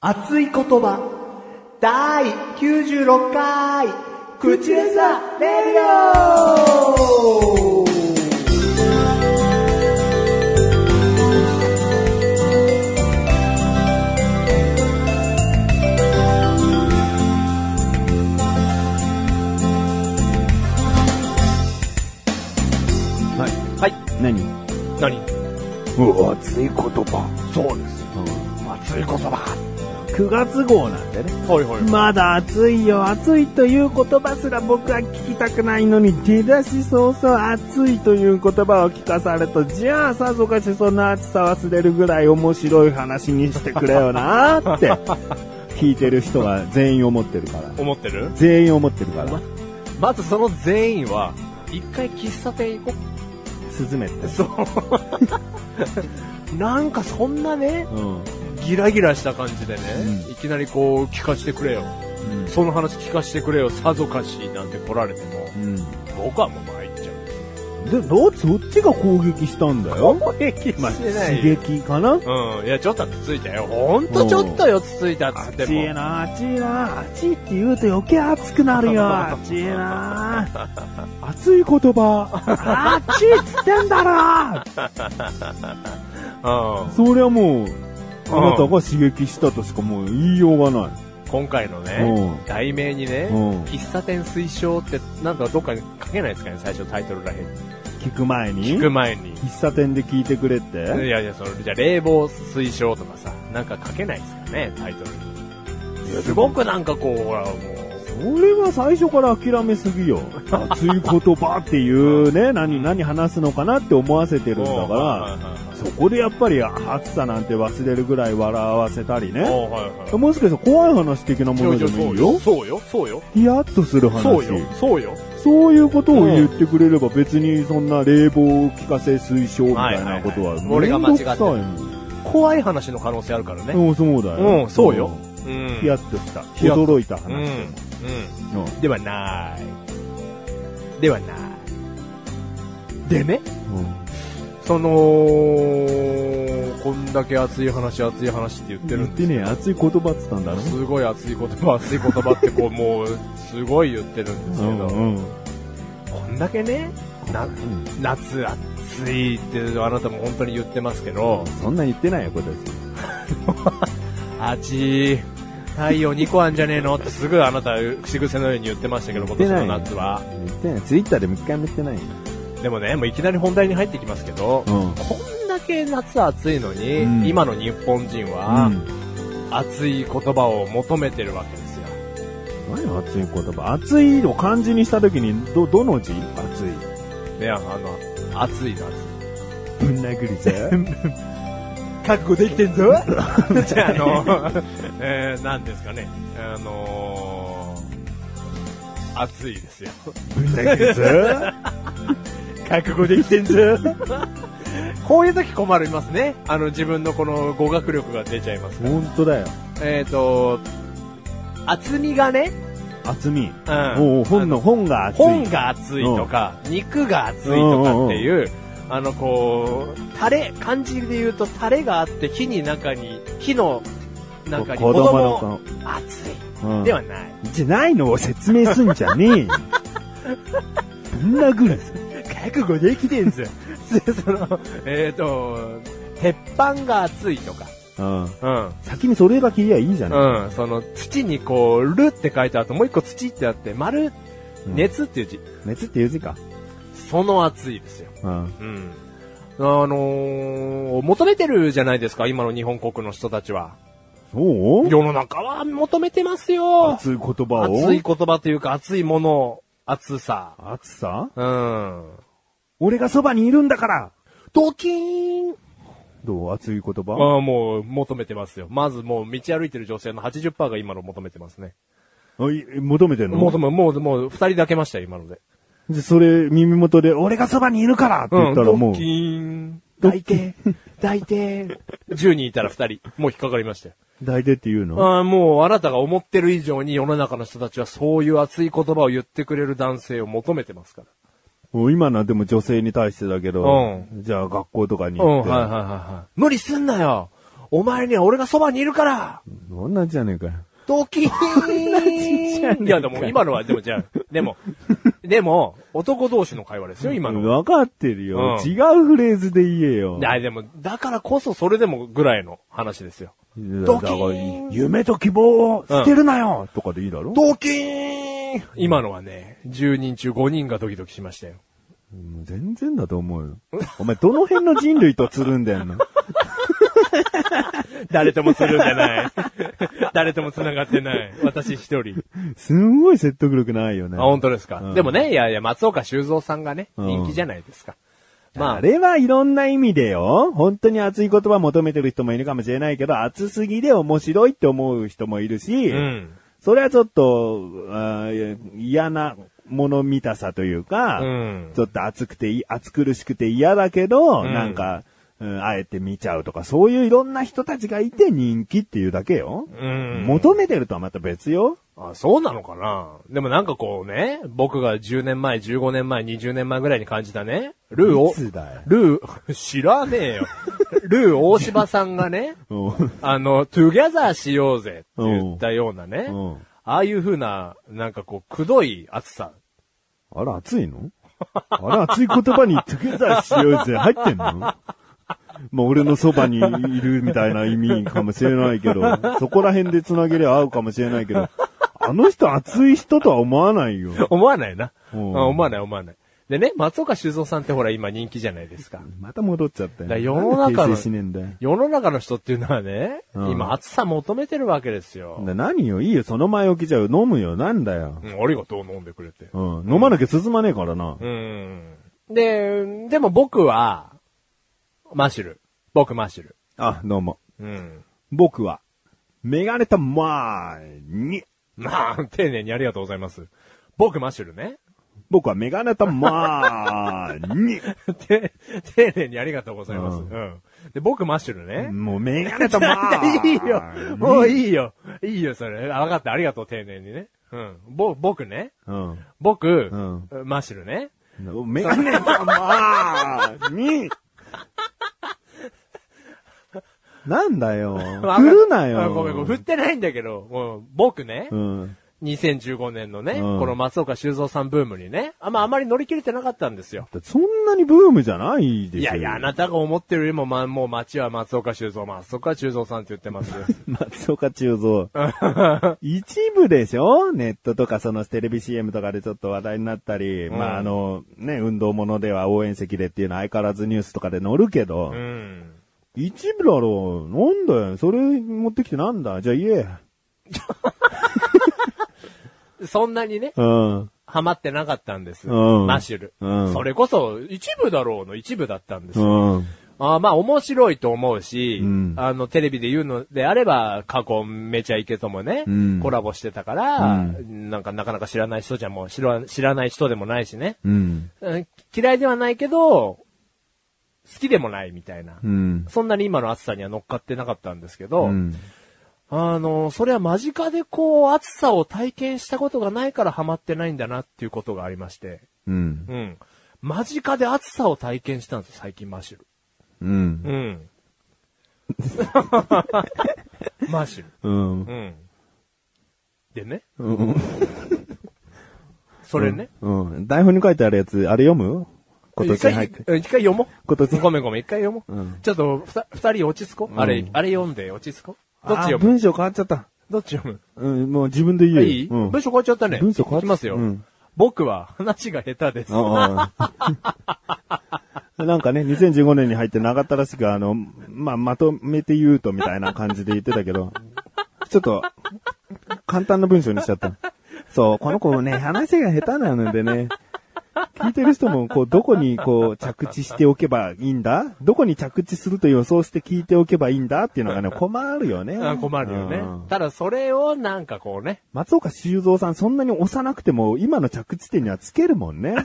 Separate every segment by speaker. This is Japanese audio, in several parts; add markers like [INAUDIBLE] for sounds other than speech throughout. Speaker 1: 熱い言葉第96回口レサレディオ
Speaker 2: はい。
Speaker 1: はい
Speaker 2: 何
Speaker 3: 何
Speaker 2: うわ、熱い言葉。
Speaker 3: そうです。熱い言葉。
Speaker 2: 9月号なんでね。
Speaker 3: はいはい。
Speaker 2: まだ暑いよ、暑いという言葉すら僕は聞きたくないのに、出だし早々暑いという言葉を聞かされると、じゃあさぞかしその暑さ忘れるぐらい面白い話にしてくれよなー
Speaker 3: [LAUGHS]
Speaker 2: って、聞いてる人は全員思ってるから。
Speaker 3: 思ってる
Speaker 2: 全員思ってるから。
Speaker 3: まずその全員は、一回喫茶店行こ
Speaker 2: スズメって
Speaker 3: う。。そう。なんかそんなね、
Speaker 2: うん。
Speaker 3: ギラギラした感じでね、
Speaker 2: うん
Speaker 3: いきなりこう、聞かしてくれよ。その話聞かしてくれよ、さぞかし、なんて来られても、
Speaker 2: うん。
Speaker 3: 僕はもう参っちゃう。
Speaker 2: で、どっち、そっちが攻撃したんだよ。
Speaker 3: 攻撃
Speaker 2: まあ、
Speaker 3: してない
Speaker 2: 刺
Speaker 3: よ。
Speaker 2: 激かな
Speaker 3: うん。いや、ちょっとはつついたよ。ほんとちょっとよ、つついたっつって
Speaker 2: 暑い
Speaker 3: も。
Speaker 2: な、暑いな、暑いって言うと余計暑くなるよ、暑い
Speaker 3: [LAUGHS]
Speaker 2: な。暑い言 [LAUGHS] 葉、暑いっつってんだろ
Speaker 3: うん。
Speaker 2: そりゃもう、あなたが刺激したとしかもう言いようがない。
Speaker 3: 今回の
Speaker 2: う
Speaker 3: ね
Speaker 2: ん、
Speaker 3: 題名にね
Speaker 2: うん、
Speaker 3: 喫茶店推奨って、なんかどっかに書けないですかね、最初タイトルらへんに。
Speaker 2: 聞く前に
Speaker 3: 聞く前に。
Speaker 2: 喫茶店で聞いてくれっ
Speaker 3: い
Speaker 2: て
Speaker 3: やいや、その、じゃあ冷房推奨とかさ、なんか書けないですかね、タイトルに。すごくなんかこう、ほら、もう、
Speaker 2: それは最初から諦めす [LAUGHS] ぎよ。熱い言葉っていうね、何、何話すのかなって思わせてるんだから、そこでやっぱり暑さなんて忘れるぐらい笑わせたり
Speaker 3: ら
Speaker 2: ね。
Speaker 3: はいはい。
Speaker 2: もしかしたら怖い話的なもの
Speaker 3: い
Speaker 2: で
Speaker 3: やいや
Speaker 2: も
Speaker 3: そ
Speaker 2: いういよ
Speaker 3: よ。。そうよ、そうよ。
Speaker 2: ヒヤッとする話。
Speaker 3: そうよ、そうよ。
Speaker 2: そういうことを言ってくれれば別にそんな冷房を聞かせ推奨みたいなことは
Speaker 3: はいはいはい俺が間違ってる
Speaker 2: めんどくさいもん
Speaker 3: 怖い話の可能性あるからね。
Speaker 2: うん、そうだよ。
Speaker 3: うん、そうよ。。う
Speaker 2: うん
Speaker 3: ん
Speaker 2: ヒヤッとした。
Speaker 3: ヒヤッ
Speaker 2: 驚いた
Speaker 3: うん、
Speaker 2: 話。
Speaker 3: うん。
Speaker 2: うん
Speaker 3: ではない。ではない。でね、その、こんだけ熱い話、熱い話って言って
Speaker 2: 言
Speaker 3: る
Speaker 2: っ
Speaker 3: んで
Speaker 2: て
Speaker 3: す
Speaker 2: ね、熱い言葉って言ったんだろ。
Speaker 3: すごい熱い言葉、熱い言葉ってこう、もう、すごい言ってるんです
Speaker 2: う
Speaker 3: け
Speaker 2: ん
Speaker 3: ど、
Speaker 2: うん。
Speaker 3: こんだけね、な夏暑いってあなたも本当に言ってますけど、
Speaker 2: そんなん言ってないよ、今年。
Speaker 3: あちー、太陽2個あんじゃねえのってすぐあなた、口癖のように言ってましたけど、今年の夏は。
Speaker 2: 言ってない。ツイッターでも一回も言ってないよ。
Speaker 3: でもね、もういきなり本題に入ってきますけど、
Speaker 2: うん。
Speaker 3: こんだけ夏暑いのに、
Speaker 2: うん
Speaker 3: 今の日本人は、熱い言葉を求めてるわけですよ。
Speaker 2: 何熱い言葉熱いを漢字にした時に、ど、どの字熱
Speaker 3: い
Speaker 2: い。
Speaker 3: や、あの、暑い夏。
Speaker 2: ぶん殴るぜ。 [LAUGHS]
Speaker 3: 覚悟できてんぞじゃあ、あの、えー、なんですかね、あのー、暑いですよ。
Speaker 2: ぶん殴
Speaker 3: [LAUGHS]
Speaker 2: るぜ。覚悟できてんぜ。
Speaker 3: こういう時困りますね。あの、自分のこの語学力が出ちゃいます。
Speaker 2: 本当だよ。
Speaker 3: えっ、ー、と、厚みがね、
Speaker 2: 厚み。
Speaker 3: うん
Speaker 2: おう本の、本が厚い。
Speaker 3: 本が熱いとか、肉が熱いとかっていう、あのこう、タレ、漢字で言うとタレがあって、火に中に、火の中に
Speaker 2: 子
Speaker 3: 子
Speaker 2: 供
Speaker 3: 供
Speaker 2: の
Speaker 3: の熱
Speaker 2: うん
Speaker 3: いではない。
Speaker 2: じゃないのを説明すんじゃねえよ。ぶん殴るぜ。
Speaker 3: 覚悟できてんすよ。でその、えっ、と、鉄板が熱いとか、
Speaker 2: うん。
Speaker 3: うん。
Speaker 2: 先にそれが聞いやいいじゃない。
Speaker 3: うん、その土にこう、るって書いてあると、もう一個土ってあって、丸、
Speaker 2: うん
Speaker 3: 熱っていう字、
Speaker 2: 熱って言う字か。
Speaker 3: その熱いですよ。
Speaker 2: うん。
Speaker 3: うん。あのー、求めてるじゃないですか、今の日本国の人たちは。
Speaker 2: そう
Speaker 3: 世の中は求めてますよ。
Speaker 2: 熱い言葉を
Speaker 3: 熱い言葉というか、熱いもの、熱さ。
Speaker 2: 熱さ
Speaker 3: うん。
Speaker 2: 俺がそばにいるんだから
Speaker 3: ドキーン
Speaker 2: どう熱い言葉
Speaker 3: ああ、もう、求めてますよ。まずもう、道歩いてる女性の80%が今の求めてますね。
Speaker 2: あい求めてんの
Speaker 3: 求め、もう、もう、二人だけましたよ、今ので。
Speaker 2: でそれ、耳元で、俺がそばにいるからって言ったらもう
Speaker 3: ドキ、ーン。
Speaker 2: ド
Speaker 3: 抱
Speaker 2: ッ
Speaker 3: い
Speaker 2: キ
Speaker 3: て、抱いて。10人いたら2人。もう引っかかりましたよ。
Speaker 2: [LAUGHS] 抱いてって言うの
Speaker 3: ああ、もうあなたが思ってる以上に世の中の人たちはそういう熱い言葉を言ってくれる男性を求めてますから。
Speaker 2: もう今のはでも女性に対してだけど、
Speaker 3: う
Speaker 2: じゃあ学校とかに
Speaker 3: うん、
Speaker 2: 行
Speaker 3: はい
Speaker 2: って、
Speaker 3: はいはいはい。無理すんなよお前には俺がそばにいるから
Speaker 2: 同じじゃねえかよ。
Speaker 3: ドキ [LAUGHS]
Speaker 2: じゃねえ
Speaker 3: ー
Speaker 2: か
Speaker 3: ンいや、でも今のは、でもじゃあ、で [LAUGHS] も、でも、男同士の会話ですよ、今のは。
Speaker 2: わかってるよ、
Speaker 3: うん
Speaker 2: 違うフレーズで言えよ。
Speaker 3: いや、でも、だからこそそれでもぐらいの話ですよ。
Speaker 2: だ
Speaker 3: キ
Speaker 2: から
Speaker 3: ーン
Speaker 2: 夢と希望を捨てるなよ、とかでいいだろ
Speaker 3: ドキーン今のはね、10人中5人がドキドキしましたよ。
Speaker 2: うん全然だと思うよ。お前どの辺の人類とつるんでんの [LAUGHS]
Speaker 3: 誰ともつるんじゃない。 [LAUGHS] 誰とも繋がってない。私一人。
Speaker 2: すんごい説得力ないよね。
Speaker 3: あ、本当ですか。
Speaker 2: うん
Speaker 3: でもね、いやいや、松岡修造さんがね、
Speaker 2: うん
Speaker 3: 人気じゃないですか。ま
Speaker 2: まあ、
Speaker 3: あ
Speaker 2: あ、れはいろんな意味でよ。本当に熱い言葉求めてる人もいるかもしれないけど、熱すぎで面白いって思う人もいるし、
Speaker 3: うん。
Speaker 2: それはちょっと、あー嫌なもの見たさというか、
Speaker 3: うん
Speaker 2: ちょっと熱くてい、熱苦しくて嫌だけど、
Speaker 3: うん
Speaker 2: なんか、うんあえて見ちゃうとか、そういういろんな人たちがいて人気っていうだけよ。
Speaker 3: うん。
Speaker 2: 求めてるとはまた別よ。
Speaker 3: あ、そうなのかなでもなんかこうね、僕が10年前、15年前、20年前ぐらいに感じたね、ルーを
Speaker 2: い、つだよ
Speaker 3: ルー、 [LAUGHS] 知らねえ
Speaker 2: [LAUGHS]
Speaker 3: よ。ルー大柴さんがね、
Speaker 2: うん
Speaker 3: あの、トゥギャザーしようぜって言ったようなね
Speaker 2: うん、
Speaker 3: ああいう風な、なんかこう、くどい暑さ。
Speaker 2: あれ熱いのあれ熱い言葉にトゥゲザーしようぜ入ってんのまあ俺のそばにいるみたいな意味かもしれないけど、そこら辺で繋げりゃ合うかもしれないけど、あの人熱い人とは思わないよ。
Speaker 3: [LAUGHS] 思わないな。あ
Speaker 2: うん
Speaker 3: 思わない思わない。でね、松岡修造さんってほら今人気じゃないですか。
Speaker 2: また戻っちゃったよ。
Speaker 3: だから世の中の
Speaker 2: なんで訂正しねえんだよ。
Speaker 3: 世の中の人っていうのはね、
Speaker 2: うん
Speaker 3: 今暑さ求めてるわけですよ。
Speaker 2: な何よ、いいよ、その前置きじゃう飲むよ、なんだよ。
Speaker 3: うん、ありがとう飲んでくれて。
Speaker 2: うん、飲まなきゃ進まねえからな。
Speaker 3: うん。で、でも僕は、マッシュル。僕マッシュル。
Speaker 2: あ、どうも。
Speaker 3: うん。
Speaker 2: 僕は、メガネたまーに、
Speaker 3: まあ、丁寧にありがとうございます。僕マッシュルね。 [LAUGHS]
Speaker 2: 僕はメガネたまー
Speaker 3: て、丁寧にありがとうございます。う。
Speaker 2: うんん
Speaker 3: で、僕マッシュルね
Speaker 2: に。。もうメガネたまー
Speaker 3: [LAUGHS] いいよ。もういいよ。いいよ、それ。あ、わかった。ありがとう、丁寧にね。うん。ぼ、僕ね。
Speaker 2: うん。
Speaker 3: 僕、
Speaker 2: ん
Speaker 3: マッシュルね。
Speaker 2: メガネた
Speaker 3: [LAUGHS]
Speaker 2: まーに、なんだよ。
Speaker 3: わか
Speaker 2: 振るな
Speaker 3: あ
Speaker 2: よ。
Speaker 3: ごめん、ごめん。振ってないんだけど、もう僕ね、
Speaker 2: うん。
Speaker 3: 2015年のね、
Speaker 2: うん
Speaker 3: この松岡修造さんブームにね、あんまあまり乗り切れてなかったんですよ。
Speaker 2: だってそんなにブームじゃないでしょ。
Speaker 3: いやいや、あなたが思ってるよりも、ま [LAUGHS] あ、もう街は松岡修造、松岡修造さんって言ってます
Speaker 2: [LAUGHS]
Speaker 3: よ。
Speaker 2: 松岡修
Speaker 3: [LAUGHS]
Speaker 2: 造。一部でしょネットとかそのテレビ CM とかでちょっと話題になったり、
Speaker 3: うん
Speaker 2: まああの、ね、運動ものでは応援席でっていうのは相変わらずニュースとかで載るけど、
Speaker 3: うん。
Speaker 2: 一部だろう。なんだよ。それ持ってきてなんだじゃあ言え。
Speaker 3: そんなにね、
Speaker 2: うん。
Speaker 3: ハマってなかったんです。
Speaker 2: うん
Speaker 3: マッシュル。
Speaker 2: うん
Speaker 3: それこそ、一部だろうの一部だったんです
Speaker 2: う
Speaker 3: よ。
Speaker 2: ん。
Speaker 3: あーまあ、面白いと思うし、
Speaker 2: うん
Speaker 3: あの、テレビで言うのであれば、過去めちゃイケともね、
Speaker 2: うん
Speaker 3: コラボしてたから、
Speaker 2: う
Speaker 3: なんかなかなか知らない人じゃもう知ら、知らない人でもないしね、
Speaker 2: うん。
Speaker 3: うん嫌いではないけど、好きでもないみたいな。
Speaker 2: うん。
Speaker 3: そんなに今の暑さには乗っかってなかったんですけど、
Speaker 2: うん
Speaker 3: あの、それは間近でこう、暑さを体験したことがないからハマってないんだなっていうことがありまして、
Speaker 2: うん。
Speaker 3: うん。間近で暑さを体験したんですよ、最近マッシュル。
Speaker 2: うん。
Speaker 3: うん。マッシュ
Speaker 2: うん。
Speaker 3: ル。うん。でね、
Speaker 2: うん。
Speaker 3: それね。
Speaker 2: うん。台本に書いてあるやつ、あれ読む今年入っ
Speaker 3: 一
Speaker 2: て。
Speaker 3: 回一回読もう。
Speaker 2: 今年
Speaker 3: ごめんごめん、一回読もう。
Speaker 2: うん
Speaker 3: ちょっと、ふた二人落ち着こう。あれ、あれ読んで落ち着こう。どっち
Speaker 2: あ
Speaker 3: 読む
Speaker 2: 文章変わっちゃった。
Speaker 3: どっち読む
Speaker 2: うん、もう自分で言うよ。
Speaker 3: いい、
Speaker 2: うん
Speaker 3: 文章変わっちゃったね。
Speaker 2: 文章変わっ
Speaker 3: いきますよ、
Speaker 2: うん
Speaker 3: 僕は話が下手です。
Speaker 2: ああなん [LAUGHS] かね、2015年に入って長ったらしく、あの、まあ、まとめて言うとみたいな感じで言ってたけど、 [LAUGHS] ちょっと、簡単な文章にしちゃった。そう、この子ね、話が下手なのでね、聞いてる人も、こう、どこに、こう、着地しておけばいいんだどこに着地すると予想して聞いておけばいいんだっていうのが
Speaker 3: [LAUGHS]
Speaker 2: ね、困るよね。
Speaker 3: あ困るよね、
Speaker 2: うん
Speaker 3: ただそれをなんかこうね、
Speaker 2: 松岡修造さんそんなに押さなくても今の着地点にはつけるもんね。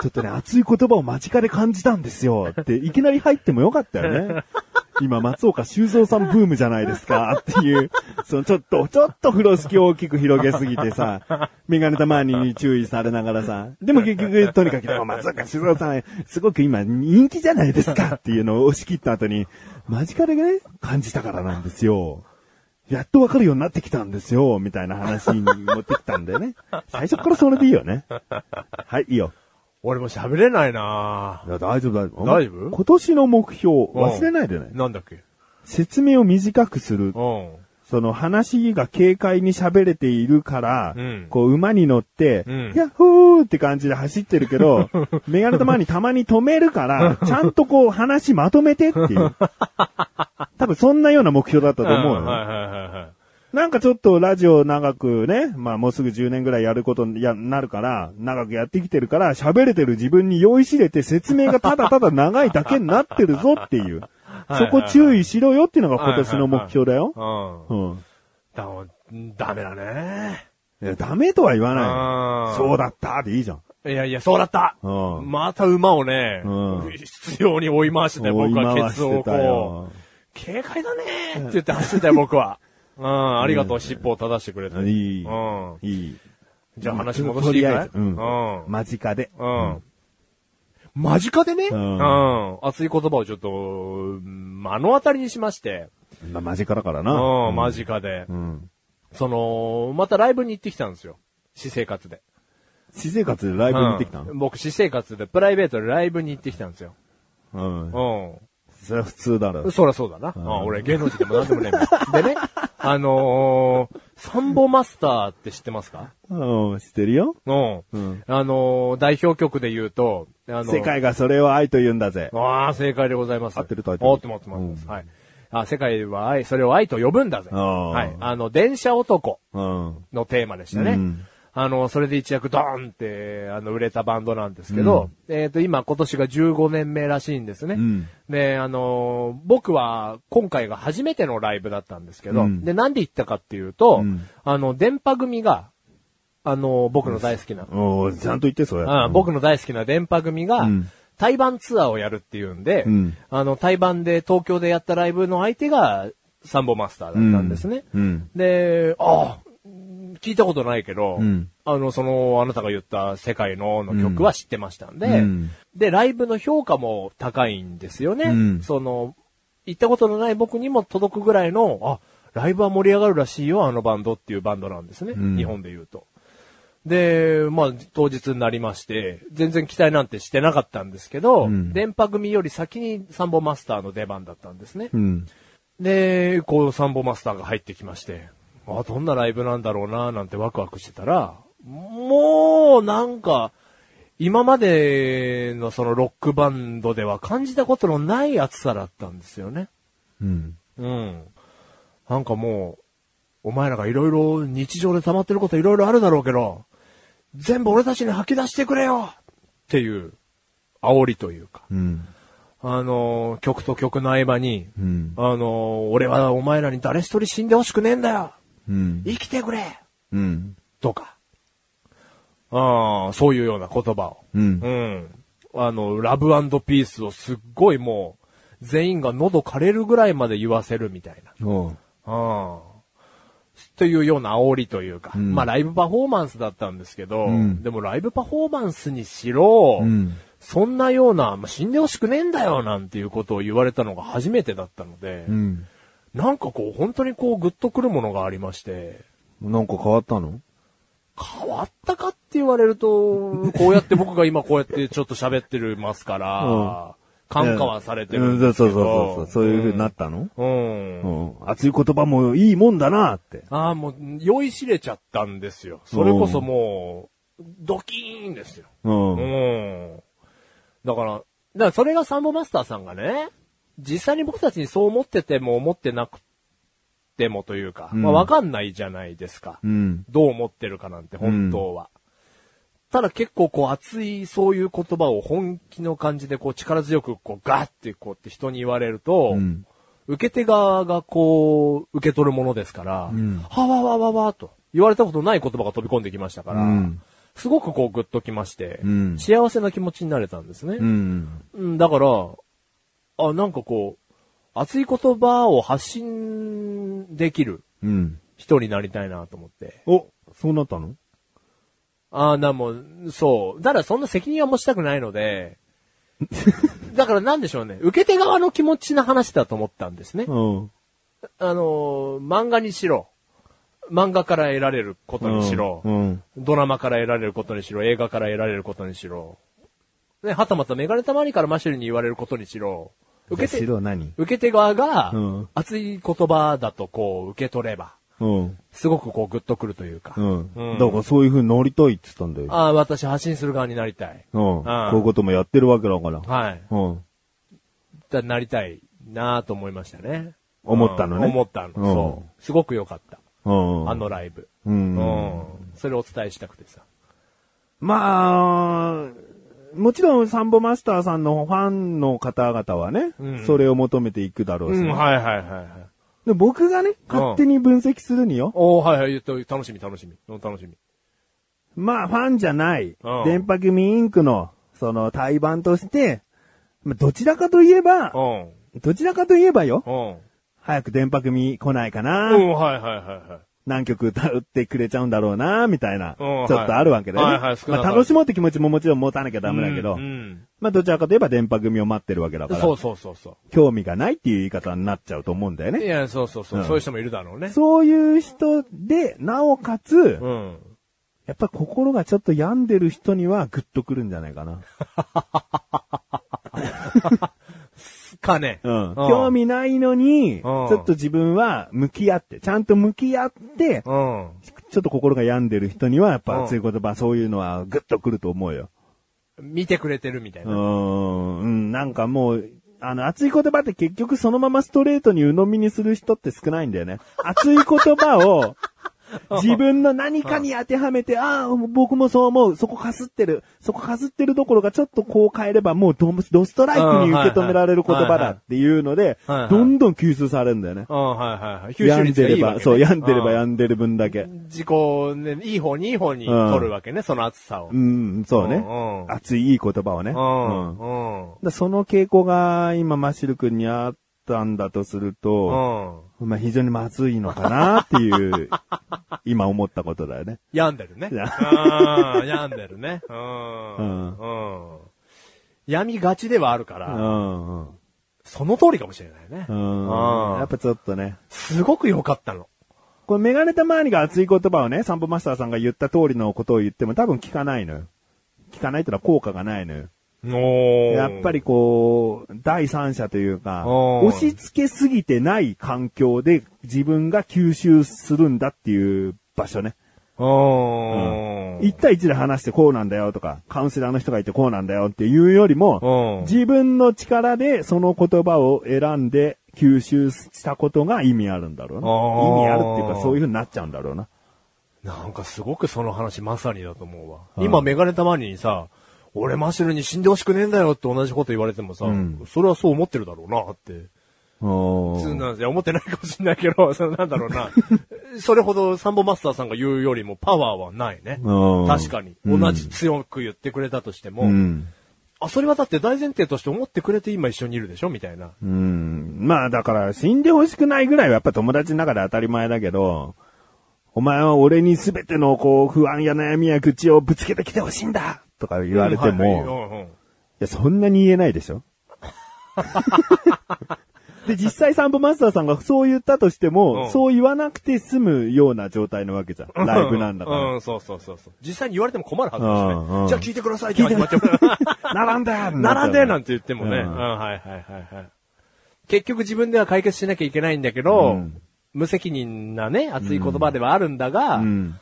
Speaker 2: ちょっとね、熱い言葉を間近で感じたんですよって、いきなり入ってもよかったよね。今、松岡修造さんブームじゃないですかっていう、そのちょっと、ちょっと風呂敷を大きく広げすぎてさ、メガネたまに注意されながらさ、でも結局、とにかくでも松岡修造さん、すごく今人気じゃないですかっていうのを押し切った後に、間近でね、感じたからなんですよ。やっとわかるようになってきたんですよ、みたいな話に持ってきたんだよ
Speaker 3: [LAUGHS]
Speaker 2: ね。最初からそれでいいよね。はい、いいよ。
Speaker 3: 俺も喋れないない
Speaker 2: や大丈夫、大丈夫。
Speaker 3: 大丈夫
Speaker 2: 今年の目標、忘れないでね。
Speaker 3: なんだっけ
Speaker 2: 説明を短くする。
Speaker 3: うん。
Speaker 2: その話が軽快に喋れているから、
Speaker 3: うん
Speaker 2: こう馬に乗って、
Speaker 3: うん
Speaker 2: ヤッホーって感じで走ってるけど、
Speaker 3: [LAUGHS]
Speaker 2: メガネと前にたまに止めるから、ちゃんとこう話まとめてって
Speaker 3: [LAUGHS]
Speaker 2: いう。多分そんなような目標だったと思うよ。
Speaker 3: んはいはいはいはい。
Speaker 2: なんかちょっとラジオ長くね、まあもうすぐ10年ぐらいやることにやなるから、長くやってきてるから、喋れてる自分に酔いしれて説明がただ [LAUGHS] ただ長いだけになってるぞっていう。
Speaker 3: はい
Speaker 2: そこ注意しろよっていうのが今年の目標だよ。
Speaker 3: う
Speaker 2: うん。
Speaker 3: ん。だ、ダメだね。
Speaker 2: いや、ダメとは言わないよ。
Speaker 3: うん
Speaker 2: そうだったでいいじゃん。
Speaker 3: いやいや、そうだった
Speaker 2: うん
Speaker 3: また馬をね
Speaker 2: うん、
Speaker 3: 必要に追い回してたよ、僕はケツをこう。軽快だねーって言って走ってたよ、僕は。うん、ありがとう、尻尾を正してくれて。
Speaker 2: いい
Speaker 3: うん。
Speaker 2: いい。
Speaker 3: じゃあ話戻していい
Speaker 2: とりあ
Speaker 3: か
Speaker 2: え
Speaker 3: い
Speaker 2: ずうん。
Speaker 3: うん。
Speaker 2: 間近で。
Speaker 3: うん。間近でね、
Speaker 2: う
Speaker 3: うんん。熱い言葉をちょっと、うん目の当たりにしまして、
Speaker 2: まあ間近だから
Speaker 3: う
Speaker 2: な。
Speaker 3: ん、間近で
Speaker 2: う。ん。
Speaker 3: その、またライブに行ってきたんですよ。私生活で。
Speaker 2: 私生活でライブに行ってきた
Speaker 3: う
Speaker 2: の
Speaker 3: ん僕、私生活で、プライベートでライブに行ってきたんですよ。
Speaker 2: うん。
Speaker 3: う
Speaker 2: それは普通だろ
Speaker 3: ん。。そらそうだな。
Speaker 2: うん
Speaker 3: あ俺、芸能人でも何でもねえもん。でね、
Speaker 2: [LAUGHS]
Speaker 3: あのー、サンボマスターって知ってますか
Speaker 2: うん、知ってるよ。
Speaker 3: うん。
Speaker 2: うん
Speaker 3: あのー、代表曲で言うと、あのー
Speaker 2: 世界がそれを愛と言うんだぜ。
Speaker 3: ああ、正解でございます。
Speaker 2: 合ってると合
Speaker 3: 合
Speaker 2: っ
Speaker 3: ってて
Speaker 2: る
Speaker 3: る。合ってます、合ってます。はい。あ、世界は愛、それを愛と呼ぶんだぜ。
Speaker 2: ああ
Speaker 3: はい。あの、電車男
Speaker 2: うん。
Speaker 3: のテーマでしたね。
Speaker 2: うん
Speaker 3: あの、それで一躍ドーンって、あの、売れたバンドなんですけど、えっ、と、今、今年が15年目らしいんですね。
Speaker 2: うん
Speaker 3: で、あのー僕は、今回が初めてのライブだったんですけど、
Speaker 2: うん
Speaker 3: で、なんで行ったかっていうと、
Speaker 2: うん
Speaker 3: あの、電波組が、あのー僕の大好きな、
Speaker 2: おーちゃんと言って、それ。
Speaker 3: あ僕の大好きな電波組が、
Speaker 2: うん
Speaker 3: 対バンツアーをやるっていうんで、
Speaker 2: うん
Speaker 3: あの、対バンで東京でやったライブの相手がサンボマスターだったんですね。
Speaker 2: うん。
Speaker 3: で、ああ、聞いたことないけど、
Speaker 2: うん
Speaker 3: あの、その、あなたが言った世界のの曲は知ってましたんで、
Speaker 2: うん
Speaker 3: で、ライブの評価も高いんですよね。
Speaker 2: うん
Speaker 3: その、行ったことのない僕にも届くぐらいの、あ、ライブは盛り上がるらしいよ、あのバンドっていうバンドなんですね。
Speaker 2: ん
Speaker 3: 日本で言うと。で、まあ、当日になりまして、全然期待なんてしてなかったんですけど、
Speaker 2: ん
Speaker 3: 電波組より先にサンボマスターの出番だったんですね。
Speaker 2: うん。
Speaker 3: で、こう、サンボマスターが入ってきまして、あ、どんなライブなんだろうな、なんてワクワクしてたら、もう、なんか、今までのそのロックバンドでは感じたことのない熱さだったんですよね。
Speaker 2: うん。
Speaker 3: うん。なんかもう、お前らがいろいろ日常で溜まってることいろいろあるだろうけど、全部俺たちに吐き出してくれよっていう、煽りというか。
Speaker 2: うん。
Speaker 3: あのー曲と曲の合間に、
Speaker 2: うん
Speaker 3: あのー俺はお前らに誰一人死んでほしくねえんだよ
Speaker 2: うん。
Speaker 3: 生きてくれ
Speaker 2: うん。
Speaker 3: とか。ああ、そういうような言葉を。
Speaker 2: うん
Speaker 3: うん。あの、ラブピースをすっごいもう、全員が喉枯れるぐらいまで言わせるみたいな。
Speaker 2: おう
Speaker 3: ああ。というような煽りというか、
Speaker 2: ん
Speaker 3: まあライブパフォーマンスだったんですけど、
Speaker 2: ん
Speaker 3: でもライブパフォーマンスにしろ、
Speaker 2: うん
Speaker 3: そんなような、まあ、死んでほしくねえんだよなんていうことを言われたのが初めてだったので、
Speaker 2: うん。
Speaker 3: なんかこう本当にこうグッとくるものがありまして、
Speaker 2: なんか変わったの
Speaker 3: 変わったかって言われると、こうやって僕が今こうやってちょっと喋ってるますから、
Speaker 2: うん
Speaker 3: 感化はされてる
Speaker 2: うんんそ
Speaker 3: で
Speaker 2: う
Speaker 3: すけ
Speaker 2: そ
Speaker 3: ど。
Speaker 2: うそうそう。そういう風になったの
Speaker 3: うん。
Speaker 2: うん。熱い言葉もいいもんだなって。
Speaker 3: ああ、もう、酔いしれちゃったんですよ。それこそもう、ドキーンですよ。
Speaker 2: う。
Speaker 3: うんん。だから、だからそれがサンボマスターさんがね、実際に僕たちにそう思ってても思ってなくてもというか、
Speaker 2: ん
Speaker 3: まあわかんないじゃないですか。
Speaker 2: うん。
Speaker 3: どう思ってるかなんて、本当は。ただ結構こう熱いそういう言葉を本気の感じでこう力強くこうガッてこうって人に言われると、
Speaker 2: うん
Speaker 3: 受け手側がこう受け取るものですから、はわわわわと言われたことない言葉が飛び込んできましたから、
Speaker 2: うん
Speaker 3: すごくこうグッときまして、
Speaker 2: うん
Speaker 3: 幸せな気持ちになれたんですね。
Speaker 2: うん。
Speaker 3: うん、だから、あ、なんかこう、熱い言葉を発信できる
Speaker 2: うん。
Speaker 3: 人になりたいなと思って。
Speaker 2: お、そうなったの
Speaker 3: ああ、なんも、そう。ただそんな責任は持ちたくないので、だからなんでしょうね。受け手側の気持ちの話だと思ったんですね。
Speaker 2: うん。
Speaker 3: あのー漫画にしろ、漫画から得られることにしろ、
Speaker 2: うん。
Speaker 3: ドラマから得られることにしろ、映画から得られることにしろ、ね、はたまたメガネたまりからマシュルに言われることにしろ、受け
Speaker 2: じゃあ
Speaker 3: 手、
Speaker 2: 白何
Speaker 3: 受け手側が
Speaker 2: うん、
Speaker 3: 熱い言葉だとこう受け取れば、
Speaker 2: うん。
Speaker 3: すごくこうグッとくるというか、
Speaker 2: うん。
Speaker 3: うん
Speaker 2: だからそういう風になりたいって言ったんだよ。
Speaker 3: ああ、私発信する側になりたい。
Speaker 2: うん。
Speaker 3: ん
Speaker 2: こういうこともやってるわけだから。
Speaker 3: はい。
Speaker 2: うん。
Speaker 3: だなりたいなと思いましたね。
Speaker 2: 思ったのね
Speaker 3: うん思ったの。
Speaker 2: うん
Speaker 3: そう。すごく良かった。
Speaker 2: うん。
Speaker 3: あのライブ。
Speaker 2: う。
Speaker 3: うんん。それをお伝えしたくてさ。
Speaker 2: まあ、もちろんサンボマスターさんのファンの方々はね、
Speaker 3: うん
Speaker 2: それを求めていくだろうし、
Speaker 3: はいはいはいはい。
Speaker 2: で僕がね、勝手に分析するによ、
Speaker 3: おーはいはい言っと、楽しみ楽しみ。うん楽しみ。
Speaker 2: まあファンじゃない、
Speaker 3: うん
Speaker 2: 電波組インクの、その対バンとして、まあどちらかといえば
Speaker 3: う、ん。
Speaker 2: どちらかといえばよ、
Speaker 3: うん。
Speaker 2: 早く電波組来ないかな、
Speaker 3: うん、はいはいはいはい。
Speaker 2: 何曲歌ってくれちゃうんだろうな、みたいな、
Speaker 3: うん
Speaker 2: ちょっとあるわけだよね。
Speaker 3: はいはいはい少な
Speaker 2: ま
Speaker 3: かっ
Speaker 2: あ
Speaker 3: た
Speaker 2: 楽しもうって気持ちももちろん持たなきゃダメだけど、
Speaker 3: うんうん
Speaker 2: まあどちらかといえば電波組を待ってるわけだから。
Speaker 3: そうそうそうそ
Speaker 2: 興味がないっていう言い方になっちゃうと思うんだよ
Speaker 3: う。い
Speaker 2: ね。
Speaker 3: や、そうそうそう。
Speaker 2: うん
Speaker 3: そういう人もいるだろうね。
Speaker 2: そういう人で、なおかつ、
Speaker 3: うん。
Speaker 2: やっぱり心がちょっと病んでる人にはグッとくるんじゃないかな。
Speaker 3: かね。
Speaker 2: うん。興。味ないのに、ち
Speaker 3: うん
Speaker 2: ょっと自分は向き合って、ちゃんと向き合っ
Speaker 3: う
Speaker 2: て、
Speaker 3: ん。
Speaker 2: ちょっと心が病んでる人には、やっぱ
Speaker 3: うん
Speaker 2: 熱い言葉、そういうのはグッとくると思うよ。
Speaker 3: 見てくれてるみたいうな。
Speaker 2: ん、うん、なんかもう、あの、熱い言葉って結局そのままストレートに鵜呑みにする人って少ないんだよね。
Speaker 3: [LAUGHS]
Speaker 2: 熱い言葉を、自分の何かに当てはめて、ああ、僕もそう思う、そこかすってる、そこかすってるどころがちょっとこう変えればもうドムドストライクに受け止められる言葉だっていうので
Speaker 3: はいはいはいは、い
Speaker 2: どんどん吸収されるんだよね。
Speaker 3: うん、はいはいはい。吸収
Speaker 2: 病ん
Speaker 3: 率
Speaker 2: で
Speaker 3: がい
Speaker 2: れ
Speaker 3: いわけ
Speaker 2: ば、
Speaker 3: ね。
Speaker 2: そう、病んでれば
Speaker 3: ん
Speaker 2: 病んでる分だけ。
Speaker 3: 自己をね、いい方にいい方に
Speaker 2: うん
Speaker 3: 取るわけね、その暑さを
Speaker 2: う。ん、そうね
Speaker 3: うんう。ん
Speaker 2: 熱いいい言葉をね。
Speaker 3: うん。
Speaker 2: うんだか
Speaker 3: うん。
Speaker 2: らその傾向が今、マシル君にあったんだとする
Speaker 3: う
Speaker 2: と、
Speaker 3: ん。
Speaker 2: まあ非常にまずいのかなって [LAUGHS] いう、今思ったことだよね。
Speaker 3: 病んでるね。
Speaker 2: いや
Speaker 3: うん病んでるね。うん。うん。病みがちではあるか
Speaker 2: う
Speaker 3: ら、
Speaker 2: んうん。
Speaker 3: その通りかもしれないね。
Speaker 2: うん。やっぱちょっとね。
Speaker 3: すごく良かったの。
Speaker 2: これメガネた周りが熱い言葉をね、サンボマスターさんが言った通りのことを言っても多分聞かないのよ。聞かないってのは効果がないのよ。
Speaker 3: お
Speaker 2: やっぱり、こう、第三者というか、
Speaker 3: おー
Speaker 2: 押し付けすぎてない環境で自分が吸収するんだっていう場所ね。
Speaker 3: うん。
Speaker 2: 一対一で話してこうなんだよとか、カウンセラーの人がいてこうなんだよっていうよりも、
Speaker 3: うん。
Speaker 2: 自分の力でその言葉を選んで吸収したことが意味あるんだろうな。
Speaker 3: おー
Speaker 2: 意味あるっていうかそういう風になっちゃうんだろうな。
Speaker 3: なんかすごくその話まさにだと思うわ。
Speaker 2: うん
Speaker 3: 今メガネたまりにさ、俺マシュルに死んでほしくねえんだよって同じこと言われてもさ、
Speaker 2: うん
Speaker 3: それはそう思ってるだろうなって。普通
Speaker 2: お
Speaker 3: なんですよ。思ってないかもしんないけど、そ [LAUGHS] のなんだろうな。それほどサンボマスターさんが言うよりもパワーはないね。確かに。同じ強く言ってくれたとしても、
Speaker 2: うん。
Speaker 3: あ、それはだって大前提として思ってくれて今一緒にいるでしょみたいな。
Speaker 2: うん。まあだから死んでほしくないぐらいはやっぱ友達の中で当たり前だけど、お前は俺に全てのこう不安や悩みや愚痴をぶつけてきてほしいんだとか言われて
Speaker 3: うんはいはい
Speaker 2: も、いやそんなに言えないで
Speaker 3: [LAUGHS]
Speaker 2: しょで、実際サンボマスターさんがそう言ったとしても、
Speaker 3: うん
Speaker 2: そう言わなくて済むような状態なわけじゃ
Speaker 3: うん
Speaker 2: ん。ライブなんだか
Speaker 3: う
Speaker 2: ら。
Speaker 3: ん、そうそうそうそう。実際に言われても困るはずだし
Speaker 2: うんう
Speaker 3: ね。
Speaker 2: ん
Speaker 3: じゃあ聞いてくださいって始まっちゃう。
Speaker 2: 並んで
Speaker 3: 並んでなん
Speaker 2: て。
Speaker 3: て言ってもね。
Speaker 2: う
Speaker 3: うんん、はいはいはいはい。結局自分では解決しなきゃいけないんだけど、
Speaker 2: うん
Speaker 3: 無責任なね、熱い言葉ではあるんだが、
Speaker 2: う
Speaker 3: うん
Speaker 2: ん、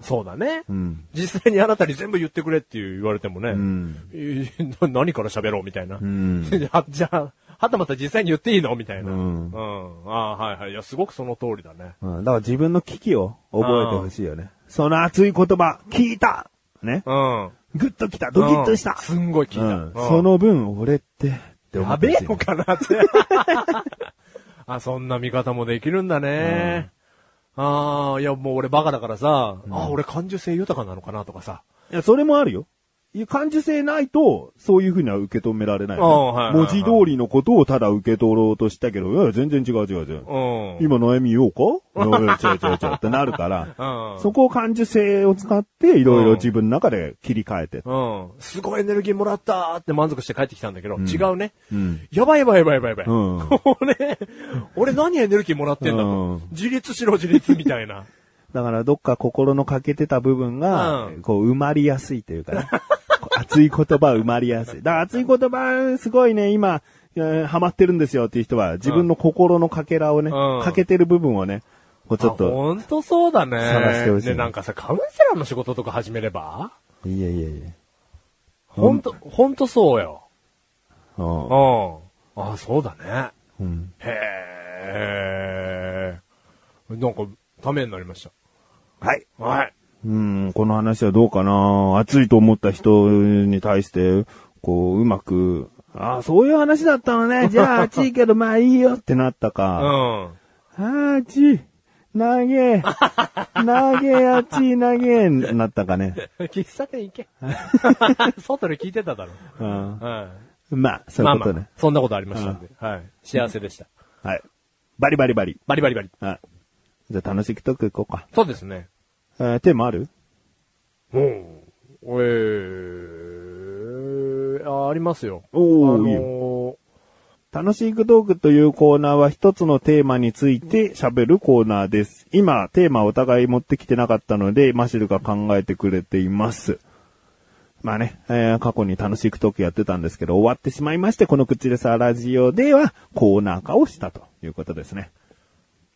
Speaker 3: そうだね、
Speaker 2: うん
Speaker 3: 実際にあなたに全部言ってくれって言われてもね、
Speaker 2: ん
Speaker 3: えーな何から喋ろうみたいな。
Speaker 2: ん
Speaker 3: [LAUGHS] じゃあ、じゃあはたまた実際に言っていいのみたいな。
Speaker 2: う
Speaker 3: うんん。ああー、はいはい。いや、すごくその通りだね。
Speaker 2: うん、だから自分の危機を覚えてほしいよね。その熱い言葉、聞いたね。
Speaker 3: うん。
Speaker 2: グッときた、ドキッとした
Speaker 3: うん。すんごい聞いた。
Speaker 2: うん
Speaker 3: うん
Speaker 2: その分、俺って、って思
Speaker 3: や
Speaker 2: って
Speaker 3: べ
Speaker 2: ほし
Speaker 3: え
Speaker 2: い
Speaker 3: のかなって。 [LAUGHS] あ、そんな見方もできるんだね。ああ、いやもう俺バカだからさ、あ俺感受性豊かなのかなとかさ。
Speaker 2: いや、それもあるよ。いう感受性ないと、そういうふうには受け止められないよね、
Speaker 3: ああはいはいはい
Speaker 2: 文字通りのことをただ受け取ろうとしたけど、いやいや全然違う違う違う。
Speaker 3: うん。
Speaker 2: 今悩み言お
Speaker 3: [LAUGHS]
Speaker 2: うかいやいや違う違う違うってなるから
Speaker 3: う、ん
Speaker 2: そこを感受性を使って、いろいろ自分の中で切り替えて。
Speaker 3: うん。すごいエネルギーもらったーって満足して帰ってきたんだけど、違うね。
Speaker 2: うん。
Speaker 3: やばいやばいやばいやばいやばい。
Speaker 2: うん
Speaker 3: 俺、 [LAUGHS] 俺何エネルギーもらってんだと。
Speaker 2: うん
Speaker 3: 自立しろ自立みたいな。
Speaker 2: だからどっか心の欠けてた部分が、
Speaker 3: うん
Speaker 2: こう埋まりやすいというかね。 [LAUGHS] こう熱い言葉埋まりやすい。だから熱い言葉、すごいね、今、えーハマってるんですよっていう人は、自分の心の欠片をね、
Speaker 3: うん
Speaker 2: 欠けてる部分をね、こうちょっ
Speaker 3: あ
Speaker 2: と、
Speaker 3: ほんとそうだね。
Speaker 2: 探してほしい
Speaker 3: ね、なんかさ、カウンセラーの仕事とか始めれば
Speaker 2: いやいやいや。
Speaker 3: ほんと、ほんとそうよ。
Speaker 2: うん
Speaker 3: うん。あ、そうだね。
Speaker 2: うん
Speaker 3: へえ。なんか、ためになりまし
Speaker 2: はい。
Speaker 3: た。はい。
Speaker 2: うん、この話はどうかな熱いと思った人に対して、こう、うまく、ああ、そういう話だったのね。
Speaker 3: [LAUGHS]
Speaker 2: じゃあ、熱いけど、まあいいよってなった
Speaker 3: う
Speaker 2: か。
Speaker 3: ん。 [LAUGHS]
Speaker 2: あーち、投げ、投げやち、投げ、なったかね。
Speaker 3: 喫茶店行け。 [LAUGHS] 外で聞いてただろ。
Speaker 2: うん
Speaker 3: はい。
Speaker 2: まあ、そう
Speaker 3: まあ
Speaker 2: いうこ
Speaker 3: ま
Speaker 2: とね
Speaker 3: あ。、そんなことありましたんで。はい。幸せでした。
Speaker 2: はい。バリバリバリ。
Speaker 3: バリバリバリ。
Speaker 2: はい。じゃあ、楽しくトーク行こうか。
Speaker 3: そうですね。
Speaker 2: えー、テーマある
Speaker 3: うん。えー、あありますよ。
Speaker 2: おー
Speaker 3: あの
Speaker 2: いい
Speaker 3: ー
Speaker 2: 楽しくトークというコーナーは一つのテーマについて喋るコーナーです。今、テーマをお互い持ってきてなかったので、マシルが考えてくれています。まあね、えー過去に楽しくトークやってたんですけど、終わってしまいまして、この口でさラジオではコーナー化をしたということですね。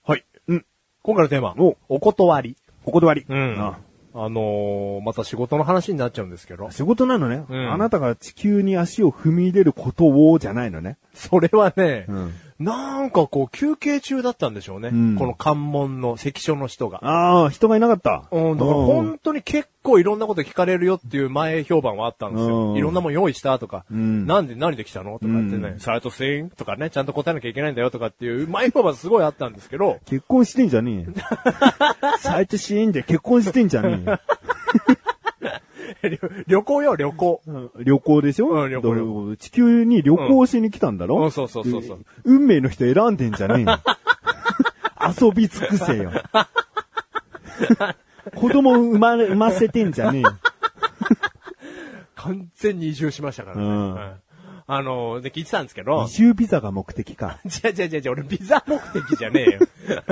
Speaker 3: はい。
Speaker 2: うん。
Speaker 3: 今回のテーマ、
Speaker 2: お
Speaker 3: お断り。
Speaker 2: ここで終わり。
Speaker 3: あ
Speaker 2: あ
Speaker 3: のーまた仕事の話になっちゃうんですけど、
Speaker 2: 仕事なのね、
Speaker 3: うん
Speaker 2: あなたが地球に足を踏み入れることを、じゃないのね。
Speaker 3: それはね、
Speaker 2: ん
Speaker 3: なんかこう休憩中だったんでしょうね。
Speaker 2: ん
Speaker 3: この関門の関所の人が。
Speaker 2: ああ、人がいなかった。
Speaker 3: うん、だから
Speaker 2: うん
Speaker 3: 本当に結構いろんなこと聞かれるよっていう前評判はあったんです
Speaker 2: う
Speaker 3: よ。
Speaker 2: ん
Speaker 3: いろんなもん用意したとか、
Speaker 2: ん
Speaker 3: なんで何で来たのとかってね、サイトスインとかね、ちゃんと答えなきゃいけないんだよとかっていう前評判すごいあったんですけど、 [LAUGHS]
Speaker 2: 結婚してんじゃねえよ。サイトシーンで結婚してんじゃねえよ。
Speaker 3: 旅旅行よ、旅行。
Speaker 2: 旅行でしょ、
Speaker 3: うん旅行
Speaker 2: だから地球に旅行しに来たんだろ、
Speaker 3: うんそうそうそうそう
Speaker 2: で運命の人選んでんじゃねえよ。遊び尽く
Speaker 3: [LAUGHS]
Speaker 2: せよ。子供生まれ、産ませてんじゃねえよ。
Speaker 3: 完全に移住しましたからね。
Speaker 2: うん
Speaker 3: はいあのーで、聞いてたんですけど
Speaker 2: 移、住ビザが目的か。
Speaker 3: 違う違う違う違う、俺ビザ目的じゃねえよ。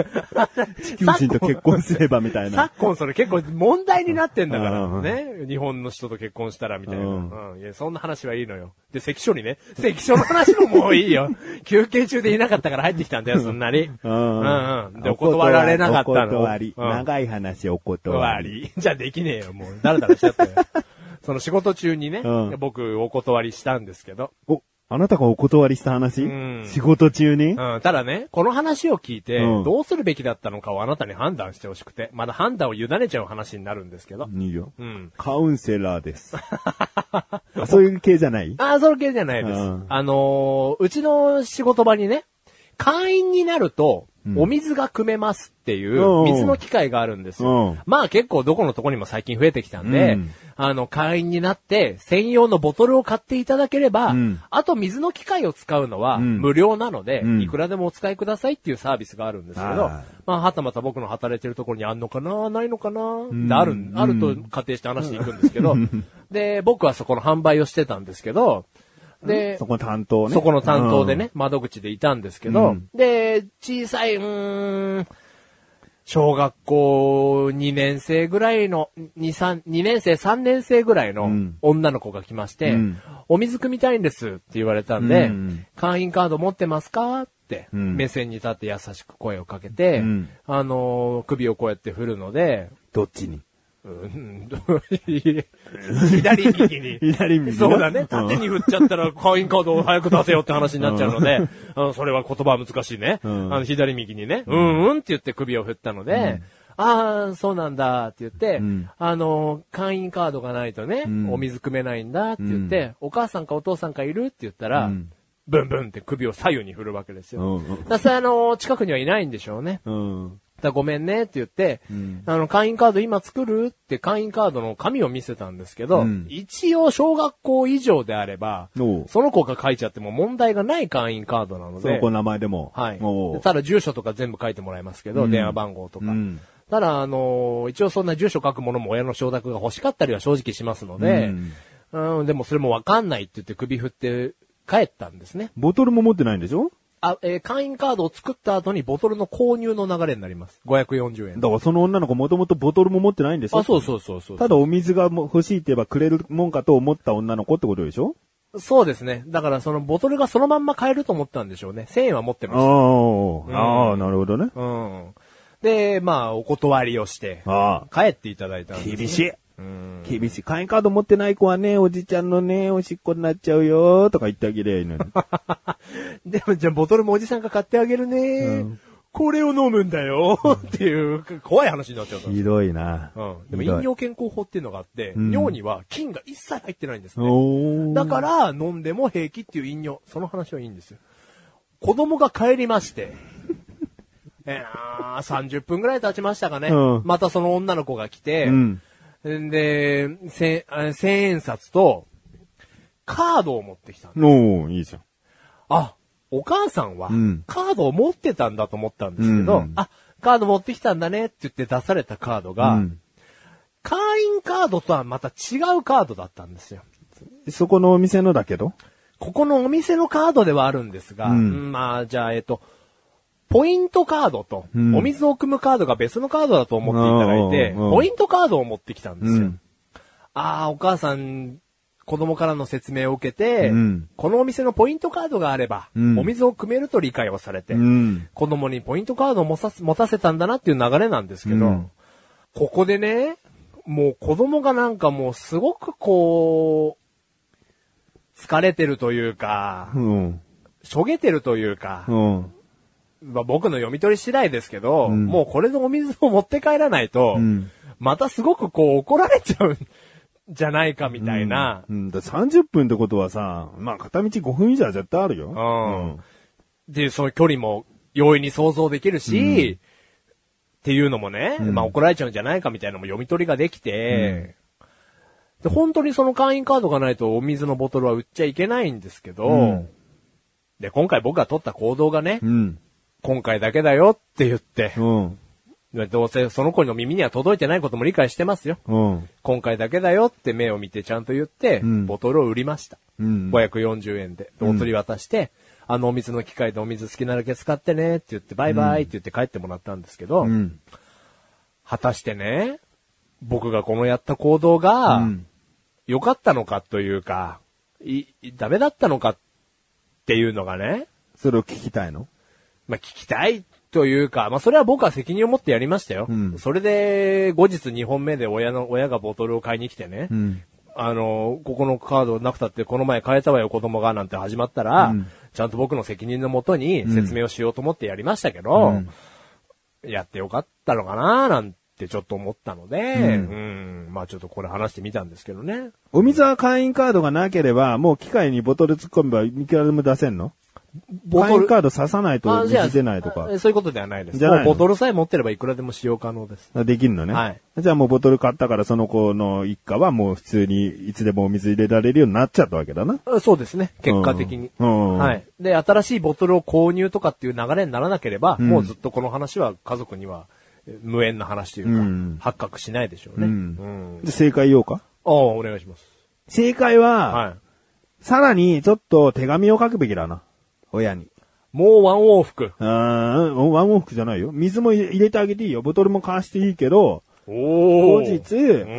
Speaker 2: [LAUGHS] 地球人と結婚すればみたいな。
Speaker 3: 昨今それ結構問題になってんだか
Speaker 2: うんう
Speaker 3: ら、
Speaker 2: ん
Speaker 3: ね。日本の人と結婚したらみたいな。
Speaker 2: うん
Speaker 3: うん。いや、そんな話はいいのよ。で、関所にね。関所の話ももういいよ。 [LAUGHS] 休憩中でいなかったから入ってきたん
Speaker 2: [LAUGHS]
Speaker 3: だよ、そんなに。うんうん。で、お断られなかったの。
Speaker 2: お断り。
Speaker 3: うん
Speaker 2: 長い話お
Speaker 3: 終
Speaker 2: 断
Speaker 3: わ
Speaker 2: り。
Speaker 3: り。 [LAUGHS] じゃできねえよ、もう。だらだらしちゃ
Speaker 2: [LAUGHS]
Speaker 3: ったよ。その仕事中にね、
Speaker 2: うん
Speaker 3: 僕お断りしたんですけど。
Speaker 2: お、あなたがお断りした話、
Speaker 3: うん
Speaker 2: 仕事中に、
Speaker 3: うん、ただね、この話を聞いて、
Speaker 2: うん
Speaker 3: どうするべきだったのかをあなたに判断してほしくて、まだ判断を委ねちゃう話になるんですけど。
Speaker 2: いいよ。
Speaker 3: うん。
Speaker 2: カウンセラーです。 [LAUGHS] あそういう系じゃない
Speaker 3: ああ、その系じゃないです。
Speaker 2: うん
Speaker 3: あのーうちの仕事場にね、会員になると、
Speaker 2: うん
Speaker 3: お水が汲めますってい
Speaker 2: うん
Speaker 3: う、水の機会があるんです
Speaker 2: う
Speaker 3: よ
Speaker 2: ん。
Speaker 3: まあ結構どこのとこにも最近増えてきたんで、
Speaker 2: うん
Speaker 3: あの、会員になって、専用のボトルを買っていただければ、
Speaker 2: うん
Speaker 3: あと水の機械を使うのは
Speaker 2: うん
Speaker 3: 無料なので、
Speaker 2: うん
Speaker 3: いくらでもお使いくださいっていうサービスがあるんですけど、
Speaker 2: あ
Speaker 3: まあはたまた僕の働いてるところにあんのかな、ないのかな、ってある、あると仮定して話していくんですけど、で、僕はそこの販売をしてたんですけど、で、
Speaker 2: そこの担当ね。
Speaker 3: そこの担当でね、窓口でいたんですけど、
Speaker 2: うん
Speaker 3: で、小さい、うーん、小学校2年生ぐらいの、2、三二年生、3年生ぐらいの
Speaker 2: ん
Speaker 3: 女の子が来まして、
Speaker 2: うん
Speaker 3: お水汲みたいんですって言われたんで、
Speaker 2: うん
Speaker 3: 会員カード持ってますかって、
Speaker 2: うん
Speaker 3: 目線に立って優しく声をかけて、
Speaker 2: うん
Speaker 3: あのー首をこうやって振るので、
Speaker 2: うん。どっちに
Speaker 3: うん、
Speaker 2: [LAUGHS]
Speaker 3: 左右に。
Speaker 2: 左右に
Speaker 3: [LAUGHS] そうだね。縦に振っちゃったら会員カードを早く出せよって話になっちゃうので、あのそれは言葉は難しいね。
Speaker 2: うん
Speaker 3: あの左右にね、うんうんって言って首を振ったので、ああ、そうなんだって言って、
Speaker 2: うん
Speaker 3: あの、会員カードがないとね、
Speaker 2: ん
Speaker 3: お水汲めないんだって言って、お母さんかお父さんかいるって言ったら、
Speaker 2: うん
Speaker 3: ブンブンって首を左右に振るわけですよ。
Speaker 2: [LAUGHS] うん
Speaker 3: だからそれあの、近くにはいないんでしょうね。
Speaker 2: うん。
Speaker 3: だごめんねって言って、
Speaker 2: うん
Speaker 3: あの、会員カード今作るって会員カードの紙を見せたんですけど、
Speaker 2: うん
Speaker 3: 一応小学校以上であれば
Speaker 2: おう、
Speaker 3: その子が書いちゃっても問題がない会員カードなの
Speaker 2: その
Speaker 3: で
Speaker 2: 子、の名前でも。
Speaker 3: はい
Speaker 2: おう。
Speaker 3: ただ住所とか全部書いてもらいますけど、
Speaker 2: うん
Speaker 3: 電話番号とか。
Speaker 2: うん
Speaker 3: ただ、あのー一応そんな住所書くものも親の承諾が欲しかったりは正直しますので、うん、でもそれもわかんないって言って首振って帰ったんですね。
Speaker 2: ボトルも持ってないんでしょ
Speaker 3: あ、えー会員カードを作った後にボトルの購入の流れになります。540円。
Speaker 2: だからその女の子もともとボトルも持ってないんでしょ
Speaker 3: あ、そうそうそうそう。
Speaker 2: ただお水がも欲しいって言えばくれるもんかと思った女の子ってことでしょ
Speaker 3: そうですね。だからそのボトルがそのまんま買えると思ったんでしょうね。1000円は持って
Speaker 2: ああ
Speaker 3: まし、
Speaker 2: ああ、なるほどね。
Speaker 3: た。うん。で、まあ、お断りをして、
Speaker 2: ああ。
Speaker 3: 帰っていただいたんです。
Speaker 2: 厳しい。
Speaker 3: うん。
Speaker 2: 厳しい。会員カード持ってない子はね、おじちゃんのね、おしっこになっちゃうよとか言ってあげりゃいいのに。
Speaker 3: でも、じゃあボトルもおじさんが買ってあげるね、これを飲むんだよっていう、怖い話になっちゃったんです。
Speaker 2: ひどいな。
Speaker 3: うん。でも、
Speaker 2: ひどい
Speaker 3: 飲料健康法っていうのがあって、
Speaker 2: ん
Speaker 3: 尿には菌が一切入ってないんですね。
Speaker 2: おー
Speaker 3: だから、飲んでも平気っていう飲料。その話はいいんですよ。子供が帰りまして、 [LAUGHS] えー、30分ぐらい経ちましたかね。
Speaker 2: うん
Speaker 3: またその女の子が来て、
Speaker 2: うん。
Speaker 3: ん、で、千あ千円札と、カードを持ってきたんです
Speaker 2: おーいいじゃん。
Speaker 3: あ、お母さんは
Speaker 2: うん、
Speaker 3: カードを持ってたんだと思ったんですけど、
Speaker 2: うん
Speaker 3: あ、カード持ってきたんだねって言って出されたカードが、
Speaker 2: うん
Speaker 3: 会員カードとはまた違うカードだったんですよ。
Speaker 2: そこのお店のだけど
Speaker 3: ここのお店のカードではあるんですが、
Speaker 2: うん
Speaker 3: うんまあ、じゃあ、えっと、ポイントカードと、
Speaker 2: うん
Speaker 3: お水を汲むカードが別のカードだと思っていただいて、
Speaker 2: うん
Speaker 3: ポイントカードを持ってきたんですよ。
Speaker 2: うん
Speaker 3: ああ、お母さん、子供からの説明を受けて、
Speaker 2: うん
Speaker 3: このお店のポイントカードがあれば、
Speaker 2: うん
Speaker 3: お水を汲めると理解をされて、
Speaker 2: うん。
Speaker 3: 子供にポイントカードを持たせ持たせたんだなっていう流れなんですけど、
Speaker 2: うん
Speaker 3: ここでね、もう子供がなんかもうすごくこう、疲れてるというか
Speaker 2: う、ん。
Speaker 3: しょげてるというか、
Speaker 2: うん。
Speaker 3: まあ、僕の読み取り次第ですけど、
Speaker 2: うん
Speaker 3: もうこれでお水を持って帰らないと、
Speaker 2: うん
Speaker 3: またすごくこう怒られちゃうんじゃないかみたいな、
Speaker 2: うん。だから30分ってことはさ、まあ片道5分以上は絶対あるよ。
Speaker 3: うんで、その距離も容易に想像できるし、っていうのもね、
Speaker 2: ん
Speaker 3: まあ怒られちゃうんじゃないかみたいなのも読み取りができて、で、本当にその会員カードがないとお水のボトルは売っちゃいけないんですけど、
Speaker 2: うん
Speaker 3: で、今回僕が取った行動がね、
Speaker 2: うん。
Speaker 3: 今回だけだよって言って、
Speaker 2: うん。
Speaker 3: どうせその子の耳には届いてないことも理解してますよ。
Speaker 2: うん。
Speaker 3: 今回だけだよって目を見てちゃんと言って、
Speaker 2: ん
Speaker 3: ボトルを売りました。
Speaker 2: うん
Speaker 3: 540円で、でお釣り渡して、あのお水の機械でお水好きなだけ使ってねって言って、バイバイって言って帰ってもらったんですけど、
Speaker 2: うん。
Speaker 3: 果たしてね、僕がこのやった行動が、良かったのかというか、い、ダメだったのかっていうのがね、
Speaker 2: それを聞きたいの
Speaker 3: まあ、聞きたいというか、まあ、それは僕は責任を持ってやりましたよ。
Speaker 2: うん
Speaker 3: それで、後日2本目で親の、親がボトルを買いに来てね、
Speaker 2: ん
Speaker 3: あの、ここのカードなくたってこの前買えたわよ子供がなんて始まったら、
Speaker 2: うん
Speaker 3: ちゃんと僕の責任のもとに説明をしようと思ってやりましたけど、やってよかったのかななんてちょっと思ったので、うん、まあちょっとこれ話してみたんですけどね。
Speaker 2: お水は会員カードがなければ、もう機械にボトル突っ込めばいくらでも出せんの
Speaker 3: ボ
Speaker 2: 会員カード刺さないと
Speaker 3: あじゃあ
Speaker 2: 水出ないとか。
Speaker 3: あそういうことではないです。
Speaker 2: じゃないの
Speaker 3: もうボトルさえ持ってればいくらでも使用可能です。
Speaker 2: できるのね。
Speaker 3: はい
Speaker 2: じゃあもうボトル買ったからその子の一家はもう普通にいつでもお水入れられるようになっちゃったわけだな。
Speaker 3: あそうですね。結果的に。
Speaker 2: うんうん
Speaker 3: はい。で、新しいボトルを購入とかっていう流れにならなければ、
Speaker 2: ん
Speaker 3: もうずっとこの話は家族にはえ無縁の話というか、
Speaker 2: うん
Speaker 3: 発覚しないでしょうね。
Speaker 2: う
Speaker 3: うんん。
Speaker 2: で正解言おうか。
Speaker 3: ああ、お願いします。
Speaker 2: 正解は、
Speaker 3: はい。
Speaker 2: さらにちょっと手紙を書くべきだな。親に。
Speaker 3: もうワン往復。
Speaker 2: うーん、ワン往復じゃないよ。水も入れてあげていいよ。ボトルも貸していいけど、
Speaker 3: お
Speaker 2: 後日、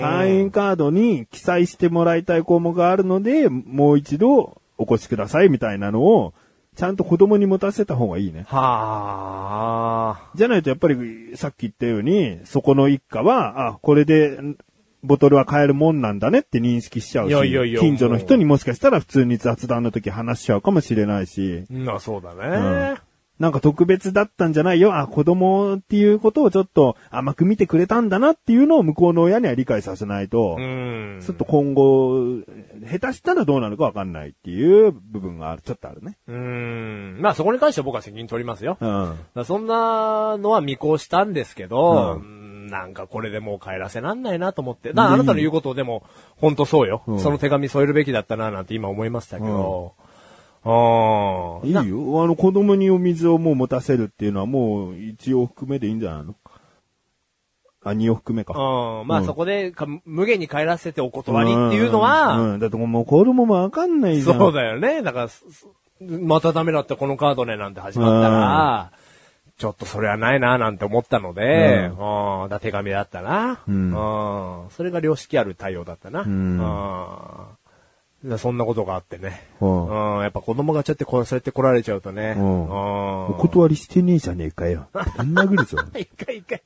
Speaker 2: 会員カードに記載してもらいたい項目があるので、もう一度お越しくださいみたいなのを、ちゃんと子供に持たせた方がいいね。
Speaker 3: はあ。
Speaker 2: じゃないとやっぱりさっき言ったように、そこの一家は、あ、これで、ボトルは買えるもんなんだねって認識しちゃうし、
Speaker 3: いやいやいや
Speaker 2: 近所の人にもしかしたら普通に雑談の時話しちゃうかもしれないし、
Speaker 3: な、そうだね。
Speaker 2: うんなんか特別だったんじゃないよ。あ、子供っていうことをちょっと甘く見てくれたんだなっていうのを向こうの親には理解させないと、
Speaker 3: ん
Speaker 2: ちょっと今後、下手したらどうなるかわかんないっていう部分があるちょっとあるね。
Speaker 3: うーん。まあそこに関しては僕は責任取りますよ。
Speaker 2: う
Speaker 3: だか
Speaker 2: ん。
Speaker 3: らそんなのは見越したんですけど、
Speaker 2: う
Speaker 3: うんなんかこれでもう帰らせなんないなと思って。だからあなたの言うことをでも、ほんとそうよ。
Speaker 2: うん
Speaker 3: その手紙添えるべきだったななんて今思いましたけど。ああ。
Speaker 2: いいよ。あの、子供にお水をもう持たせるっていうのはもう一往復目でいいんじゃないのあ、二往復目か。
Speaker 3: うん。ま
Speaker 2: う
Speaker 3: あ
Speaker 2: ん
Speaker 3: そこでか、無限に帰らせてお断りっていうのは、
Speaker 2: うん、うんだってもう子供もわかんないじゃん。
Speaker 3: そうだよね。だから、すすまたダメだったこのカードねなんて始まったら、ちょっとそれはないななんて思ったので、うん、だ手紙だったな、
Speaker 2: うん
Speaker 3: うんそれが良識ある対応だったな。
Speaker 2: ん
Speaker 3: うんでそんなことがあってね。
Speaker 2: うん
Speaker 3: うんやっぱ子供がちょっとこうそうやって来られちゃうとね。
Speaker 2: うんお断りしてねえじゃねえかよ。ぶん殴るぞ。
Speaker 3: り。一回一回。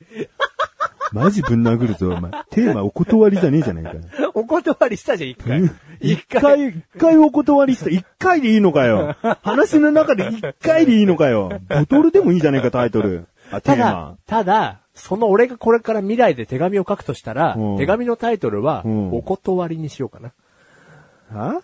Speaker 2: マジぶん殴るぞ、お前。テーマお断りじゃねえじゃねえかよ。
Speaker 3: お断りしたじゃん、一回。
Speaker 2: 一回、一回お断りした。一回でいいのかよ。話の中で一回でいいのかよ。ボトルでもいいじゃねえか、タイトル。あ、テ
Speaker 3: た
Speaker 2: ー
Speaker 3: だ
Speaker 2: マ。、
Speaker 3: ただ、その俺がこれから未来で手紙を書くとしたら、
Speaker 2: うん
Speaker 3: 手紙のタイトルは、
Speaker 2: うん
Speaker 3: お断りにしようかな。
Speaker 2: は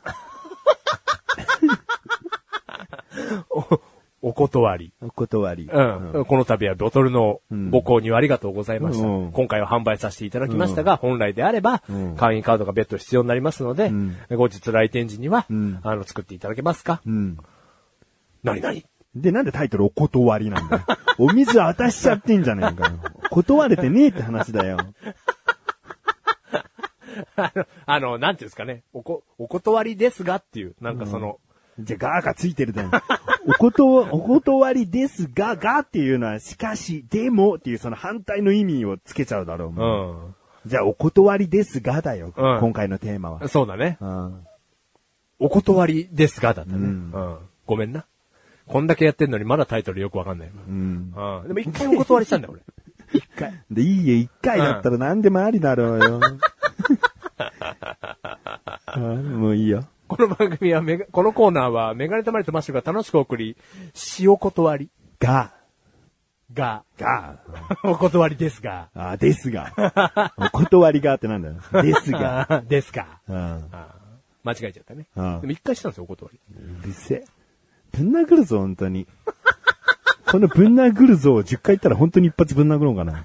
Speaker 3: [LAUGHS] お、お断り。
Speaker 2: お断り。
Speaker 3: うん。この度はボトルのご購入ありがとうございました。
Speaker 2: うん
Speaker 3: 今回は販売させていただきましたが、本来であれば、
Speaker 2: うん
Speaker 3: 会員カードが別途必要になりますので、
Speaker 2: ん
Speaker 3: 後日来店時には、
Speaker 2: ん
Speaker 3: あの、作っていただけますか
Speaker 2: うん。
Speaker 3: 何何
Speaker 2: で、なんでタイトルお断りなんだ
Speaker 3: [LAUGHS]
Speaker 2: よ。お水渡しちゃってんじゃねえかよ。断れてねえって話だよ。
Speaker 3: あの、 [LAUGHS] あの、なんていうんですかね、おこ、お断りですがっていう、なんかその、
Speaker 2: じゃ、ガーがついてるだよ。おこと、お断りですが、がっていうのは、しかし、でもっていうその反対の意味をつけちゃうだろう。お
Speaker 3: う
Speaker 2: 前
Speaker 3: ん。
Speaker 2: じゃあ、お断りですがだよ。
Speaker 3: うん
Speaker 2: 今回のテーマは。
Speaker 3: そうだね。
Speaker 2: うん。
Speaker 3: お断りですがだったね。う
Speaker 2: うんん。
Speaker 3: ごめんな。こんだけやってんのにまだタイトルよくわかんない。
Speaker 2: うん。
Speaker 3: うん。でも一回お断りしたんだよ、俺。
Speaker 2: 一回。で、いいえ、一回だったら何でもありだろうよ。あもういいよ。
Speaker 3: この番組はメガ、このコーナーはメガネたまりとマッシュが楽しく送り、お断り
Speaker 2: が、
Speaker 3: が、
Speaker 2: が、
Speaker 3: [LAUGHS] お断りですが、
Speaker 2: あ、ですが。お断りがってなんだよ。ですが。
Speaker 3: あですか。
Speaker 2: うん。
Speaker 3: あ間違えちゃったね。
Speaker 2: うん
Speaker 3: でも一回したんですよ、お断り。
Speaker 2: うるせえ。ぶん殴るぞ、本当に。 [LAUGHS] このぶん殴るぞを10回言ったら本当に一発ぶん殴ろうか
Speaker 3: [LAUGHS]
Speaker 2: な。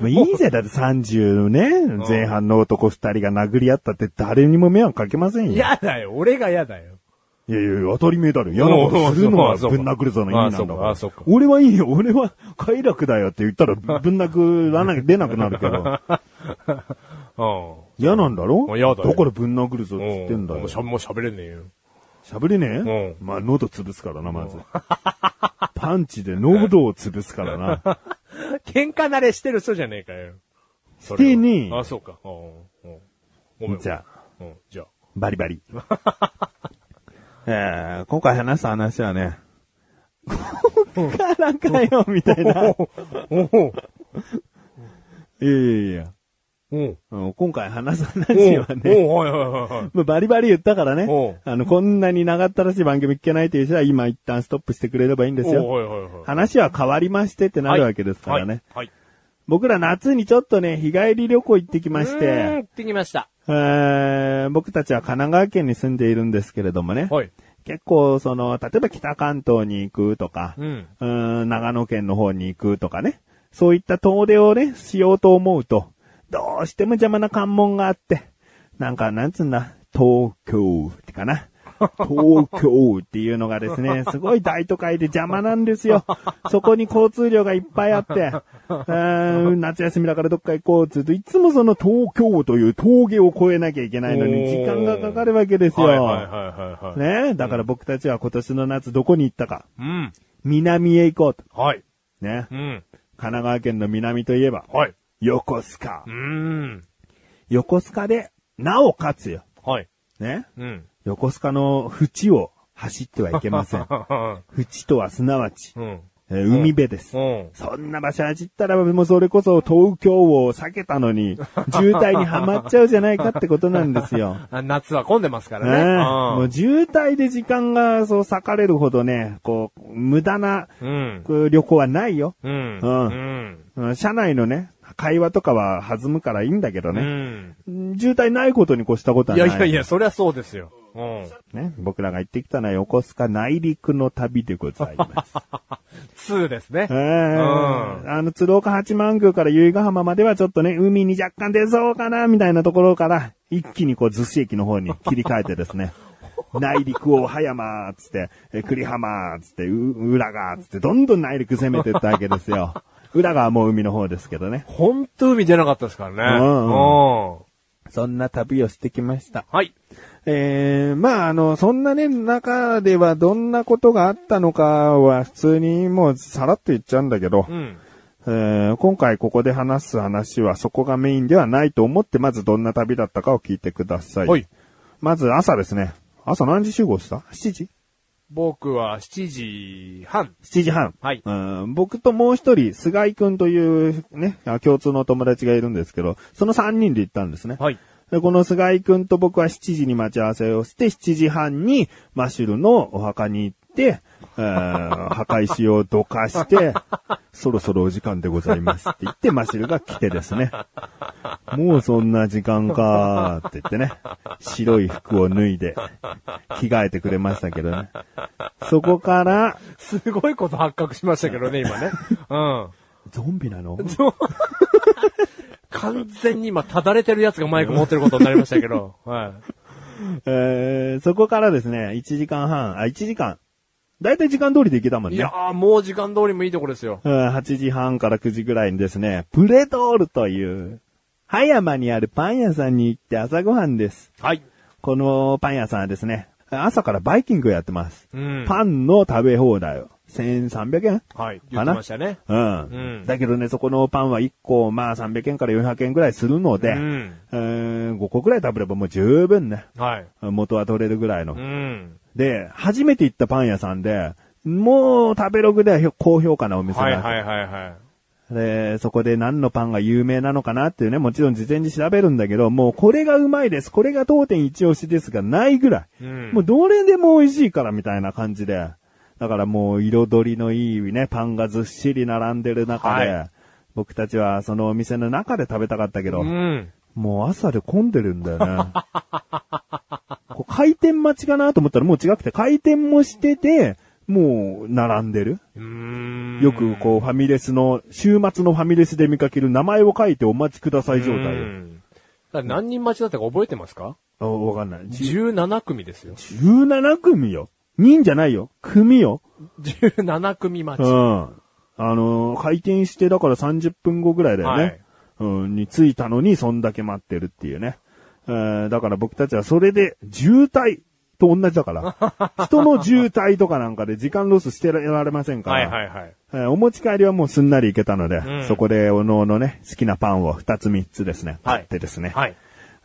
Speaker 2: まあいいぜ、だって30のね、前半の男二人が殴り合ったって誰にも迷惑かけませんよ。いや
Speaker 3: やだよ、俺がやだよ。
Speaker 2: いや当たり前だろ。嫌なことするのはぶん殴るぞの意味なんだか
Speaker 3: あ
Speaker 2: ら
Speaker 3: そうかあそうか。
Speaker 2: 俺はいいよ、俺は快楽だよって言ったらぶん殴らなきゃ出なくなる
Speaker 3: [LAUGHS]
Speaker 2: けど。
Speaker 3: うん。
Speaker 2: 嫌なんだろ
Speaker 3: もう嫌だよ
Speaker 2: だからぶん殴るぞって言ってんだ
Speaker 3: うも
Speaker 2: よ
Speaker 3: うし。ゃもう喋れねえよ。
Speaker 2: 喋れねえまあ、喉潰すからな、まず。 [LAUGHS] パンチで喉を潰すからな。
Speaker 3: 喧嘩慣れしてる人じゃねえかよ。 [LAUGHS] そ
Speaker 2: してねえ
Speaker 3: あ、そうか。うんうんごめん。
Speaker 2: じゃあ、
Speaker 3: あ。うん、じゃあ。
Speaker 2: バリバ [LAUGHS] リ。えー、今回話した話はね、こっからかよ、みた
Speaker 3: [LAUGHS]
Speaker 2: いな。い
Speaker 3: おお
Speaker 2: やいやいや
Speaker 3: おお
Speaker 2: うん今回話す
Speaker 3: お
Speaker 2: 話はね、
Speaker 3: おはいはいはいはい。
Speaker 2: まあ、バリバリ言ったから
Speaker 3: お
Speaker 2: ね
Speaker 3: う、
Speaker 2: あの、こんなに長ったらしい番組聞けないという人は今一旦ストップしてくれればいいんです
Speaker 3: お
Speaker 2: よ。
Speaker 3: はいはいはい。
Speaker 2: 話は変わりましてってなるわけですからね。
Speaker 3: はい。はい。
Speaker 2: 僕ら夏にちょっとね、日帰り旅行行ってきまし
Speaker 3: うーん行
Speaker 2: て、
Speaker 3: ってきました。
Speaker 2: えー僕たちは神奈川県に住んでいるんですけれどもね、
Speaker 3: はい。
Speaker 2: 結構その、例えば北関東に行くとか、
Speaker 3: うん。
Speaker 2: うーん長野県の方に行くとかね、そういった遠出をね、しようと思うと、どうしても邪魔な関門があって、なんか、なんつうんだ、東京ってか
Speaker 3: [LAUGHS]
Speaker 2: な。東京っていうのがですね、すごい大都会で邪魔なんですよ。そこに交通量がいっぱいあって、うーん夏休みだからどっか行こうっつうといつもその東京という峠を越えなきゃいけないのに時間がかかるわけですよ。
Speaker 3: はいはいはいはい。。
Speaker 2: ねだから僕たちは今年の夏どこに行ったか。
Speaker 3: うん。
Speaker 2: 南へ行こうと。
Speaker 3: はい。
Speaker 2: ね。
Speaker 3: うん。
Speaker 2: 神奈川県の南といえば、
Speaker 3: はい。
Speaker 2: 横須賀
Speaker 3: う。ん。
Speaker 2: 横須賀で、なおかつよ。
Speaker 3: はい。
Speaker 2: ね。
Speaker 3: うん。
Speaker 2: 横須賀の縁を走ってはいけません。
Speaker 3: [LAUGHS] うん。
Speaker 2: 縁とはすなわち、
Speaker 3: うん。
Speaker 2: えー海辺です。
Speaker 3: うん。
Speaker 2: そんな場所走ったら、もうそれこそ東京を避けたのに、渋滞にはまっちゃうじゃないかってことなんですよ。
Speaker 3: [LAUGHS] あ夏は混んでますか
Speaker 2: ねえ
Speaker 3: ら
Speaker 2: も
Speaker 3: ね。
Speaker 2: う渋滞で時間がそう割かれるほどね、こう、無駄な
Speaker 3: うん。
Speaker 2: こう旅行はないよ。
Speaker 3: うん。
Speaker 2: うん
Speaker 3: うん。
Speaker 2: うん車内のね、会話とかは弾むからいいんだけど
Speaker 3: う
Speaker 2: ね。
Speaker 3: ん。
Speaker 2: うん渋滞ないことに越したことはいな
Speaker 3: や
Speaker 2: い。
Speaker 3: いやいや、そりゃそうですよ。うん。
Speaker 2: ね、僕らが行ってきたのは横須賀内陸の旅でございます。
Speaker 3: [LAUGHS] 2ですね。
Speaker 2: ええ
Speaker 3: うん
Speaker 2: あの、鶴岡八幡宮から由比ヶ浜まではちょっとね、海に若干出そうかな、みたいなところから、一気にこう、逗子駅の方に切り替え
Speaker 3: [LAUGHS]
Speaker 2: てですね、内陸を葉山、つって、え栗浜、つって、う浦賀、つって、どんどん内陸攻めてったわけですよ。浦賀はもう海の方ですけどね。
Speaker 3: ほんと海出なかったですからね。
Speaker 2: うん
Speaker 3: うん。
Speaker 2: そんな旅をしてきました。
Speaker 3: はい。
Speaker 2: えー、まあ、あの、そんなね、中ではどんなことがあったのかは、普通にもうさらっと言っちゃうんだけど、
Speaker 3: うん。
Speaker 2: えー今回ここで話す話はそこがメインではないと思って、まずどんな旅だったかを聞いてください。
Speaker 3: はい。
Speaker 2: まず朝ですね。朝何時集合した ?7 時
Speaker 3: 僕は7時半。
Speaker 2: ?7 時半。
Speaker 3: はい。
Speaker 2: うん僕ともう一人、菅井くんというね、あ共通の友達がいるんですけど、その3人で行ったんですね。
Speaker 3: はい。
Speaker 2: でこの菅井くんと僕は7時に待ち合わせをして、7時半にマシュルのお墓に行って、えー [LAUGHS] 墓石をどかして、そろそろお時間でございますって言って、マシュルが来てですね。もうそんな時間かーって言ってね、白い服を脱いで、着替えてくれましたけどね。そこから、
Speaker 3: すごいこと発覚しましたけどね、今ね。うん。
Speaker 2: ゾンビなの
Speaker 3: 完全に今、ただれてるやつがマイク持ってることになりましたけ [LAUGHS] ど。は
Speaker 2: えーそこからですね、1時間半、あ、1時間。だいたい時間通りで行けたもん
Speaker 3: い。
Speaker 2: ね。
Speaker 3: いやー、もう時間通りもいいとこですよ。
Speaker 2: うん8時半から9時ぐらいにですね、プレドールという、葉山にあるパン屋さんに行って朝ごはんです。
Speaker 3: はい。
Speaker 2: このパン屋さんはですね、朝からバイキングをやってます。
Speaker 3: うん。
Speaker 2: パンの食べ放題を。1300円
Speaker 3: はい。言ってましたね。
Speaker 2: うん、
Speaker 3: うん
Speaker 2: だけどね、そこのパンは1個、まあ300円から400円ぐらいするので、
Speaker 3: うん。
Speaker 2: えー5個ぐらい食べればもう十分ね。
Speaker 3: はい。
Speaker 2: 元は取れるぐらいの
Speaker 3: う。ん。
Speaker 2: で、初めて行ったパン屋さんで、もう食べログでは高評価なお店だ
Speaker 3: はいはいはいはい。
Speaker 2: で、そこで何のパンが有名なのかなっていうね、もちろん事前に調べるんだけど、もうこれがうまいです、これが当店一押しですがないぐらい。
Speaker 3: うん
Speaker 2: もうどれでも美味しいからみたいな感じで。だからもう彩りのいいね、パンがずっしり並んでる中で、
Speaker 3: は
Speaker 2: 僕たちはそのお店の中で食べたかったけど、
Speaker 3: うん。
Speaker 2: もう朝で混んでるんだよね。 [LAUGHS] こう回転待ちかなと思ったらもう違くて、回転もしてて、もう並んでる。
Speaker 3: うーん。
Speaker 2: よくこうファミレスの、週末のファミレスで見かける名前を書いてお待ちくださ
Speaker 3: う
Speaker 2: い状態よ
Speaker 3: ん。だから何人待ちだったか覚えてますか
Speaker 2: あ。わかんない。じゅ
Speaker 3: ?17 組ですよ。
Speaker 2: 17組よ。人じゃないよ。組よ。
Speaker 3: 17組待
Speaker 2: う
Speaker 3: ち。
Speaker 2: ん。あのー回転してだから30分後ぐらいだよね。
Speaker 3: はい
Speaker 2: うん、に着いたのにそんだけ待ってるっていうね。えーだから僕たちはそれで渋滞と同じだから。
Speaker 3: [LAUGHS]
Speaker 2: 人の渋滞とかなんかで時間ロスしてられませんから。
Speaker 3: はいはいはい。
Speaker 2: えーお持ち帰りはもうすんなり行けたので、
Speaker 3: うん
Speaker 2: そこでおのおのね、好きなパンを2つ3つですね、
Speaker 3: はい
Speaker 2: 買ってですね。
Speaker 3: はい。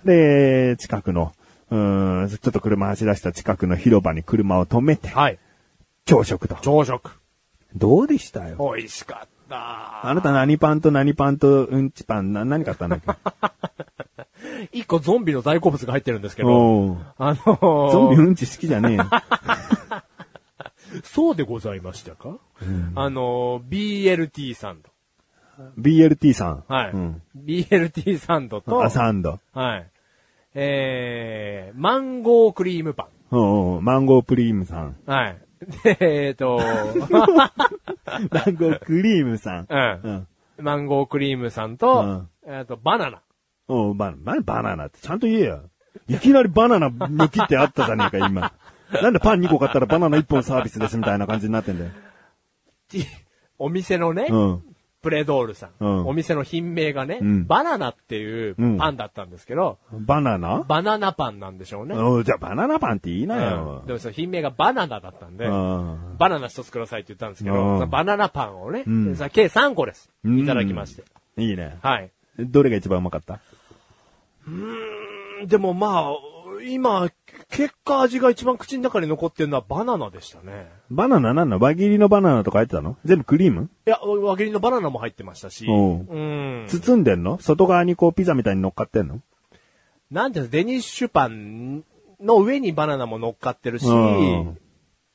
Speaker 2: で、近くの、うーん、ちょっと車走らした近くの広場に車を止めて、
Speaker 3: はい。
Speaker 2: 朝食と。
Speaker 3: 朝食。
Speaker 2: どうでしたよ
Speaker 3: 美味しかった。
Speaker 2: あなた何パンと何パンとうんちパン、な、何買ったんだっけ
Speaker 3: 一個ゾンビの大好物が入ってるん [LAUGHS] ですけど。
Speaker 2: おう
Speaker 3: あのー
Speaker 2: ゾンビうんち好きじゃね
Speaker 3: [LAUGHS]
Speaker 2: えよ。
Speaker 3: そうでございましたか、あの、BLT サン
Speaker 2: BLT さん。
Speaker 3: ド。はい。
Speaker 2: うん。
Speaker 3: BLT サンドと
Speaker 2: あ、、サンド。
Speaker 3: はい。えー、マンゴークリームパ
Speaker 2: おうおうマンゴープリー
Speaker 3: [LAUGHS]
Speaker 2: ムさん。
Speaker 3: ン。はい。で、えっ、
Speaker 2: [LAUGHS]
Speaker 3: と、
Speaker 2: マンゴークリームさん。
Speaker 3: うん
Speaker 2: うん。
Speaker 3: マンゴークリームさんと、えっと、バナナ。 [LAUGHS]
Speaker 2: おうバナナ、バナナってちゃんと言えよ。いきなりバナナ抜きってあったじゃねえか、今。なんでパン2個買ったらバナナ1本サービスですみたいな感じになってんだよ。
Speaker 3: ってお店のね、
Speaker 2: うん。
Speaker 3: プレドールさん,、
Speaker 2: うん
Speaker 3: お店の品名がね、
Speaker 2: うん
Speaker 3: バナナっていうパンだったんですけど、
Speaker 2: バナナ
Speaker 3: バナナパンなんでしょうね。
Speaker 2: おうじゃあバナナパンって言いな
Speaker 3: う
Speaker 2: よ
Speaker 3: ん。でもその品名がバナナだったんで、
Speaker 2: うん
Speaker 3: バナナ一つくださいって言ったんですけど、
Speaker 2: うん
Speaker 3: そのバナナパンをね、
Speaker 2: うん
Speaker 3: さ計3個です。
Speaker 2: うん
Speaker 3: いただきまして。
Speaker 2: いいね。
Speaker 3: はい。
Speaker 2: どれが一番うまかった
Speaker 3: でもまあ、今、結果味が一番口の中に残ってるのはバナナでしたね。
Speaker 2: バナナなんだ輪切りのバナナとか入ってたの全部クリーム
Speaker 3: いや、輪切りのバナナも入ってましたし、
Speaker 2: おう
Speaker 3: うん。
Speaker 2: 包んでんの外側にこうピザみたいに乗っかってんの
Speaker 3: なんていうの、デニッシュパンの上にバナナも乗っかってるし、
Speaker 2: うん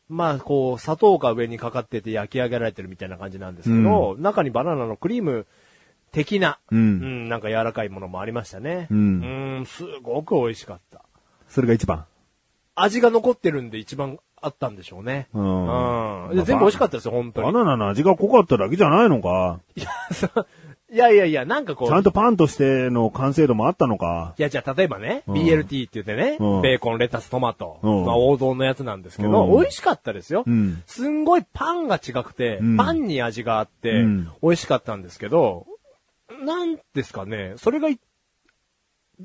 Speaker 3: まあ、こう、砂糖が上にかかってて焼き上げられてるみたいな感じなんですけど、中にバナナのクリーム的な、
Speaker 2: うん
Speaker 3: なんか柔らかいものもありましたね。
Speaker 2: うん
Speaker 3: うんすごく美味しかった。
Speaker 2: それが一番。
Speaker 3: 味が残ってるんで一番あったんでしょうね。
Speaker 2: うん
Speaker 3: うんで全部美味しかったですよ、本当
Speaker 2: バ
Speaker 3: に。
Speaker 2: ナナの味が濃かっただけじゃないのか。
Speaker 3: いや、そう [LAUGHS] いやいやいや、なんかこう
Speaker 2: ちゃ、んとパンとしての完成度もあったのか。
Speaker 3: いや、じゃあ、例えばね、
Speaker 2: うん
Speaker 3: BLT って言ってね、
Speaker 2: うん
Speaker 3: ベーコン、レタス、トマト、
Speaker 2: うん
Speaker 3: まあ、王道のやつなんですけど、
Speaker 2: うん
Speaker 3: 美味しかったですよ。
Speaker 2: うん
Speaker 3: すんごいパンが違くて、
Speaker 2: うん
Speaker 3: パンに味があって、
Speaker 2: うん
Speaker 3: 美味しかったんですけど、なんですかね、それがい、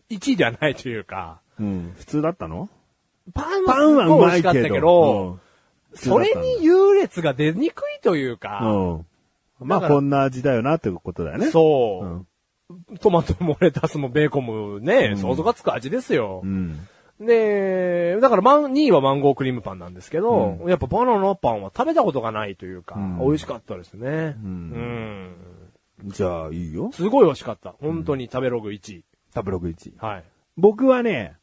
Speaker 3: 1位ではないというか、
Speaker 2: うん。普通だったの
Speaker 3: パン
Speaker 2: パンは
Speaker 3: は
Speaker 2: う
Speaker 3: 美
Speaker 2: ま
Speaker 3: 味
Speaker 2: い
Speaker 3: しかったけ
Speaker 2: けど。
Speaker 3: ど、
Speaker 2: うん
Speaker 3: それに、優劣が出にくいという
Speaker 2: う
Speaker 3: か、
Speaker 2: ん。まあ
Speaker 3: だから
Speaker 2: こんな味だよなってことだよね。
Speaker 3: そう、
Speaker 2: うん。
Speaker 3: トマトもレタスもベーコンもね、
Speaker 2: うん
Speaker 3: 想像がつく味ですよ。
Speaker 2: うん。
Speaker 3: で、だからマン、2位はマンゴークリームパンなんですけど、やっぱバナナパンは食べたことがないというか、
Speaker 2: うん
Speaker 3: 美味しかったですね。うん
Speaker 2: ん。じゃあいいよ。
Speaker 3: すごい美味しかった。本当に食べログ1位。
Speaker 2: 食べログ1。
Speaker 3: はい。
Speaker 2: 僕はね、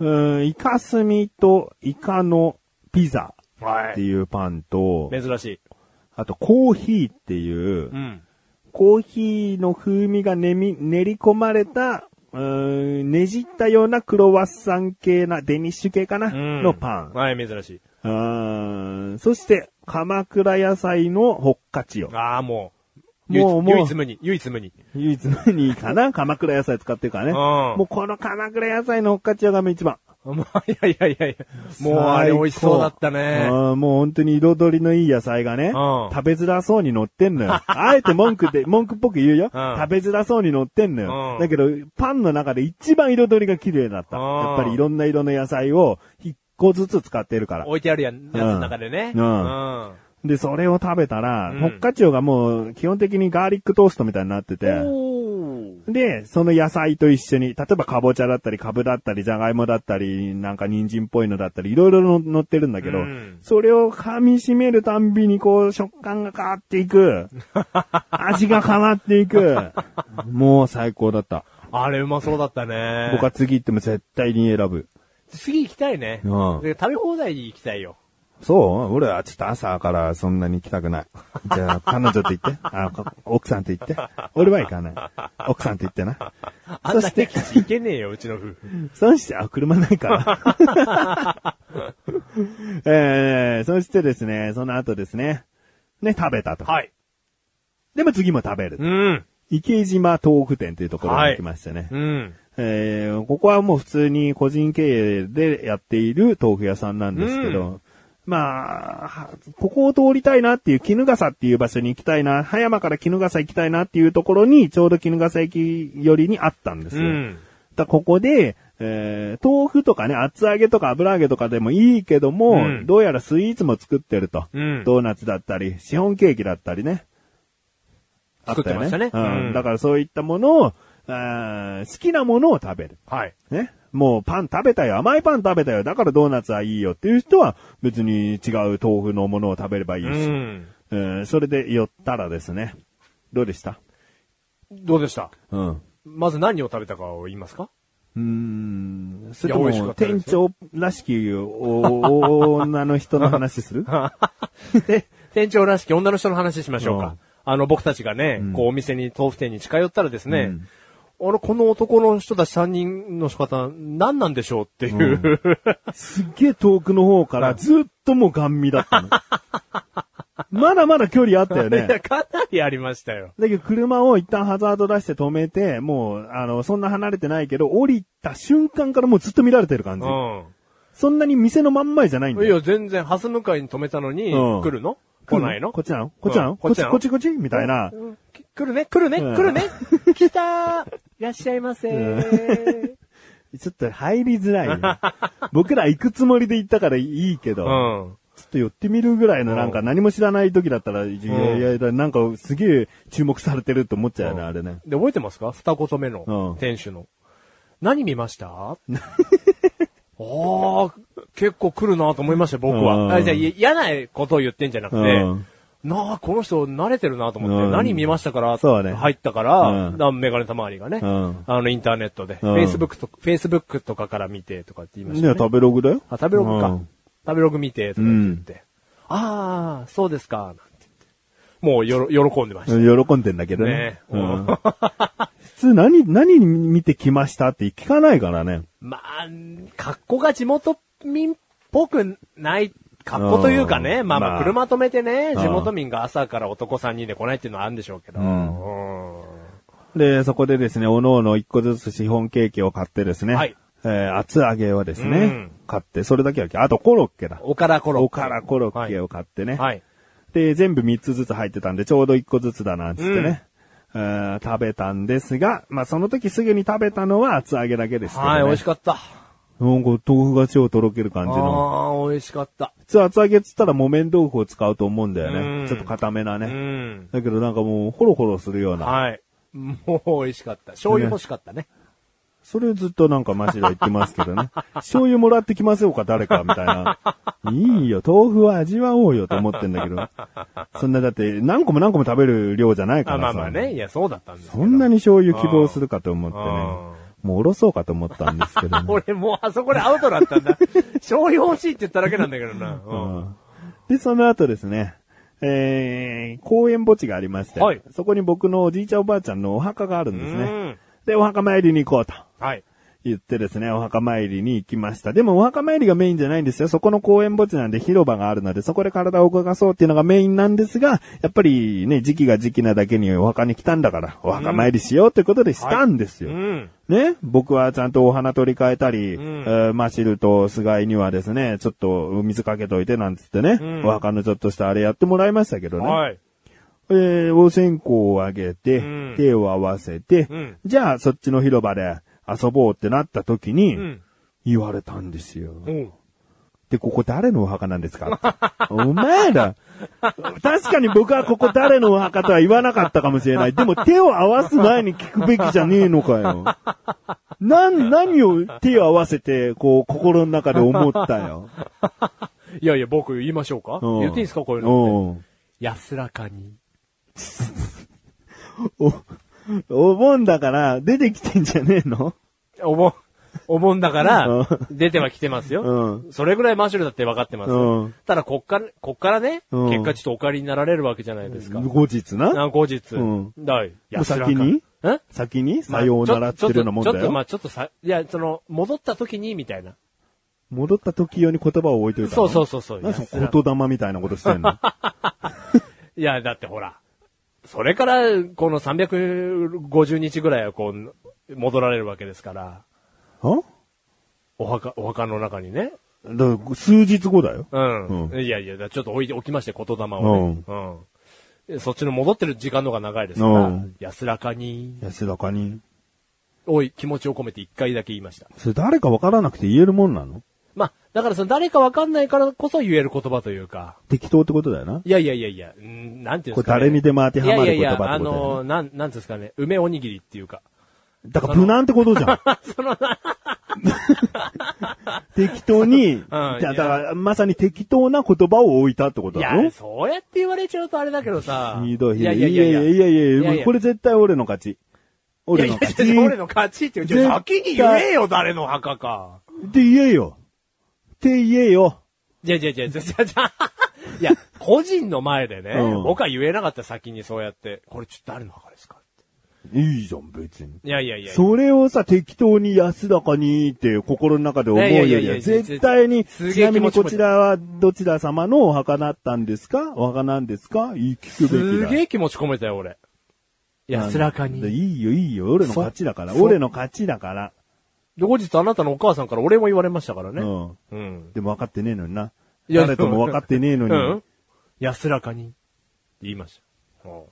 Speaker 2: うーん、イカスミとイカのピザ
Speaker 3: は
Speaker 2: って。いうパンと、
Speaker 3: 珍しい。
Speaker 2: あとコーヒーっていう
Speaker 3: う、ん。
Speaker 2: コーヒーの風味が練み練り込まれた、うーんねじったようなクロワッサン系な、デニッシュ系かな、
Speaker 3: うん
Speaker 2: のパン。
Speaker 3: はい、珍しい。
Speaker 2: うーんそして、鎌倉野菜のホッカチオ。
Speaker 3: ああ、もう。
Speaker 2: もうもう
Speaker 3: 唯一唯一無二。唯一無二。
Speaker 2: 唯一無二
Speaker 3: [LAUGHS]
Speaker 2: かな鎌倉野菜使ってるからね。
Speaker 3: うん
Speaker 2: もうこの鎌倉野菜のホッカチオが一番。
Speaker 3: [LAUGHS] まあ、いやいやいやいや。もうあれ美味しそうだった
Speaker 2: 最
Speaker 3: ね。
Speaker 2: 高うんもう本当に彩りのいい野菜がね、
Speaker 3: ん
Speaker 2: 食べづらそうに乗ってんのよ。 [LAUGHS] あえて文句
Speaker 3: [LAUGHS]
Speaker 2: で、文句っぽく言うよ。食
Speaker 3: うん
Speaker 2: べづらそうに乗ってんのよ。
Speaker 3: うん
Speaker 2: だけど、パンの中で一番彩りが綺麗だった。
Speaker 3: うん
Speaker 2: やっぱりいろんな色の野菜を一個ずつ使ってるから。
Speaker 3: 置いてあるやんやつの中でね。
Speaker 2: うん
Speaker 3: うん
Speaker 2: で、それを食べたら、
Speaker 3: うん
Speaker 2: ホッカチオがもう基本的にガーリックトーストみたいになってて、
Speaker 3: おー
Speaker 2: で、その野菜と一緒に、例えばかぼちゃだったり、かぶだったり、じゃがいもだったり、なんか人参っぽいのだったり、いろいろの乗ってるんだけど、
Speaker 3: うん
Speaker 2: それを噛み締めるたんびにこう食感が変わっていく。味が変わっていく。もう最高だった。
Speaker 3: あれうまそうだったね。
Speaker 2: 僕は次行っても絶対に選ぶ。
Speaker 3: 次行きたいね。
Speaker 2: うん
Speaker 3: で食べ放題に行きたいよ。
Speaker 2: そう俺はちょっと朝からそんなに行きたくない。じゃあ、彼女と行って。あ、か奥さんと行って。俺は行かない。奥さんと行ってな。
Speaker 3: あん
Speaker 2: そ
Speaker 3: な
Speaker 2: して
Speaker 3: 敵地行けねえ
Speaker 2: [LAUGHS]
Speaker 3: よ、うちの夫婦。
Speaker 2: そして、あ、車ないから。
Speaker 3: [LAUGHS]
Speaker 2: えー、そしてですね、その後ですね。ね、食べたと。
Speaker 3: はい。
Speaker 2: でも次も食べる。
Speaker 3: うん。
Speaker 2: 池島豆腐店というところに行きましたね。
Speaker 3: うん。
Speaker 2: えー、ここはもう普通に個人経営でやっている豆腐屋さんなんですけど、
Speaker 3: う
Speaker 2: まあ、はここを通りたいなっていう、絹笠っていう場所に行きたいな、葉山から絹笠行きたいなっていうところに、ちょうど絹笠駅寄りにあったんです
Speaker 3: う
Speaker 2: よ。
Speaker 3: ん。
Speaker 2: だからここで、えー豆腐とかね、厚揚げとか油揚げとかでもいいけども、
Speaker 3: うん
Speaker 2: どうやらスイーツも作ってると。
Speaker 3: うん
Speaker 2: ドーナツだったり、シフォンケーキだったりね。あったよ
Speaker 3: 作ってましたね
Speaker 2: うん
Speaker 3: うん
Speaker 2: だからそういったものを、あー好きなものを食べる。
Speaker 3: はい。
Speaker 2: ね。もうパン食べたよ、甘いパン食べたよ、だからドーナツはいいよっていう人は別に違う豆腐のものを食べればいいうし、
Speaker 3: ん。
Speaker 2: えーそれで寄ったらですね、どうでした
Speaker 3: どうでした
Speaker 2: うん。
Speaker 3: まず何を食べたかを言いますか [LAUGHS]
Speaker 2: うーんそれ
Speaker 3: や
Speaker 2: と
Speaker 3: 美味しか
Speaker 2: も、
Speaker 3: ったで
Speaker 2: 店
Speaker 3: す
Speaker 2: 長らしきお女の人の話
Speaker 3: [LAUGHS]
Speaker 2: する
Speaker 3: で店長らしき女の人の話しましょう
Speaker 2: う
Speaker 3: か
Speaker 2: ん。
Speaker 3: あの、僕たちがね、こう、お店に、豆腐店に近寄ったらですね、あれ、この男の人たち3人の仕方、何なんでしょうっていう、
Speaker 2: すっげえ遠くの方からずっともうガン見だっ
Speaker 3: [LAUGHS]
Speaker 2: たの。まだまだ距離あったよね。
Speaker 3: いや [LAUGHS]
Speaker 2: だ
Speaker 3: かなりありましたよ。
Speaker 2: けど車を一旦ハザード出して止めて、もう、あの、そんな離れてないけど、降りた瞬間からもうずっと見られてる感じ。
Speaker 3: う
Speaker 2: そんなに店のまん前じゃないんだ
Speaker 3: ん。い
Speaker 2: よ。
Speaker 3: や、全然、ハス向かいに止めたのに、
Speaker 2: うん
Speaker 3: 来るの
Speaker 2: 来
Speaker 3: 来
Speaker 2: る
Speaker 3: ないの
Speaker 2: こっちなのこっちな
Speaker 3: う
Speaker 2: の
Speaker 3: ん
Speaker 2: こっち、
Speaker 3: なの
Speaker 2: こっちこっちみたいな。
Speaker 3: うんき来るね、来るね、
Speaker 2: うん
Speaker 3: 来るね。来たー。いらっしゃいませー。
Speaker 2: ちょっと入りづらいよ。僕ら行くつもりで行ったからいいけど。
Speaker 3: うん。
Speaker 2: ちょっと寄ってみるぐらいのなんか何も知らない時だったら、いやいやいや、なんかすげえ注目されてると思っちゃうよね、
Speaker 3: うん
Speaker 2: あれね。
Speaker 3: で、覚えてますか二言目
Speaker 2: う
Speaker 3: の
Speaker 2: ん
Speaker 3: 店主の。何見ました [LAUGHS] ああ、結構来るなと思いました、僕
Speaker 2: う
Speaker 3: は。
Speaker 2: ん
Speaker 3: あじゃあ、い嫌なことを言ってんじゃなくて
Speaker 2: うん、
Speaker 3: なあ、この人慣れてるなと思
Speaker 2: う
Speaker 3: っ
Speaker 2: ん
Speaker 3: て、何見ましたから、
Speaker 2: そうね
Speaker 3: 入ったから、
Speaker 2: うん
Speaker 3: だメガネたまわりがね、
Speaker 2: うん
Speaker 3: あの、インターネットで、
Speaker 2: うん
Speaker 3: Facebook と、Facebook とかから見てとかって言いまし
Speaker 2: ね
Speaker 3: たね。
Speaker 2: 食べログだよ。
Speaker 3: あ、食べログ
Speaker 2: う
Speaker 3: か
Speaker 2: ん。
Speaker 3: 食べログ見て、とかって言って。ああ、そうですか、なんて言って。もうよろ、喜んでました。
Speaker 2: 喜んでんだけどね。
Speaker 3: ね
Speaker 2: う
Speaker 3: うんん
Speaker 2: 普通何、何見てきましたって聞かないからね。
Speaker 3: まあ、格好が地元民っぽくない、格好というかね、
Speaker 2: うん
Speaker 3: まあ
Speaker 2: ま
Speaker 3: ま
Speaker 2: あ
Speaker 3: あ、車止めてね、
Speaker 2: うん
Speaker 3: 地元民が朝から男3人で来ないっていうのはあるんでしょうけど。
Speaker 2: うん
Speaker 3: うん
Speaker 2: で、そこでですね、おのおの一個ずつシフォンケーキを買ってですね。
Speaker 3: はい
Speaker 2: えー厚揚げをですね、
Speaker 3: うん
Speaker 2: 買って、それだけは、あとコロッケだ。
Speaker 3: おからコロッケ。
Speaker 2: おからコロッケを買ってね。
Speaker 3: はい。
Speaker 2: で、全部3つずつ入ってたんで、ちょうど1個ずつだなんつってね。えー食べたんですが、まあ、その時すぐに食べたのは厚揚げだけですけどね。
Speaker 3: はい、美味し
Speaker 2: か
Speaker 3: かった。
Speaker 2: った。なんか豆腐が超とろける感じの。
Speaker 3: ああ、美味しかった。
Speaker 2: 普通厚揚げっつったら木綿豆腐を使うと思うんだよね。
Speaker 3: うん
Speaker 2: ちょっと固めな
Speaker 3: う
Speaker 2: ね。
Speaker 3: ん。
Speaker 2: だけどなんかもう、ホロホロするような。
Speaker 3: はい。もう美味しかった。醤油欲しかったね。
Speaker 2: それずっとなんかマジで言ってますけどね。 [LAUGHS] 醤油もらってきませんか誰かみたいな。いいよ、豆腐は味わおうよと思ってんだけど。そんなだって何個も何個も食べる量じゃないか
Speaker 3: あ
Speaker 2: ら
Speaker 3: まあまあね。いや、そうだったんですけど
Speaker 2: そんなに醤油希望するかと思ってね
Speaker 3: うん。
Speaker 2: もうおろそうかと思ったんですけどね。
Speaker 3: [LAUGHS] 俺もうあそこでアウトだったんだ。醤油欲しいって言っただけなんだけどな。う。
Speaker 2: うんんで、その後ですね、えー、公園墓地がありまして、
Speaker 3: はい
Speaker 2: そこに僕のおじいちゃんおばあちゃんのお墓があるんです
Speaker 3: う
Speaker 2: ね。
Speaker 3: ん
Speaker 2: で、お墓参りに行こうと。
Speaker 3: はい。
Speaker 2: 言ってですね、お墓参りに行きました。でもお墓参りがメインじゃないんですよ。そこの公園墓地なんで広場があるので、そこで体を動かそうっていうのがメインなんですが、やっぱりね、時期が時期なだけにお墓に来たんだから、お墓参りしようってことでしたんです
Speaker 3: う
Speaker 2: よ。
Speaker 3: ん。
Speaker 2: ね、僕はちゃんとお花取り替えたり、
Speaker 3: うん
Speaker 2: えーマシルと菅井にはですね、ちょっと水かけといてなんつってね、
Speaker 3: うん
Speaker 2: お墓のちょっとしたあれやってもらいましたけどね。
Speaker 3: はい。
Speaker 2: えー、お線香をあげて、
Speaker 3: うん
Speaker 2: 手を合わせて、
Speaker 3: うん
Speaker 2: じゃあそっちの広場で遊ぼうってなった時に、
Speaker 3: うん。
Speaker 2: 言われたんですよ。
Speaker 3: うん。
Speaker 2: で、ここ誰のお墓なんですかお前ら確かに僕はここ誰のお墓とは言わなかったかもしれない。でも手を合わす前に聞くべきじゃねえのかよ。なん、何を手を合わせて、こう、心の中で思ったよ。
Speaker 3: いやいや、僕言いましょうか
Speaker 2: う
Speaker 3: [LAUGHS]
Speaker 2: ん
Speaker 3: 言っていいですかこういうのって。
Speaker 2: うん
Speaker 3: 安らかに。
Speaker 2: お、お盆だから出てきてんじゃねえの
Speaker 3: お [LAUGHS] 盆、お盆だか
Speaker 2: う
Speaker 3: ら
Speaker 2: ん、
Speaker 3: 出ては来てますよ。
Speaker 2: う
Speaker 3: それぐらいマシュルだって分かってますよ。
Speaker 2: うん
Speaker 3: ただ、こっから、こっからね、
Speaker 2: うん
Speaker 3: 結果ちょっとお借りになられるわけじゃないですか。
Speaker 2: 後日な
Speaker 3: な後日。
Speaker 2: うん
Speaker 3: はい。
Speaker 2: 先に
Speaker 3: ん
Speaker 2: 先にさようならってるようなもん
Speaker 3: ち
Speaker 2: だ
Speaker 3: ょっと、ま
Speaker 2: よ。
Speaker 3: あちょっとさ、いや、その、戻った時に、みたいな。
Speaker 2: 戻った時用に言葉を置いといた
Speaker 3: そ
Speaker 2: の
Speaker 3: うそうそうそう。
Speaker 2: 何そ
Speaker 3: 安ら
Speaker 2: の言霊みたいなことしてんの
Speaker 3: いや、だってほら、それから、この350日ぐらいはこう、戻られるわけですから、
Speaker 2: は
Speaker 3: お墓、お墓の中にね。
Speaker 2: だから数日後だよ。
Speaker 3: うん。
Speaker 2: う
Speaker 3: いやいや、ちょっと置いておきまして、言霊をね。うん。そっちの戻ってる時間の方が長いですか
Speaker 2: う
Speaker 3: ら
Speaker 2: ん、
Speaker 3: 安らかに、
Speaker 2: 安らかに。
Speaker 3: おい、気持ちを込めて一回だけ言いました。
Speaker 2: それ誰かわからなくて言えるもんなの
Speaker 3: まあ、だからその誰かわかんないからこそ言える言葉というか、
Speaker 2: 適当ってことだよな。
Speaker 3: いやいやいやいや、うんなんていうんですか、ね。
Speaker 2: これ誰にでも当てはまる言葉
Speaker 3: いやいやいや、
Speaker 2: っ
Speaker 3: あ
Speaker 2: てことだよね
Speaker 3: の、なん、なんていうんですかね、梅おにぎりっていうか。
Speaker 2: だから無難ってこと
Speaker 3: [LAUGHS]
Speaker 2: じゃん。 [LAUGHS] 適当に、だだからまさに適当な言葉を置いたってこと
Speaker 3: い
Speaker 2: だろ
Speaker 3: や、そうやって言われちゃうとあれだけどさ。
Speaker 2: ひどいひどい。
Speaker 3: いやいやいや
Speaker 2: いやいや
Speaker 3: いやいや
Speaker 2: これ絶対俺の勝ち。俺の勝ち。
Speaker 3: いやいや俺の勝ちって言う。先に言えよ、誰の墓か。
Speaker 2: って言えよ。って言えよ。
Speaker 3: じゃじゃじゃじゃじゃじゃ。いや、個人の前でね、
Speaker 2: うん
Speaker 3: 僕は言えなかった先にそうやって、これちょっと誰の墓ですかっ
Speaker 2: いいじゃん、別に。
Speaker 3: ていやいやいや。
Speaker 2: それをさ、適当に安らかにって心の中で思うよ
Speaker 3: いやい
Speaker 2: り
Speaker 3: やい
Speaker 2: は、
Speaker 3: や
Speaker 2: 絶対に、
Speaker 3: す
Speaker 2: ち
Speaker 3: げえ
Speaker 2: な
Speaker 3: 気
Speaker 2: みに
Speaker 3: 持ち
Speaker 2: こちらはどちら様のお墓だったんですかお墓なんですかいい
Speaker 3: す
Speaker 2: 聞くべきだ。
Speaker 3: げえ気持ち込めたよ、俺。安らか
Speaker 2: なんだ
Speaker 3: に。
Speaker 2: いいよ、いいよ。俺の勝ちだから。
Speaker 3: そ
Speaker 2: 俺の勝ちだから。
Speaker 3: で後日あなたのお母さんから俺も言われましたから
Speaker 2: う
Speaker 3: ね。
Speaker 2: ん。
Speaker 3: うん。
Speaker 2: でも分かってねえのにな。
Speaker 3: いや
Speaker 2: 誰とも分かってねえ
Speaker 3: う
Speaker 2: のに
Speaker 3: ん。。安らかに。って言いました。うん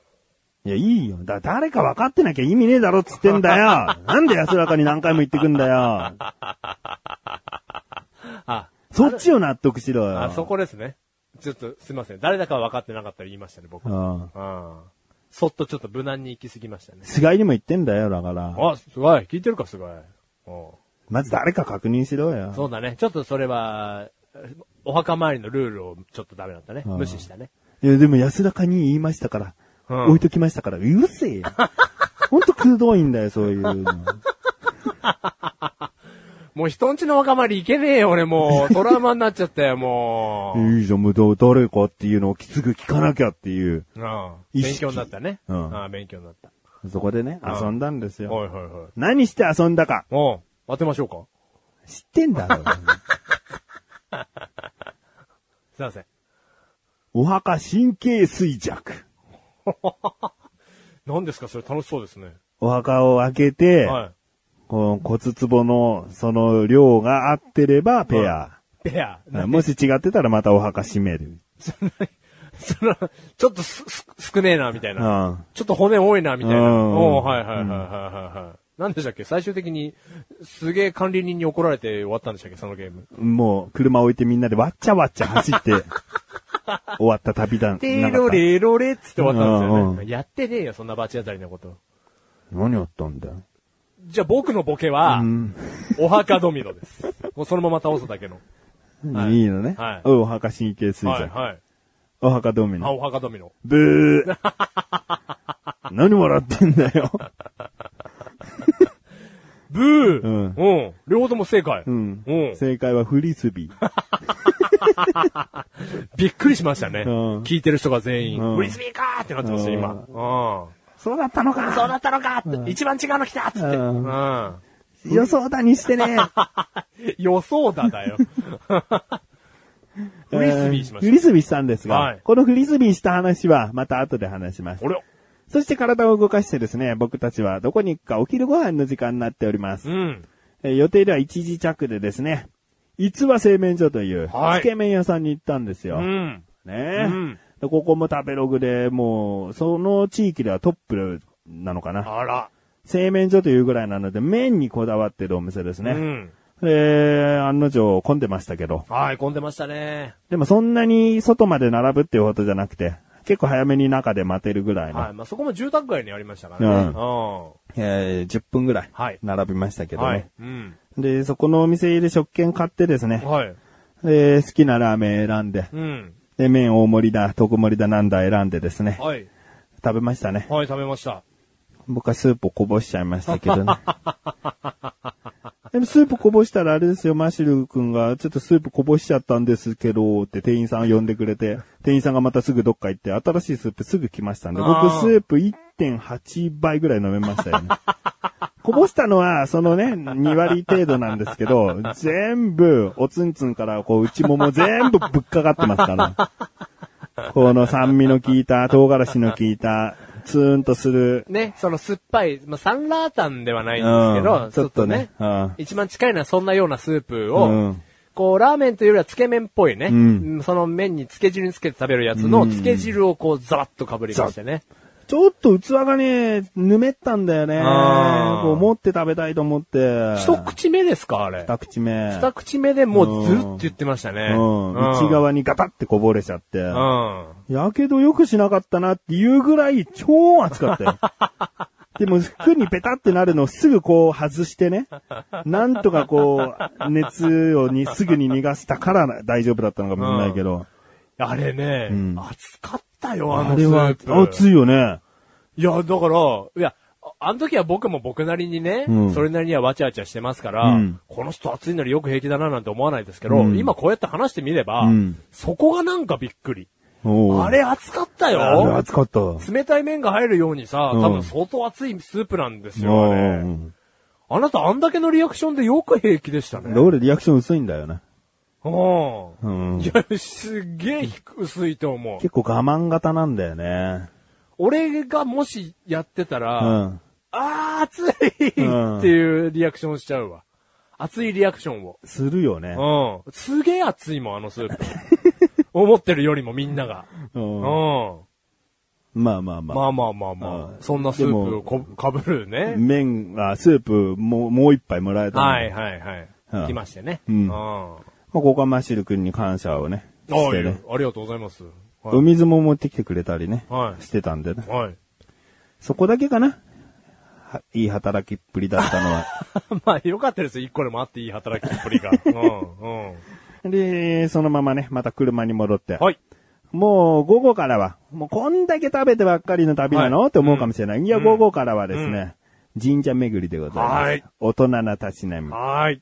Speaker 2: いや、いいよ。だから誰か分かってなきゃ意味ねえだろっつってん
Speaker 3: [LAUGHS]
Speaker 2: だよ。なんで安らかに何回も言ってくんだよ。
Speaker 3: あ、
Speaker 2: そっちを納得しろよ。
Speaker 3: あそこですね。ちょっと、すいません。誰だかは分かってなかったら言いましたね、僕
Speaker 2: う
Speaker 3: は。う
Speaker 2: ん。
Speaker 3: ん。そっとちょっと無難に行き過ぎましたね。
Speaker 2: 菅井にも言ってんだよ、だから。
Speaker 3: あ、すごい。聞いてるか、すごい。うん
Speaker 2: まず誰か確認しろよ。
Speaker 3: そうだね。ちょっとそれは、お墓参りのルールをちょっとダメだったね。
Speaker 2: うん
Speaker 3: 無視したね。
Speaker 2: いや、でも安らかに言いましたか
Speaker 3: う
Speaker 2: ら、
Speaker 3: ん
Speaker 2: 置いときましたから、うるせえ
Speaker 3: [LAUGHS]
Speaker 2: よ。ほんとくどいんだよ、そういうの。
Speaker 3: もう人んちのお墓参り行けねえよ、俺も
Speaker 2: [LAUGHS]
Speaker 3: う。トラウマになっちゃったよ、もう。
Speaker 2: いいじゃん、無駄誰かっていうのをすぐ聞かなきゃっていう。
Speaker 3: うん。
Speaker 2: 意識
Speaker 3: 勉強になったね。
Speaker 2: うん
Speaker 3: ああ勉強になった。
Speaker 2: そこでね、
Speaker 3: うん
Speaker 2: 遊んだんですよ。
Speaker 3: はいはいはい。
Speaker 2: 何して遊んだか、
Speaker 3: うん。当てましょうか。
Speaker 2: 知ってん
Speaker 3: [LAUGHS]
Speaker 2: だろ。
Speaker 3: すいません。
Speaker 2: お墓神経衰弱。
Speaker 3: 何ですか、それ楽しそうですね。
Speaker 2: お墓を開けて、
Speaker 3: は
Speaker 2: この骨壺のその量が合ってればペア。
Speaker 3: い。いや、な
Speaker 2: もし違ってたらまたお墓閉める。
Speaker 3: [LAUGHS] その、ちょっとす、す、少ねえな、みたいな。
Speaker 2: うん
Speaker 3: ちょっと骨多いな、みたいな。
Speaker 2: う
Speaker 3: うんん、はいはいはいはいはいはい。なんでしたっけ最終的に、すげえ管理人に怒られて終わったんでしたっけそのゲーム。
Speaker 2: もう、車置いてみんなでわっちゃわっちゃ走 [LAUGHS] って、終わった旅だ。
Speaker 3: テ
Speaker 2: なか
Speaker 3: ロ
Speaker 2: った
Speaker 3: レロレっつって終わったんですよ
Speaker 2: うんう
Speaker 3: ね。やってねえよ、そんな罰当たりなこと。
Speaker 2: 何やったんだよ。
Speaker 3: じゃあ僕のボケは、お墓ドミノです。もうそのまま倒すだけの。はい
Speaker 2: いいのね。
Speaker 3: はい
Speaker 2: お墓神経衰弱。
Speaker 3: はいはい。
Speaker 2: お墓ドミ
Speaker 3: あ、
Speaker 2: ノ。
Speaker 3: お墓ドミノ。
Speaker 2: ブー。 [LAUGHS] 何笑ってんだ [LAUGHS] よ。
Speaker 3: ブー
Speaker 2: うん
Speaker 3: うん。両方とも不正解。うんうん。
Speaker 2: 正解はフリスビー。
Speaker 3: びっくりしましたね。
Speaker 2: うん
Speaker 3: 聞いてる人が全員、
Speaker 2: うん
Speaker 3: ウィスビーかーってなってました、今。う
Speaker 2: [LAUGHS] そうだったのか
Speaker 3: ん。そうなったのかって、一番違うの来たっつって。
Speaker 2: う
Speaker 3: うん。
Speaker 2: 予想だにしてね。
Speaker 3: 予想だだよ。フリスビーしま
Speaker 2: [LAUGHS] えフ
Speaker 3: し
Speaker 2: リスビーしたんですが、
Speaker 3: はい
Speaker 2: このフリスビーした話はまた後で話します
Speaker 3: た。。俺、
Speaker 2: そして体を動かしてですね、僕たちはどこに行くかお昼ご飯の時間になっております
Speaker 3: う。ん。
Speaker 2: えー予定では一時着でですね、逸話製麺所という、
Speaker 3: はい
Speaker 2: つけ麺屋さんに行ったんですよ。
Speaker 3: う
Speaker 2: ね
Speaker 3: ん。
Speaker 2: え、
Speaker 3: うん
Speaker 2: でここも食べログでもう、その地域ではトップなのかな。
Speaker 3: あら。
Speaker 2: 製麺所というぐらいなので、麺にこだわってるお店です
Speaker 3: う
Speaker 2: ね。
Speaker 3: ん。
Speaker 2: え案の定混んでましたけど。
Speaker 3: はい、混んでましたね。
Speaker 2: でもそんなに外まで並ぶっていうことじゃなくて、結構早めに中で待てるぐらいの、
Speaker 3: はい。まあ、そこも住宅街にありましたからね。う
Speaker 2: うん
Speaker 3: ん。
Speaker 2: えー10分ぐらい
Speaker 3: はい
Speaker 2: 並びましたけどね。
Speaker 3: はい。うん。
Speaker 2: で、そこのお店で食券買ってですね、
Speaker 3: はい。
Speaker 2: えー好きなラーメン選んで、
Speaker 3: うん。
Speaker 2: で、麺大盛りだ、特盛りだなんだ選んでですね、
Speaker 3: はい。
Speaker 2: 食べましたね。
Speaker 3: はい、食べました。
Speaker 2: 僕はスープをこぼしちゃいましたけどね。でもスープこぼしたらあれですよ、マシル君が、ちょっとスープこぼしちゃったんですけど、って店員さん呼んでくれて、店員さんがまたすぐどっか行って、新しいスープすぐ来ましたんで、僕
Speaker 3: あー
Speaker 2: スープ1.8倍ぐらい飲めましたよね。こぼしたのは、そのね、2割程度なんですけど、全部、おつんつんから、こう、内もも全部ぶっかかってますから。この酸味の効いた、唐辛子の効いた、ツーンとする、
Speaker 3: ね、その酸っぱい、まあ、サンラータンではないんですけ
Speaker 2: う
Speaker 3: ど、
Speaker 2: んちょっとね。
Speaker 3: ちょっ
Speaker 2: うん
Speaker 3: とね一番近いのはそんなようなスープ
Speaker 2: う
Speaker 3: を
Speaker 2: ん、
Speaker 3: こう、ラーメンというよりはつけ麺っぽいね。
Speaker 2: ん
Speaker 3: その麺につけ汁につけて食べるやつの、つけ汁をこう、ザワッとかぶりましてね。
Speaker 2: ちょっと器がね、ぬめったんだよね。
Speaker 3: あー
Speaker 2: こう持って食べたいと思って。
Speaker 3: 一口目ですかあれ。
Speaker 2: 二口目。
Speaker 3: 二口目でもうズルって言ってましたね。
Speaker 2: うん。内側にガタってこぼれちゃって。
Speaker 3: うん。うん。
Speaker 2: やけどよくしなかったなっていうぐらい超熱かっ
Speaker 3: [LAUGHS]
Speaker 2: たよ。でも服にペタってなるのをすぐこう外してね。なんとかこう、熱をにすぐに逃がしたから大丈夫だったのかもしれないけど。
Speaker 3: あれね、
Speaker 2: うん
Speaker 3: 熱かったよ、あ
Speaker 2: あ
Speaker 3: のス
Speaker 2: れは
Speaker 3: ープ。
Speaker 2: 熱いよね。
Speaker 3: いや、だから、いや、ああの時は僕も僕なりにね、
Speaker 2: うん
Speaker 3: それなりにはわちゃわちゃしてますから、
Speaker 2: うん
Speaker 3: この人暑いのによく平気だななんて思わないですけど、
Speaker 2: うん
Speaker 3: 今こうやって話してみれば、
Speaker 2: うん
Speaker 3: そこがなんかびっくり。
Speaker 2: おう
Speaker 3: あれ暑かった
Speaker 2: あれ
Speaker 3: よ
Speaker 2: 熱かった。
Speaker 3: 冷たい麺が入るようにさ、
Speaker 2: うん
Speaker 3: 多分相当熱いスープなんですよ、あ
Speaker 2: う
Speaker 3: れ。
Speaker 2: ん
Speaker 3: あなたあんだけのリアクションでよく平気でしたね。
Speaker 2: で俺リアクション薄いんだよね。
Speaker 3: うん。
Speaker 2: うん
Speaker 3: いや、すっげえ低薄いと思う。
Speaker 2: 結構我慢型なんだよね。
Speaker 3: 俺がもしやってた
Speaker 2: う
Speaker 3: ら、
Speaker 2: ん。
Speaker 3: あー、熱いっていうリアクションしちゃうわ。熱いリアクションを。
Speaker 2: するよね。
Speaker 3: うん。すげえ熱いもん、あのスー
Speaker 2: [LAUGHS]
Speaker 3: プ。思ってるよりもみんなが。う。
Speaker 2: うんん。まあまあまあ。
Speaker 3: まあまあまあま
Speaker 2: うん
Speaker 3: あ。そんなスープをこかぶるね。
Speaker 2: 麺が、スープもう、もう一杯もらえたので
Speaker 3: はいはいは
Speaker 2: うん
Speaker 3: い。来ましてね。
Speaker 2: うん
Speaker 3: あ
Speaker 2: まあ、ここはマシル君に感謝をね。
Speaker 3: あー、
Speaker 2: し
Speaker 3: い
Speaker 2: て
Speaker 3: えい
Speaker 2: ね。
Speaker 3: えありがとうございます。はい
Speaker 2: お水も持ってきてくれたりね。
Speaker 3: はい [LAUGHS]
Speaker 2: してたんでね。
Speaker 3: はい。
Speaker 2: そこだけかな。いい働きっぷりだっ
Speaker 3: [LAUGHS]
Speaker 2: たのは。
Speaker 3: まあ、よかったですよ。一個でもあっていい働きっぷり
Speaker 2: [LAUGHS]
Speaker 3: が。うん、うん。
Speaker 2: で、そのままね、また車に戻って。
Speaker 3: はい。
Speaker 2: もう午後からは、もうこんだけ食べてばっかりの旅なの、
Speaker 3: はい
Speaker 2: って思うかもしれない。いや、
Speaker 3: うん
Speaker 2: 午後からはですね、神社巡りでございます。
Speaker 3: はい
Speaker 2: 大人なたしなみ。
Speaker 3: はい。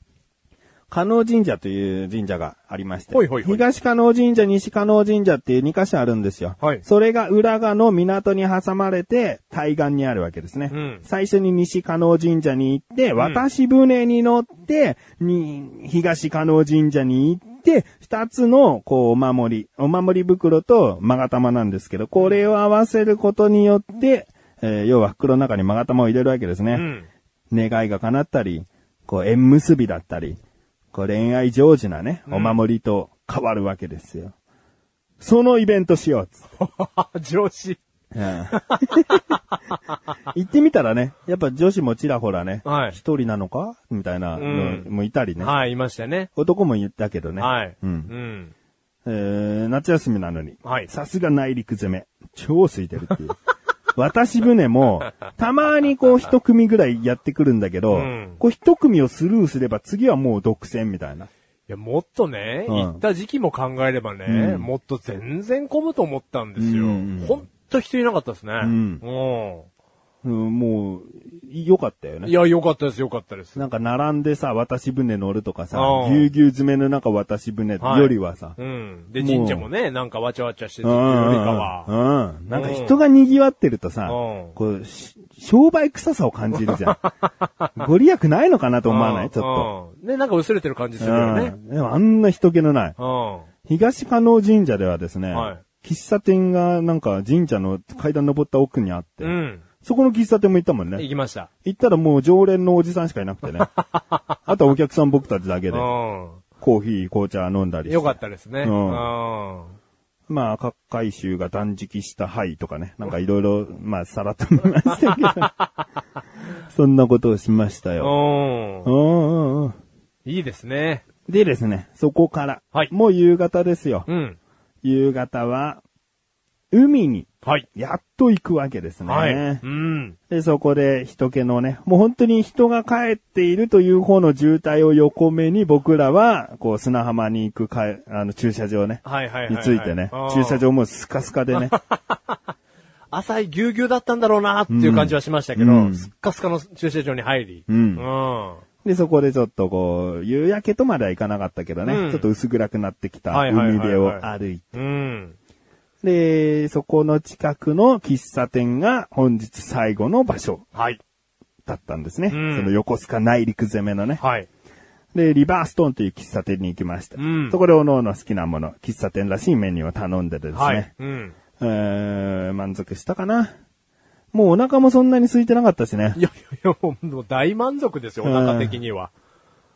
Speaker 2: 加納神社という神社がありまして、
Speaker 3: ほいほいほい
Speaker 2: 東加納神社、西加納神社っていう2カ所あるんですよ。
Speaker 3: はい
Speaker 2: それが浦賀の港に挟まれて対岸にあるわけですね。
Speaker 3: うん
Speaker 2: 最初に西加納神社に行って、渡し船に乗って、に東加納神社に行って、二つの、こう、お守り、お守り袋と勾玉なんですけど、これを合わせることによって、えー要は袋の中に勾玉を入れるわけですね。
Speaker 3: うん。 [LAUGHS]
Speaker 2: 願いが叶ったり、こう縁結びだったり、こう恋愛成就なね、
Speaker 3: ん
Speaker 2: お守りと変わるわけですよ。そのイベントしようっつって。
Speaker 3: 上司。
Speaker 2: うん
Speaker 3: [LAUGHS]
Speaker 2: 行ってみたらね、やっぱ女子もちらほらね、一、
Speaker 3: はい
Speaker 2: 人なのかみたいなのもいたりね。
Speaker 3: はい、いましたね。
Speaker 2: 男も言ったけどね。
Speaker 3: はい。
Speaker 2: うん
Speaker 3: ん。
Speaker 2: えー夏休みなのに、
Speaker 3: はい
Speaker 2: さすが内陸攻め。超空いてるっていう。 [LAUGHS] 私船も、たまにこう一組ぐらいやってくるんだけど、
Speaker 3: うん
Speaker 2: こう一組をスルーすれば次はもう独占みたいな。
Speaker 3: いや、もっとね、
Speaker 2: うん
Speaker 3: 行った時期も考えればね、
Speaker 2: うん
Speaker 3: もっと全然混むと思ったんですよ。
Speaker 2: うん
Speaker 3: ほんと人いなかったですね。うん
Speaker 2: うんもう、良かったよ
Speaker 3: ん。い
Speaker 2: ね。
Speaker 3: や、よかったです、よかったです。
Speaker 2: なんか並んでさ、私船乗るとかさ
Speaker 3: う、ん
Speaker 2: ぎゅうぎゅう詰めの中私船よりはさ、
Speaker 3: うん。で、
Speaker 2: もう
Speaker 3: 神社もね、なんかわちゃわちゃしてて、
Speaker 2: う
Speaker 3: よ
Speaker 2: んう
Speaker 3: り
Speaker 2: ん
Speaker 3: かは。
Speaker 2: うんうんなんか人が賑わってると
Speaker 3: う
Speaker 2: さ、
Speaker 3: ん
Speaker 2: こう、し商売臭さを感じるじゃ
Speaker 3: [LAUGHS]
Speaker 2: ん。ご利益ないのかなと思わないちょっと。
Speaker 3: っと。ね、なんか薄れてる感じするよね。
Speaker 2: うんでもあんな人気のない。
Speaker 3: うん。
Speaker 2: 東加納神社ではですね、
Speaker 3: は
Speaker 2: 喫茶店がなんか神社の階段登った奥にあって、
Speaker 3: うん。
Speaker 2: そこの喫茶店も行ったもん
Speaker 3: 行
Speaker 2: ね。
Speaker 3: きました。
Speaker 2: 行ったらもう常連のおじさんしかいなくて
Speaker 3: [LAUGHS]
Speaker 2: ね。あとはお客さん僕たちだけ
Speaker 3: う
Speaker 2: で、
Speaker 3: ん。
Speaker 2: コーヒー、紅茶飲んだりして
Speaker 3: よかったですね。う
Speaker 2: う
Speaker 3: んん。
Speaker 2: まあ、各回収が断食した灰とかね、なんかいろいろ、まあ、さらっと見まし
Speaker 3: [LAUGHS]
Speaker 2: たけど、そんなことをしましたよ。う
Speaker 3: うん。
Speaker 2: んうんうん。
Speaker 3: いいですね。
Speaker 2: でですね、そこから、
Speaker 3: はい
Speaker 2: もう夕方ですよ。
Speaker 3: うん。
Speaker 2: 夕方は、海に、
Speaker 3: はい。
Speaker 2: やっと行くわけですね。
Speaker 3: はい。うん。
Speaker 2: で、そこで人気のね、もう本当に人が帰っているという方の渋滞を横目に僕らは、こう砂浜に行くかあの駐車場ね、
Speaker 3: はいはいはい、はい。
Speaker 2: についてね
Speaker 3: うん、
Speaker 2: 駐車。場もスカスカで
Speaker 3: [LAUGHS]
Speaker 2: ね、
Speaker 3: 朝ぎゅうぎゅうだったんだろうなっていう感じはしましたけど、
Speaker 2: うん
Speaker 3: すっかすかの駐車場に入り。
Speaker 2: うん
Speaker 3: うん。
Speaker 2: で、そこでちょっとこう、夕焼けとまではいかなかったけどね、
Speaker 3: うん
Speaker 2: ちょっと薄暗くなってきた
Speaker 3: はいはいはい
Speaker 2: 海
Speaker 3: はい
Speaker 2: 辺を歩いて、
Speaker 3: うん。
Speaker 2: で、そこの近くの喫茶店が本日最後の場所
Speaker 3: はい。
Speaker 2: だったんですね。
Speaker 3: うん
Speaker 2: その横須賀内陸攻めのね。
Speaker 3: はい。
Speaker 2: で、リバーストーンという喫茶店に行きました。
Speaker 3: うん
Speaker 2: そこでおのおの好きなもの、喫茶店らしいメニューを頼んでですね、
Speaker 3: はい。うん。
Speaker 2: えー、満足したかな。もうお腹もそんなに空いてなかったしね
Speaker 3: い。やいやいや、もうもう大満足ですよ、お腹的には。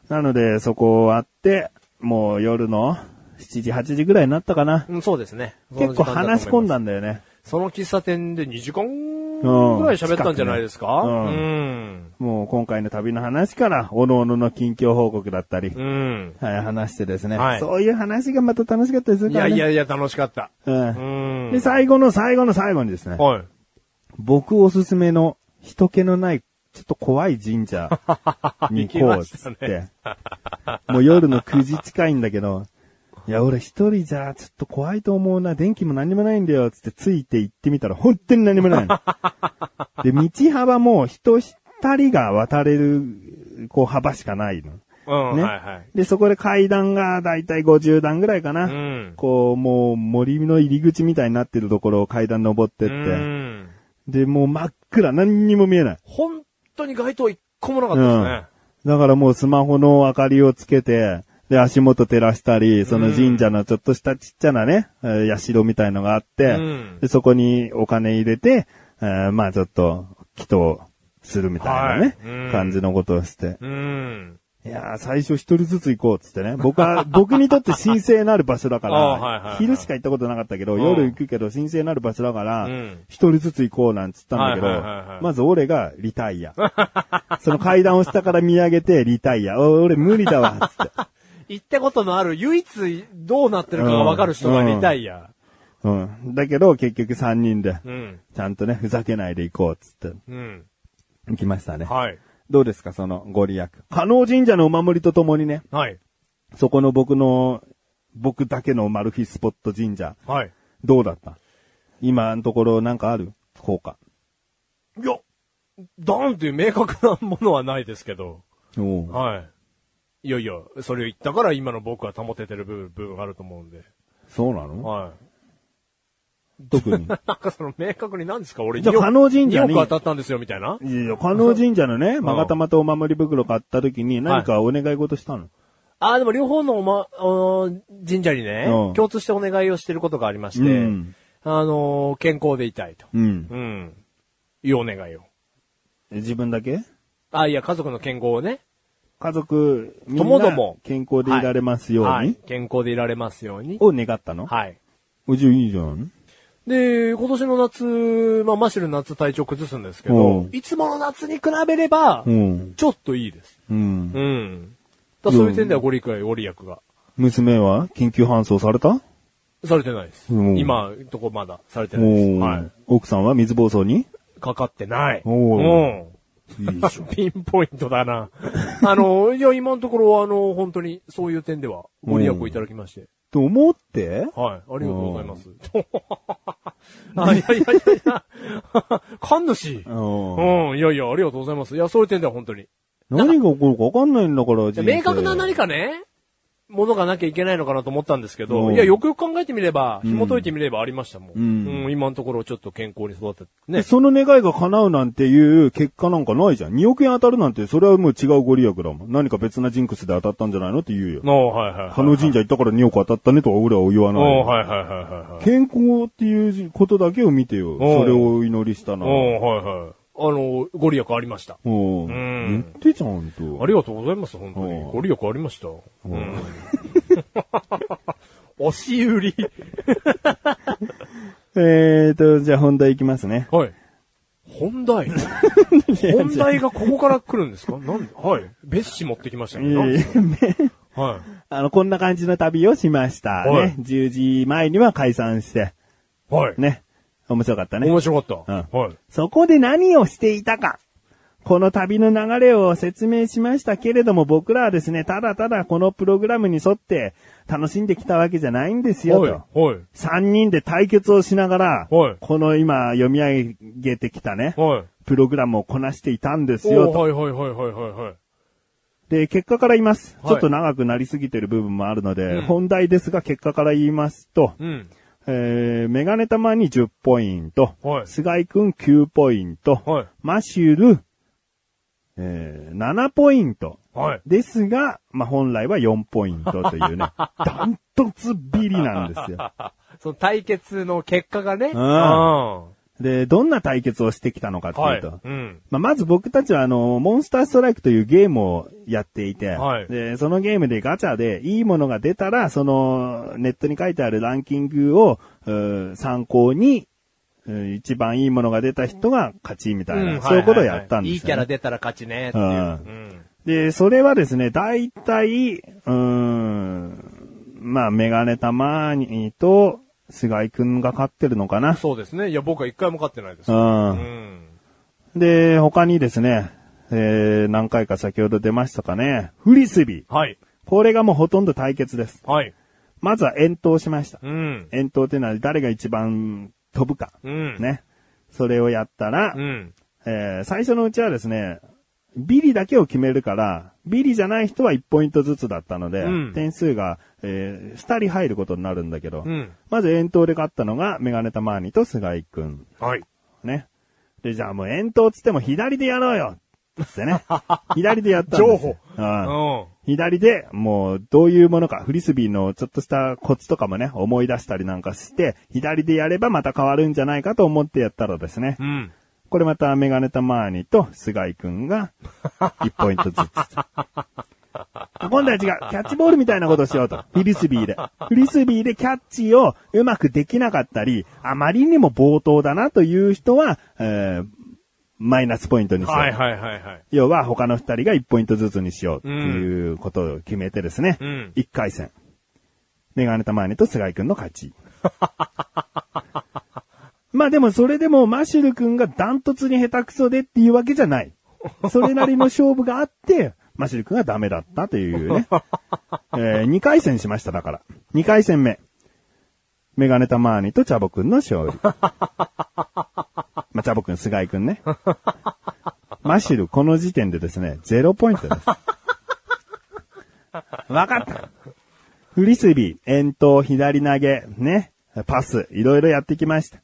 Speaker 2: なので、そこをあって、もう夜の7時、8時ぐらいになったかな。
Speaker 3: うん、そうですね。
Speaker 2: 結構話し込ん
Speaker 3: だ。
Speaker 2: だんだよね。
Speaker 3: その喫茶店で2時間
Speaker 2: うん
Speaker 3: ぐらい喋ったんじゃないですか、
Speaker 2: 近く
Speaker 3: う
Speaker 2: ね
Speaker 3: ん。
Speaker 2: もう今回の旅の話から、おのおのの近況報告だったり、
Speaker 3: うん。
Speaker 2: はい、話してですね、
Speaker 3: はい
Speaker 2: そういう話がまた楽しかったでする
Speaker 3: い
Speaker 2: か
Speaker 3: や
Speaker 2: らね。
Speaker 3: いやいや、楽しかった。
Speaker 2: うん
Speaker 3: うん。
Speaker 2: で、最後の最後の最後にですね、
Speaker 3: はい。
Speaker 2: 僕おすすめの人気のない、ちょっと怖い
Speaker 3: [LAUGHS]
Speaker 2: 神社に行こうっつっ
Speaker 3: 行きま
Speaker 2: て。 [LAUGHS] もう夜の9時近いんだけど、いや、俺一人じゃちょっと怖いと思うな、電気も何もないんだよ、つってついて行ってみたら本当に何
Speaker 3: [LAUGHS]
Speaker 2: もないの。で、道幅も人二人が渡れる、こう幅しかないの。
Speaker 3: うん、
Speaker 2: ね
Speaker 3: はいはい。
Speaker 2: で、そこで階段がだいたい50段ぐらいかな。
Speaker 3: うん。
Speaker 2: こう、もう森の入り口みたいになってるところを階段登ってっ
Speaker 3: う
Speaker 2: て。
Speaker 3: ん。
Speaker 2: で、もう真っ暗、何にも見えない。
Speaker 3: 本当に街灯一個もなかった
Speaker 2: だからもうスマホの明かりをつけて、で、足元照らしたり、その神社のちょっとしたちっちゃなね、えー社みたいのがあって、
Speaker 3: うん
Speaker 2: でそこにお金入れて、えーまあちょっと、祈祷するみたいなね、
Speaker 3: はいうん
Speaker 2: 感じのことをして。
Speaker 3: ですね。うん。
Speaker 2: いやー、最初一人ずつ行こうっつってね。
Speaker 3: [LAUGHS]
Speaker 2: 僕は、僕にとって神聖なる場所だか
Speaker 3: あーはいはいは
Speaker 2: ら、
Speaker 3: い
Speaker 2: 昼しか行ったことなかったけど、
Speaker 3: うん
Speaker 2: 夜行くけど神聖なる場所だから
Speaker 3: うん、
Speaker 2: 一人ずつ行こうなんつったんだけ
Speaker 3: はいはいはいは
Speaker 2: ど、
Speaker 3: い
Speaker 2: まず俺がリ
Speaker 3: [LAUGHS]
Speaker 2: タイア。その階段を下から見上げてリタイア。お俺無理だ
Speaker 3: [LAUGHS]
Speaker 2: わ、つって。
Speaker 3: 行ったことのある、唯一どうなってるかがわかる人がリタイア。
Speaker 2: うん。だけど結局三人で、
Speaker 3: うん。
Speaker 2: ちゃんとね、ふざけないで行こうっつって。
Speaker 3: うん。
Speaker 2: 行きましたね。
Speaker 3: はい。
Speaker 2: どうですか、そのご利益。加納神社のお守りとともにね、
Speaker 3: はい。
Speaker 2: そこの僕の、僕だけのマル秘スポット神社、
Speaker 3: はい。
Speaker 2: どうだった今のところなんかある効果。
Speaker 3: いや、ダンという明確なものはないですけど。
Speaker 2: おう
Speaker 3: はい。いやいや、それを言ったから今の僕は保ててる部分部分があると思うんで。
Speaker 2: そうなの
Speaker 3: はい。
Speaker 2: 特 [LAUGHS] に。
Speaker 3: なんかその明確に何ですか俺
Speaker 2: じゃあ
Speaker 3: 二億
Speaker 2: 加納神社
Speaker 3: 二億
Speaker 2: に
Speaker 3: 当たったんですよみたいない
Speaker 2: やいや、加納神社のね、まがたまとお守り袋買った時に何かお願い事したの、
Speaker 3: ああ、でも両方のおま、あのー神社にね、
Speaker 2: うん
Speaker 3: 共通してお願いをしてることがありまして、
Speaker 2: うん
Speaker 3: あのー健康でいたいと。
Speaker 2: うん。
Speaker 3: うん。いうお願いを。
Speaker 2: 自分だけ
Speaker 3: あ、いや、家族の健康をね。
Speaker 2: 家族、み
Speaker 3: と
Speaker 2: ん
Speaker 3: もど
Speaker 2: な
Speaker 3: も。
Speaker 2: 健康でいられますように、
Speaker 3: はいはい健康でいられますように。
Speaker 2: を願ったの
Speaker 3: はい。
Speaker 2: おじゅいいじゃん。
Speaker 3: で、今年の夏、まあ、マシルの夏体調崩すんですけ
Speaker 2: う
Speaker 3: ど
Speaker 2: ん、
Speaker 3: いつもの夏に比べれば
Speaker 2: う、ん。
Speaker 3: ちょっといいです。
Speaker 2: うん。
Speaker 3: うん。だからそういう点ではご理解、ご利益が。
Speaker 2: 娘は緊急搬送された
Speaker 3: されてないです。
Speaker 2: うん
Speaker 3: 今、とこまだ、されてないです。
Speaker 2: お
Speaker 3: は
Speaker 2: 奥さんは水暴走に
Speaker 3: い。かかってない。
Speaker 2: おー
Speaker 3: うん。
Speaker 2: いいでしょ。
Speaker 3: ピンポイントだな。あの、いや、今のところは、あの、本当に、そういう点では、ご利益をいただきまして。
Speaker 2: [LAUGHS] と思って
Speaker 3: はい。ありがとうございます。あ、いやいやいやいや。 [LAUGHS] 神主。
Speaker 2: うん
Speaker 3: うん。いやいや、ありがとうございます。いや、そういう点では本当に。
Speaker 2: 何が起こるか分かんないんだから、人生
Speaker 3: 明確な何かね、ものがなきゃいけないのかなと思ったんですけ
Speaker 2: う
Speaker 3: ど、
Speaker 2: ん
Speaker 3: いや、よくよく考えてみれば、紐解いてみればありましたもん。うんん。今のところちょっと健康に育てて、
Speaker 2: で
Speaker 3: ね。
Speaker 2: その願いが叶うなんていう結果なんかないじゃん。2億円当たるなんて、それはもう違うご利益だもん。何か別なジンクスで当たったんじゃないのって言うよ。
Speaker 3: の、はいはいはい。
Speaker 2: 加納神社行ったから2億当たったねとは俺は言わない
Speaker 3: おー
Speaker 2: よ。
Speaker 3: はいはいはいはいはい。
Speaker 2: 健康っていうことだけを見てよ。
Speaker 3: おう
Speaker 2: それをお祈りしたな。
Speaker 3: おーはいはい。あの、ご利益ありました。
Speaker 2: おう言
Speaker 3: ん
Speaker 2: ってちゃんと。
Speaker 3: ありがとうございます、本当
Speaker 2: うん
Speaker 3: に。ご利益ありました。うん。 [LAUGHS] 押し売り。
Speaker 2: えーと、じゃあ本題行きますね。
Speaker 3: はい。本
Speaker 2: [LAUGHS]
Speaker 3: 題。本題がここから来るんですかなんではい。別紙持ってきました
Speaker 2: え
Speaker 3: けど。はい。
Speaker 2: ー [LAUGHS] あの、こんな感じの旅をしました。
Speaker 3: は
Speaker 2: ね
Speaker 3: い。
Speaker 2: 10時前には解散して、
Speaker 3: はい。
Speaker 2: ね。面白かったね。
Speaker 3: 面白かった。
Speaker 2: うん
Speaker 3: はい。
Speaker 2: そこで何をしていたか。この旅の流れを説明しましたけれども、僕らはですね、ただただこのプログラムに沿って楽しんできたわけじゃないんですよ、と。
Speaker 3: はい。はい。
Speaker 2: 3人で対決をしながら、
Speaker 3: はい
Speaker 2: この今読み上げてきたね、
Speaker 3: はい。
Speaker 2: プログラムをこなしていたんですよ、
Speaker 3: おー
Speaker 2: と。
Speaker 3: はいはいはいはいはいはい。
Speaker 2: で、結果から言います。
Speaker 3: はい
Speaker 2: ちょっと長くなりすぎてる部分もあるので、
Speaker 3: うん
Speaker 2: 本題ですが結果から言いますと、
Speaker 3: うん。
Speaker 2: えー、メガネ玉に10ポイント、
Speaker 3: はい
Speaker 2: 菅井くん9ポイント、
Speaker 3: はい。
Speaker 2: マシュル、えー、7ポイント。
Speaker 3: はい。
Speaker 2: ですが、まあ、本来は4ポイントと
Speaker 3: [LAUGHS]
Speaker 2: いうね、ダントツビリなんですよ。
Speaker 3: その対決の結果がね。
Speaker 2: ん
Speaker 3: あ
Speaker 2: で、どんな対決をしてきたのか
Speaker 3: ー
Speaker 2: と
Speaker 3: は
Speaker 2: いう
Speaker 3: い。
Speaker 2: と、
Speaker 3: うん。
Speaker 2: まあ、まず僕たちはあの、モンスターストライクというゲームをやっていて、
Speaker 3: はい
Speaker 2: で、そのゲームでガチャでいいものが出たら、その、ネットに書いてあるランキングを、うー参考に、うー一番いいものが出た人が勝ちみたいな、
Speaker 3: ん
Speaker 2: そういうことをやったんですよ、ね
Speaker 3: いいキャラ出たら勝ちね、っていう。
Speaker 2: う
Speaker 3: うんん。
Speaker 2: で、それはですね、大体、うーん、まあ、メガネたまにと、菅井くんが勝ってるのかな。
Speaker 3: そうですね。いや、僕は一回も勝ってないです。う。
Speaker 2: うんん。で、他にですね、えー、何回か先ほど出ましたかね、フリスビー。
Speaker 3: はい。
Speaker 2: これがもうほとんど対決です。
Speaker 3: はい。
Speaker 2: まずは遠投しました。
Speaker 3: うん。
Speaker 2: 遠投っていうのは誰が一番飛ぶか。
Speaker 3: うん。。
Speaker 2: ね。それをやったら
Speaker 3: う、ん。
Speaker 2: えー最初のうちはですね、ビリだけを決めるから、ビリじゃない人は1ポイントずつだったので、
Speaker 3: うん
Speaker 2: 点数が、えー、2人入ることになるんだけど、
Speaker 3: うん。
Speaker 2: まず遠投で勝ったのがメガネタマーニと菅井くん。
Speaker 3: はい。
Speaker 2: ね。で、じゃあもう遠投つっても左でやろうよって [LAUGHS] ね。左でやったんですよ
Speaker 3: 譲歩
Speaker 2: うん
Speaker 3: うん。
Speaker 2: 左で、もう、どういうものか、フリスビーのちょっとしたコツとかもね、思い出したりなんかして、左でやればまた変わるんじゃないかと思ってやったらですね、
Speaker 3: うん。
Speaker 2: これまたメガネタマーニと菅井く
Speaker 3: [LAUGHS]
Speaker 2: んが1ポイントずつ。今度は違う。キャッチボールみたいなことをしようと。フリスビーで。フリスビーでキャッチをうまくできなかったり、あまりにも冒頭だなという人は、えーマイナスポイントにしよう。
Speaker 3: はいはいはいはい。
Speaker 2: 要は他の2人が1ポイントずつにしようっていうことを決めてですね。
Speaker 3: うん
Speaker 2: 1回戦。メガネタマーニと菅井くんの勝ち。 [LAUGHS] まあでもそれでもマシル君がダントツに下手くそでっていうわけじゃない。それなりの勝負があって、マシル君がダメだったとい
Speaker 3: [LAUGHS]
Speaker 2: うね。え2回戦しましただから。2回戦目。メガネタマーニとチャボくんの勝
Speaker 3: [LAUGHS]
Speaker 2: 利。まあ、チャボくん、菅井くんね。マシル、この時点でですね、0ポイントです。わかった。フリスビー、遠投、左投げ、ね、パス、いろいろやってきました。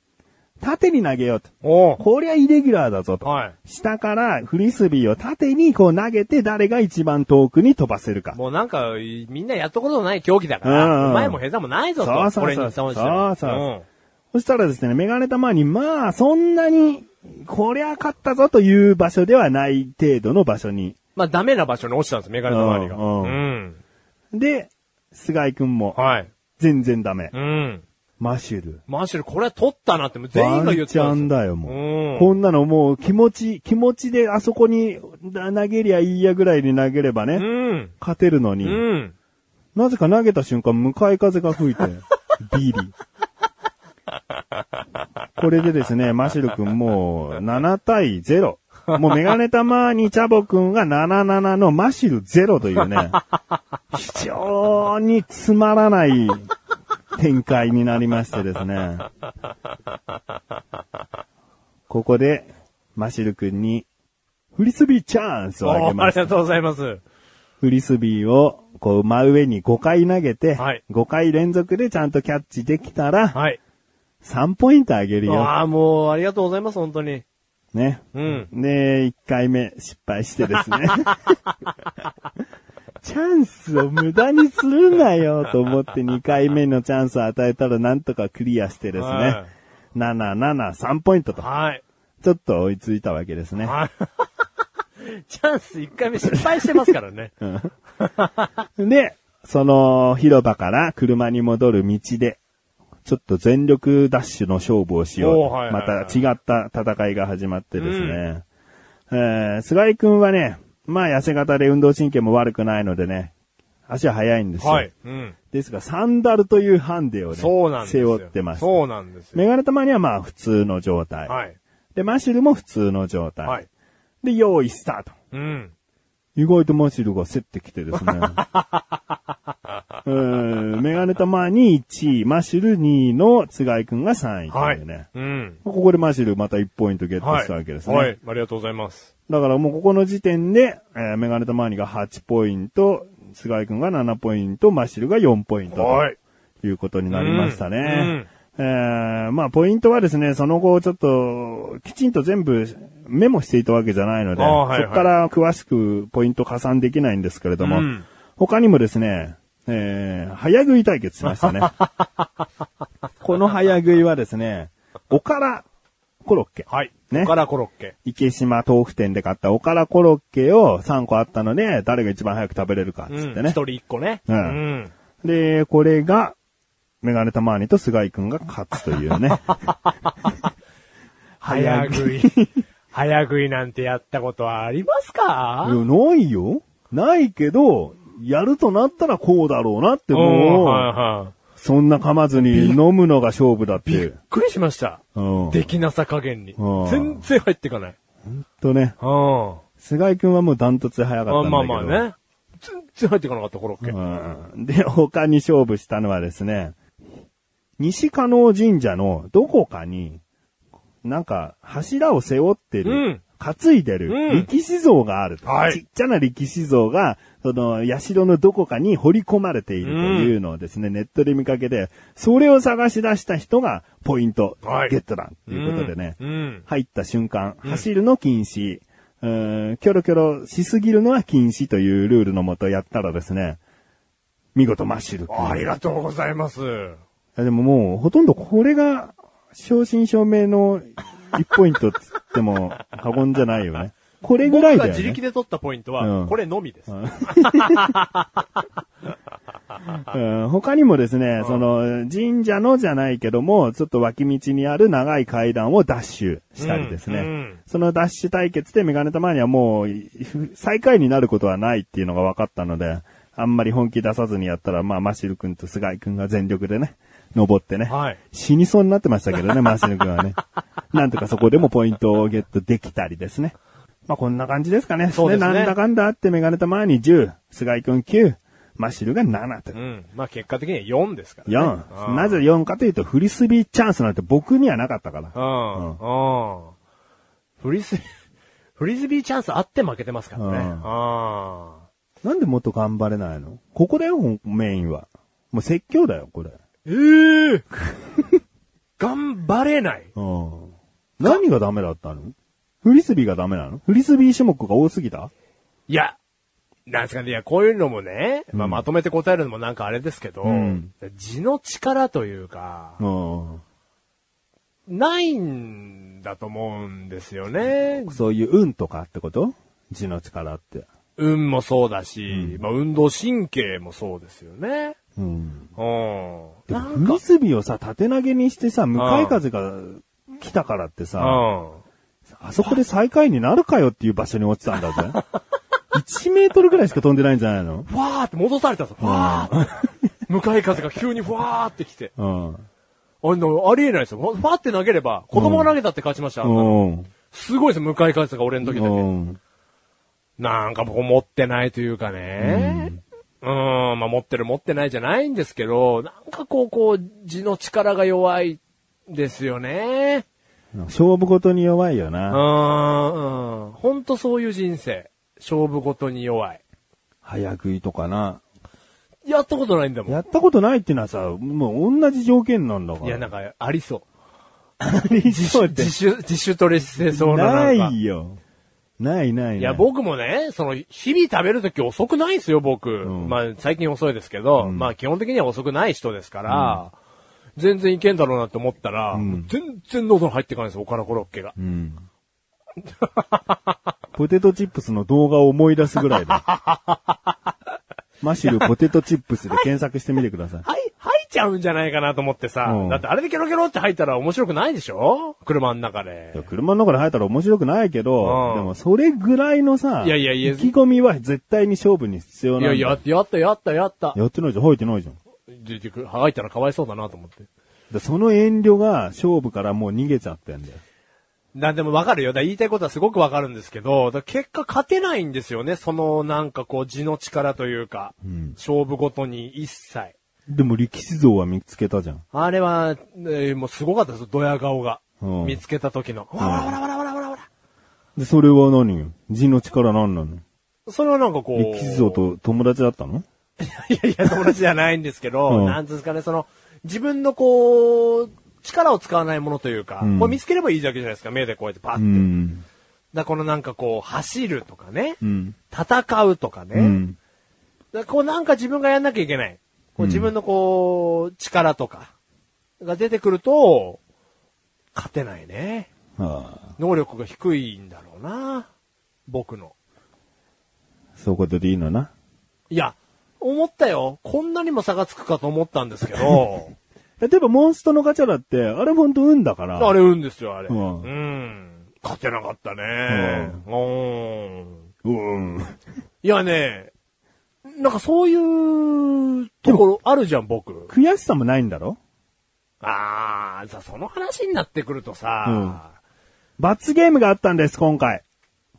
Speaker 2: 縦に投げようと。
Speaker 3: おう
Speaker 2: こりゃイレギュラーだぞと。
Speaker 3: はい
Speaker 2: 下からフリスビーを縦にこう投げて誰が一番遠くに飛ばせるか。
Speaker 3: もうなんか、いみんなやったことのない競技だか
Speaker 2: うんうん
Speaker 3: ら、前も下手もないぞと。
Speaker 2: そうそうそう
Speaker 3: 俺に損しても
Speaker 2: そうそうそしたらですね、メガネ玉に、まあ、そんなに、こりゃ勝ったぞという場所ではない程度の場所に。
Speaker 3: まあダメな場所に落ちたんです、メガネの周りが。
Speaker 2: う
Speaker 3: うん
Speaker 2: うん
Speaker 3: ん。
Speaker 2: で、菅井くんも、
Speaker 3: はい。
Speaker 2: 全然ダメ。
Speaker 3: うん。
Speaker 2: マシュル。
Speaker 3: マーシュル、これは取ったなって、もう全員が言って
Speaker 2: ワ
Speaker 3: た
Speaker 2: ンチャン
Speaker 3: んです
Speaker 2: だよ、もう。
Speaker 3: うん
Speaker 2: こんなのもう気持ち、気持ちであそこにな投げりゃいいやぐらいに投げればね、
Speaker 3: よ。うん。
Speaker 2: 勝てるのに、
Speaker 3: うん。
Speaker 2: なぜか投げた瞬間向かい風が吹いて、ビリ。これでですね、マシル君もう7対0。もうメガネ玉にチャボ君が77のマシル0というね、非常につまらない展開になりましてですね。ここで、マシル君にフリスビーチャンスをあ
Speaker 3: お
Speaker 2: げ
Speaker 3: ーあ
Speaker 2: ま
Speaker 3: り
Speaker 2: した
Speaker 3: がとうございます。
Speaker 2: フリスビーを、こう、真上に5回投げて、
Speaker 3: はい
Speaker 2: 5回連続でちゃんとキャッチできたら、
Speaker 3: はい。
Speaker 2: 3ポイントあげるよ。
Speaker 3: ああ、もう、ありがとうございます、本当に。
Speaker 2: ね。
Speaker 3: うん。
Speaker 2: で、1回目失敗して
Speaker 3: [LAUGHS]
Speaker 2: ですね。チャンスを無駄にするなよと思って2回目のチャンスを与えたらなんとかクリアしてですね
Speaker 3: は。
Speaker 2: 7、7、3ポイントと、
Speaker 3: はい。
Speaker 2: ちょっと追いついたわけですね。
Speaker 3: はい。 [LAUGHS] チャンス1回目失敗してます
Speaker 2: [LAUGHS]
Speaker 3: からね。
Speaker 2: で、その広場から車に戻る道で、ちょっと全力ダッシュの勝負をしよう。
Speaker 3: おーはいはい
Speaker 2: ま
Speaker 3: はい
Speaker 2: た違った戦いが始まってですね。えー、菅井くんはね、まあ痩せ型で運動神経も悪くないのでね、足は速いんですよ。
Speaker 3: はい。うん。
Speaker 2: ですが、サンダルというハンデをね、
Speaker 3: そうなんです
Speaker 2: 背
Speaker 3: よ。
Speaker 2: 負ってます。
Speaker 3: そうなんですよ。
Speaker 2: メガネ玉にはまあ普通の状態。
Speaker 3: はい。
Speaker 2: で、マシルも普通の状態。
Speaker 3: はい。
Speaker 2: で、用意スタート。
Speaker 3: うん。
Speaker 2: 意外とマシルが競ってきてです
Speaker 3: [LAUGHS]
Speaker 2: ね。うん、メガネ玉に1位、マシル2位の津賀井くんが3位と
Speaker 3: はいい。
Speaker 2: うね。
Speaker 3: うん。
Speaker 2: ここでマシルまた1ポイントゲット
Speaker 3: はい。
Speaker 2: したわけですね。
Speaker 3: はい。ありがとうございます。
Speaker 2: だからもうここの時点で、えーメガネ玉にが8ポイント、菅井くんが7ポイント、マシルが4ポイント
Speaker 3: はい
Speaker 2: ということになりましたね。えーまあポイントはですね、その後ちょっときちんと全部メモしていたわけじゃないので、
Speaker 3: あーはいはい
Speaker 2: そこから詳しくポイント加算できないんですけれども、
Speaker 3: うん
Speaker 2: 他にもですね、えー早食い対決しま
Speaker 3: [LAUGHS]
Speaker 2: したね。この早食いはですね、おからコロッケ。
Speaker 3: はい。
Speaker 2: ね
Speaker 3: ね。からコロッケ。
Speaker 2: 池島豆腐店で買ったおからコロッケを3個あったので、誰が一番早く食べれるか、
Speaker 3: う
Speaker 2: つっ
Speaker 3: ん。
Speaker 2: て
Speaker 3: 一
Speaker 2: ね。
Speaker 3: 人一個ね。
Speaker 2: う
Speaker 3: うんん。
Speaker 2: で、これが、メガネたまーにと菅井くんが勝つとい
Speaker 3: [LAUGHS]
Speaker 2: うね。
Speaker 3: 早食い。
Speaker 2: [LAUGHS]
Speaker 3: 早食いなんてやったことはありますか
Speaker 2: いやないよないけど、やるとなったらこうだろうなって、
Speaker 3: おー
Speaker 2: もう、
Speaker 3: はいはい。
Speaker 2: そんな噛まずに飲むのが勝負だってい
Speaker 3: びっ
Speaker 2: う。
Speaker 3: くりしました。
Speaker 2: うん。
Speaker 3: できなさ加減に
Speaker 2: うん。
Speaker 3: 全然入っていかない。
Speaker 2: とね、
Speaker 3: うん。
Speaker 2: 菅井くんはもうダントツで早かったんだけど。
Speaker 3: まあまあね。全然入っていかなかった、コロッケ。
Speaker 2: うんで、他に勝負したのはですね、西加納神社のどこかに、なんか、柱を背負ってる、
Speaker 3: うん
Speaker 2: 担いでる、
Speaker 3: うん
Speaker 2: 力士像があると、
Speaker 3: はい
Speaker 2: ちっちゃな力士像が、その、社のどこかに掘り込まれているというのをですね、ネットで見かけて、それを探し出した人が、ポイント、
Speaker 3: はい
Speaker 2: ゲットだ、ということでね、
Speaker 3: うん。
Speaker 2: 入った瞬間、走るの禁止、うーん、キョロキョロしすぎるのは禁止というルールのもとやったらですね、見事マッシュル君。
Speaker 3: ありがとうございます。
Speaker 2: でももう、ほとんどこれが、正真正銘の1ポイントっつっても過言じゃない
Speaker 3: [LAUGHS]
Speaker 2: よね。これぐ
Speaker 3: 僕
Speaker 2: らい
Speaker 3: が
Speaker 2: だよ
Speaker 3: 自
Speaker 2: ね
Speaker 3: 力。で取ったポイント
Speaker 2: うん
Speaker 3: は、これのみです。
Speaker 2: うん他にもですね、その、神社のじゃないけども、ちょっと脇道にある長い階段をダッシュしたりですね。
Speaker 3: うんうん
Speaker 2: そのダッシュ対決でメガネたまにはもう、い最下位になることはないっていうのが分かったので、あんまり本気出さずにやったら、まあ、マシル君と菅井君が全力でね、登ってね。
Speaker 3: はい
Speaker 2: 死にそうになってましたけどね、マシヌ君
Speaker 3: [LAUGHS]
Speaker 2: はね。なんとかそこでもポイントをゲットできたりですね。まあ、こんな感じですかね。
Speaker 3: そうですね
Speaker 2: なんだかんだあってメガネたまに10、菅井君9、マシルが7と。
Speaker 3: うん。まあ結果的には4ですからね。
Speaker 2: 4。
Speaker 3: うん
Speaker 2: なぜ4かというと、フリスビーチャンスなんて僕にはなかったから。
Speaker 3: うん。うん。フリス [LAUGHS] ビー、フリスビーチャンスあって負けてますからね。
Speaker 2: う
Speaker 3: うんん。
Speaker 2: なんでもっと頑張れないのここだよ、メインは。もう説教だよ、これ。
Speaker 3: ええ [LAUGHS] 頑張れない。
Speaker 2: うん。何がダメだったのフリスビーがダメなのフリスビー種目が多すぎた
Speaker 3: いや、なんですかね、いや、こういうのもね、まあ、まとめて答えるのもなんかあれですけど、
Speaker 2: うん
Speaker 3: 字の力というか、
Speaker 2: うん。
Speaker 3: ないんだと思うんですよね。
Speaker 2: そういう運とかってこと字の力って。
Speaker 3: 運もそうだし、まあ、運動神経もそうですよね。
Speaker 2: うん。
Speaker 3: うん。
Speaker 2: でも
Speaker 3: な
Speaker 2: フ
Speaker 3: んか、
Speaker 2: リスビーをさ、縦投げにしてさ、向かい風が来たからって
Speaker 3: う
Speaker 2: さ、
Speaker 3: ん。
Speaker 2: あそこで最下位になるかよっていう場所に落ちたんだ
Speaker 3: [LAUGHS]
Speaker 2: ぜ。1メートルぐらいしか飛んでないんじゃないの
Speaker 3: ふわーって戻されたぞ。ふわーって。向かい風が急にふわーってきて。
Speaker 2: うん。
Speaker 3: あの、ありえないですよ。ふわふわって投げれば、子供が投げたって勝ちました。
Speaker 2: うん。
Speaker 3: すごいですよ、向かい風が俺の時だけ。
Speaker 2: うん。
Speaker 3: なんか僕持ってないというかね。うん、まあ持ってる持ってないじゃないんですけど、なんかこう、こう、字の力が弱いですよね。
Speaker 2: 勝負ごとに弱いよ
Speaker 3: うん、
Speaker 2: な。
Speaker 3: うんほんとそういう人生。勝負ごとに弱い。
Speaker 2: 早食いとかな。
Speaker 3: やったことないんだもん。
Speaker 2: やったことないっていうのはさ、もう同じ条件なんだから。
Speaker 3: いや、なんか、ありそう。
Speaker 2: 何 [LAUGHS] そうって
Speaker 3: 自主、自主トレしてそうななんか。
Speaker 2: ないよ。ないないない。
Speaker 3: いや、僕もね、その、日々食べるとき遅くないですよ、僕。
Speaker 2: ん
Speaker 3: まあ、最近遅いですけど、まあ、基本的には遅くない人ですから、全然いけんだろうなって思ったら、
Speaker 2: ん
Speaker 3: 全然喉に入ってかないんですよ、おからコロッケが。
Speaker 2: うん。 [LAUGHS] ポテトチップスの動画を思い出すぐらいだ。
Speaker 3: [LAUGHS]
Speaker 2: マシュルポテトチップスで検索してみてください。
Speaker 3: はい、入っちゃうんじゃないかなと思ってさ、
Speaker 2: うん
Speaker 3: だってあれでケロケロって入ったら面白くないでしょ車の中で
Speaker 2: いや。車の中で入ったら面白くないけど、
Speaker 3: うん
Speaker 2: でもそれぐらいのさ、
Speaker 3: いやいやいや
Speaker 2: 意気込みは絶対に勝負に必要なん
Speaker 3: い
Speaker 2: だ
Speaker 3: や、や、やった、やった、やった。
Speaker 2: やってないじゃん、入ってないじゃん。
Speaker 3: 出てくる入ったらかわいそうだなと思って。
Speaker 2: でその遠慮が勝負からもう逃げちゃってんだよ。
Speaker 3: なんでもわかるよ。だから言いたいことはすごくわかるんですけど、だから結果勝てないんですよね。そのなんかこう、地の力というか、
Speaker 2: ん
Speaker 3: 勝負ごとに一切。
Speaker 2: でも力士像は見つけたじゃん。
Speaker 3: あれは、えーもうすごかったですよ、ドヤ顔が。
Speaker 2: うん
Speaker 3: 見つけた時の。わらわらわらわらわらわら。
Speaker 2: で、それは何よ字の力何なの
Speaker 3: それはなんかこう。
Speaker 2: 力士像と友達だったの
Speaker 3: [LAUGHS] いやいや、友達じゃないんですけど、
Speaker 2: うん
Speaker 3: なんつうんですかね、その、自分のこう、力を使わないものというか、
Speaker 2: ん
Speaker 3: これ見つければいいだけじゃないですか、目でこうやってパッ
Speaker 2: う
Speaker 3: て。だから
Speaker 2: ん。
Speaker 3: このなんかこう、走るとかね、
Speaker 2: うん。
Speaker 3: 戦うとかね、
Speaker 2: うん。
Speaker 3: だからこうなんか自分がやんなきゃいけない。こう自分のこう、力とか、が出てくると、勝てないね。
Speaker 2: ああ、
Speaker 3: 能力が低いんだろうな。僕の。
Speaker 2: そういうことでいいのな。
Speaker 3: いや、思ったよ。こんなにも差がつくかと思ったんですけど、
Speaker 2: 例えばモンストのガチャだって、あれほんと運だから。
Speaker 3: [LAUGHS] あれ運ですよ、あれ。
Speaker 2: う
Speaker 3: うんん。勝てなかったね。うん。
Speaker 2: うん。
Speaker 3: いやね、なんかそういうところあるじゃん、僕。
Speaker 2: 悔しさもないんだろ
Speaker 3: あー、さ、その話になってくるとさ、
Speaker 2: 罰ゲームがあったんです、今回。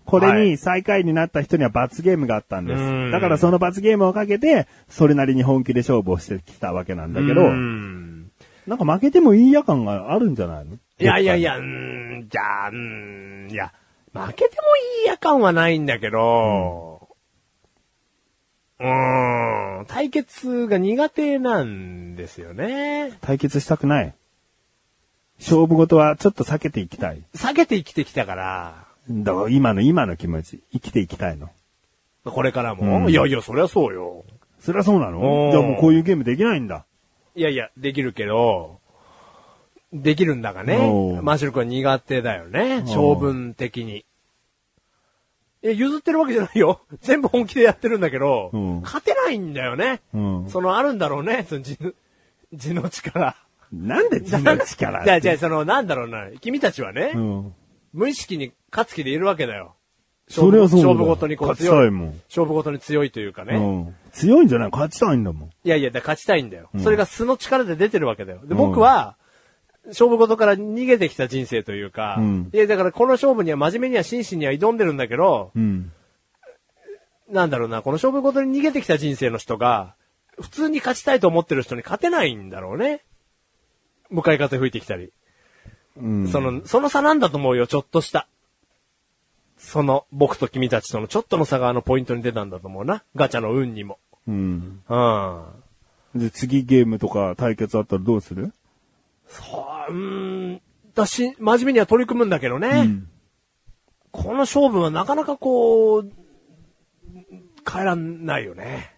Speaker 2: こ
Speaker 3: は
Speaker 2: れに
Speaker 3: い
Speaker 2: 最下位になった人には罰ゲームがあったんです。
Speaker 3: うん
Speaker 2: だからその罰ゲームをかけて、それなりに本気で勝負をしてきたわけなんだけど、
Speaker 3: うん
Speaker 2: なんか負けてもいいや感があるんじゃないの
Speaker 3: いやいやい。や、うーんじゃあ、うーんいや、負けてもいいや感はないんだけど、うーん、対決が苦手なんですよね。
Speaker 2: 対決したくない。勝負事はちょっと避けていきたい。
Speaker 3: 避けて生きてきたから、
Speaker 2: だから今の今の気持ち、生きていきたいの。
Speaker 3: これからも。いやいや、そりゃそうよ。
Speaker 2: そりゃそうな
Speaker 3: お
Speaker 2: の
Speaker 3: ー
Speaker 2: じゃあもうこういうゲームできないんだ。
Speaker 3: いやいや、できるけど、できるんだがね
Speaker 2: おう。
Speaker 3: マシュル君苦手だよね。性分的に。え、譲ってるわけじゃないよ。 [LAUGHS] 全部本気でやってるんだけど
Speaker 2: うん、
Speaker 3: 勝てないんだよね。
Speaker 2: うん
Speaker 3: そのあるんだろうね、その字の、 [LAUGHS] 字の力。
Speaker 2: なんで字の力っ
Speaker 3: [LAUGHS] じゃ
Speaker 2: て
Speaker 3: あ、じゃあ、その、なんだろうな。君たちはね、
Speaker 2: うん。
Speaker 3: 無意識に勝つ気でいるわけだよ。
Speaker 2: それはそうだ
Speaker 3: 勝負ごとにこう
Speaker 2: 勝ちた
Speaker 3: 強
Speaker 2: い
Speaker 3: い。
Speaker 2: もん。
Speaker 3: 勝負ごとに強いというかね。
Speaker 2: うん。強いんじゃない勝ちたいんだもん。
Speaker 3: いやいや、だから勝ちたいんだよ。
Speaker 2: うん
Speaker 3: それが素の力で出てるわけだよ。で、
Speaker 2: うん
Speaker 3: 僕は、勝負事から逃げてきた人生というか、
Speaker 2: うん
Speaker 3: いや、だからこの勝負には真面目には真摯には挑んでるんだけど、
Speaker 2: うん。
Speaker 3: なんだろうな、この勝負事に逃げてきた人生の人が、普通に勝ちたいと思ってる人に勝てないんだろうね。向かい風吹いてきたり。
Speaker 2: うん。
Speaker 3: その、その差なんだと思うよ、ちょっとした。その、僕と君たちとのちょっとの差があのポイントに出たんだと思うな。ガチャの運にも。
Speaker 2: うん。
Speaker 3: うん。
Speaker 2: で、次ゲームとか対決あったらどうする
Speaker 3: そう、うーん。だし、真面目には取り組むんだけどね。
Speaker 2: うん。
Speaker 3: この勝負はなかなかこう、変えらんないよね。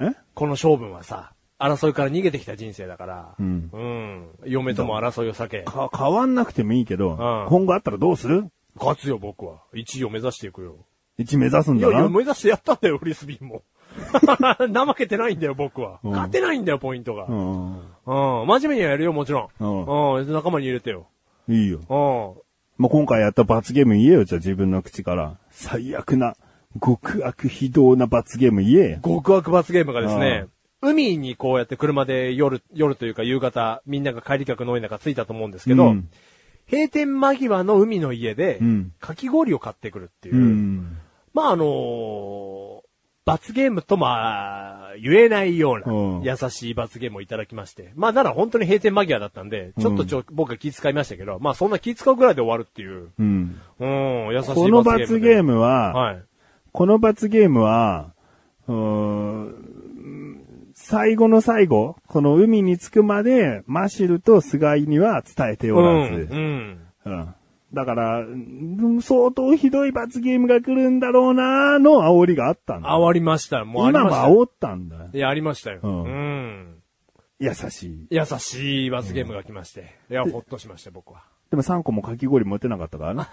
Speaker 2: え
Speaker 3: この勝負はさ、争いから逃げてきた人生だから。
Speaker 2: うん
Speaker 3: うん。嫁とも争いを避け。
Speaker 2: か、変わんなくてもいいけど、
Speaker 3: ん
Speaker 2: 今後あったらどうする
Speaker 3: 勝つよ、僕は。1位を目指していくよ。
Speaker 2: 一目指すん
Speaker 3: い
Speaker 2: だ
Speaker 3: やいや、
Speaker 2: な。
Speaker 3: 目指してやったんだよ、フリスビーも。 [LAUGHS] 怠けてないんだよ、僕は。
Speaker 2: うん
Speaker 3: 勝てないんだよ、ポイントが。
Speaker 2: う
Speaker 3: うん。
Speaker 2: ん。
Speaker 3: 真面目にはやるよ、もちろん。うん。仲間に入れてよ。
Speaker 2: いいよ。
Speaker 3: うん。
Speaker 2: まあ、今回やった罰ゲーム言えよ、じゃあ自分の口から。最悪な、極悪非道な罰ゲーム言えよ。
Speaker 3: 極悪罰ゲームがですね、海にこうやって車で夜、夜というか夕方、みんなが帰り客の多い中着いたと思うんですけど、
Speaker 2: うん
Speaker 3: 閉店間際の海の家で
Speaker 2: うん、
Speaker 3: かき氷を買ってくるっていう、
Speaker 2: うん。
Speaker 3: まああのー罰ゲームとまあ、言えないよう
Speaker 2: うん
Speaker 3: な優しい罰ゲームをいただきまして。まあ、なら本当に閉店間際だったんで、ちょっとちょ、僕は気遣いましたけど、まあそんな気遣うぐらいで終わるっていう、
Speaker 2: うん。
Speaker 3: うん、優しい罰ゲームで。
Speaker 2: この罰ゲームは、
Speaker 3: はい。
Speaker 2: この罰ゲームは、うーん最後の最後、この海に着くまで、マシルと菅井には伝えておらず
Speaker 3: う、ん。
Speaker 2: うんだから、うん相当ひどい罰ゲームが来るんだろうなーの煽りがあったんだ。
Speaker 3: あわりました。もうあり
Speaker 2: 今
Speaker 3: ま
Speaker 2: も
Speaker 3: した。
Speaker 2: 煽ったんだよ。
Speaker 3: いや、ありましたよ。
Speaker 2: う
Speaker 3: うんん。
Speaker 2: 優しい。
Speaker 3: 優しい罰ゲームが来まして。いや、ほっとしました、僕は。
Speaker 2: でも3個もかき氷持ってなかったからな。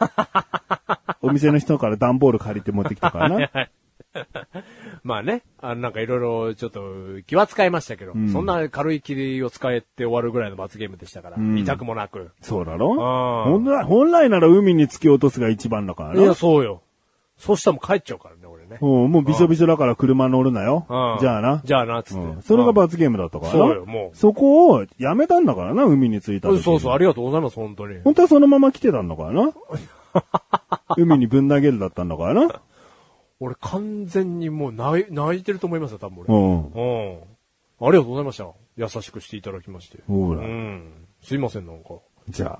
Speaker 2: [LAUGHS] お店の人から段ボール借りて持ってきたからな。
Speaker 3: まあね、あの、なんかいろいろ、ちょっと、気は使いましたけど、
Speaker 2: ん
Speaker 3: そんな軽い霧を使えて終わるぐらいの罰ゲームでしたから、
Speaker 2: ん
Speaker 3: 痛くもなく。
Speaker 2: そうだろ
Speaker 3: あー
Speaker 2: 本来本来なら海に突き落とすが一番だから
Speaker 3: い
Speaker 2: な
Speaker 3: や、。そうよ。そうしたらもう帰っちゃうからね、俺ね。
Speaker 2: うん、もうびしょびしょだから車乗るなよ
Speaker 3: うん。。
Speaker 2: じゃあな。
Speaker 3: じゃあな、つって。
Speaker 2: うんそれが罰ゲームだったからな。
Speaker 3: そうよもう
Speaker 2: そこをやめたんだからな、海に着いた
Speaker 3: う
Speaker 2: 時
Speaker 3: んそうそう、あ
Speaker 2: れ。
Speaker 3: りがとうございます、本当に。
Speaker 2: 本当はそのまま来てたんだからな。 [LAUGHS] 海にぶん投げるだったんだからな。
Speaker 3: 俺完全にもう泣い泣いてると思いますよ、多分
Speaker 2: う
Speaker 3: 俺。
Speaker 2: ん。
Speaker 3: うん。ありがとうございました。優しくしていただきまして。
Speaker 2: ほ
Speaker 3: う
Speaker 2: ら。
Speaker 3: ん。すいません、なんか。
Speaker 2: じゃ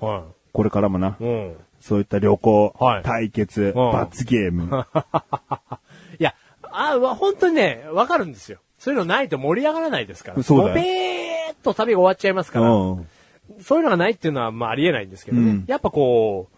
Speaker 2: あ、
Speaker 3: は
Speaker 2: これからもな、
Speaker 3: い。うん。
Speaker 2: そういった旅行、
Speaker 3: はい
Speaker 2: 対決、
Speaker 3: うん
Speaker 2: 罰ゲ
Speaker 3: [LAUGHS]
Speaker 2: ーム。
Speaker 3: いや、あわ本当にね、わかるんですよ。そういうのないと盛り上がらないですから。
Speaker 2: そうだよ
Speaker 3: もぺーっと旅が終わっちゃいますから、
Speaker 2: うん
Speaker 3: そういうのがないっていうのは、まあ、ありえないんですけどね。
Speaker 2: うん
Speaker 3: やっぱこう、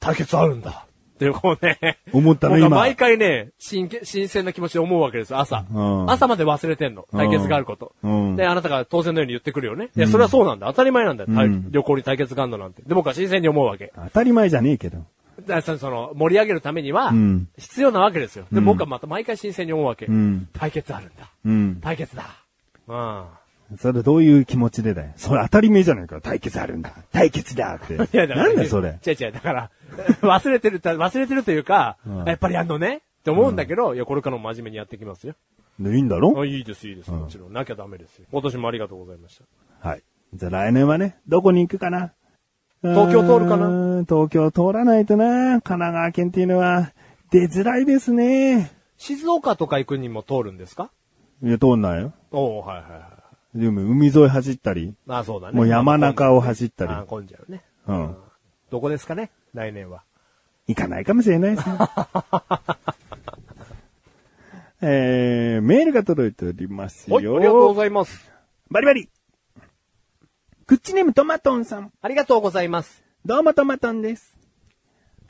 Speaker 3: 対決あるんだ。っていう、こうね。
Speaker 2: 思った
Speaker 3: 僕
Speaker 2: ね
Speaker 3: は
Speaker 2: 今
Speaker 3: 毎回ね、新け、新鮮な気持ちで思うわけです、朝。
Speaker 2: うん
Speaker 3: 朝まで忘れてんの。対決があること。
Speaker 2: うん
Speaker 3: で、あなたが当然のように言ってくるよね。いや、それはそうなんだ。当たり前なんだよ。対
Speaker 2: うん
Speaker 3: 旅行に対決があるのなんて。で、僕は新鮮に思うわけ。
Speaker 2: 当たり前じゃねえけど。
Speaker 3: だからその、盛り上げるためには
Speaker 2: うん、
Speaker 3: 必要なわけですよ。で、
Speaker 2: うん
Speaker 3: 僕はまた毎回新鮮に思うわけ。
Speaker 2: うん
Speaker 3: 対決あるんだ。
Speaker 2: うん。
Speaker 3: 対決だ。う
Speaker 2: それどういう気持ちでだよ。それ当たり前じゃないか。対決あるんだ。対決だって。 [LAUGHS]
Speaker 3: ん。いや、だから。
Speaker 2: [LAUGHS] なんだそれ。
Speaker 3: 違う違う、だから、 [LAUGHS] 忘れてるた、忘れてるというか、
Speaker 2: うん
Speaker 3: やっぱりやんのねって思うんだけど、いや、これからも真面目にやってきますよ。
Speaker 2: でいいんだろ
Speaker 3: あいいです、いいです。もちろん。なきゃダメですよ。今年もありがとうございました。
Speaker 2: はい。じゃあ来年はね、どこに行くかな
Speaker 3: 東京通るかな
Speaker 2: うーん東京通らないとな。神奈川県っていうのは出づらいですね。
Speaker 3: 静岡とか行くにも通るんですか
Speaker 2: いや、通んないよ。
Speaker 3: おおはいはいはい。
Speaker 2: でも海沿い走ったり、
Speaker 3: まあそうだね。
Speaker 2: もう山中を走ったり、
Speaker 3: あ混んじゃうね。
Speaker 2: うん。
Speaker 3: どこですかね来年は。
Speaker 2: 行かないかもしれ [LAUGHS] ないですね。えー、メールが届いておりますよ。
Speaker 3: はい、ありがとうございます。
Speaker 2: バリバリクッチネームトマトンさん。
Speaker 3: ありがとうございます。
Speaker 2: どうもトマトンです。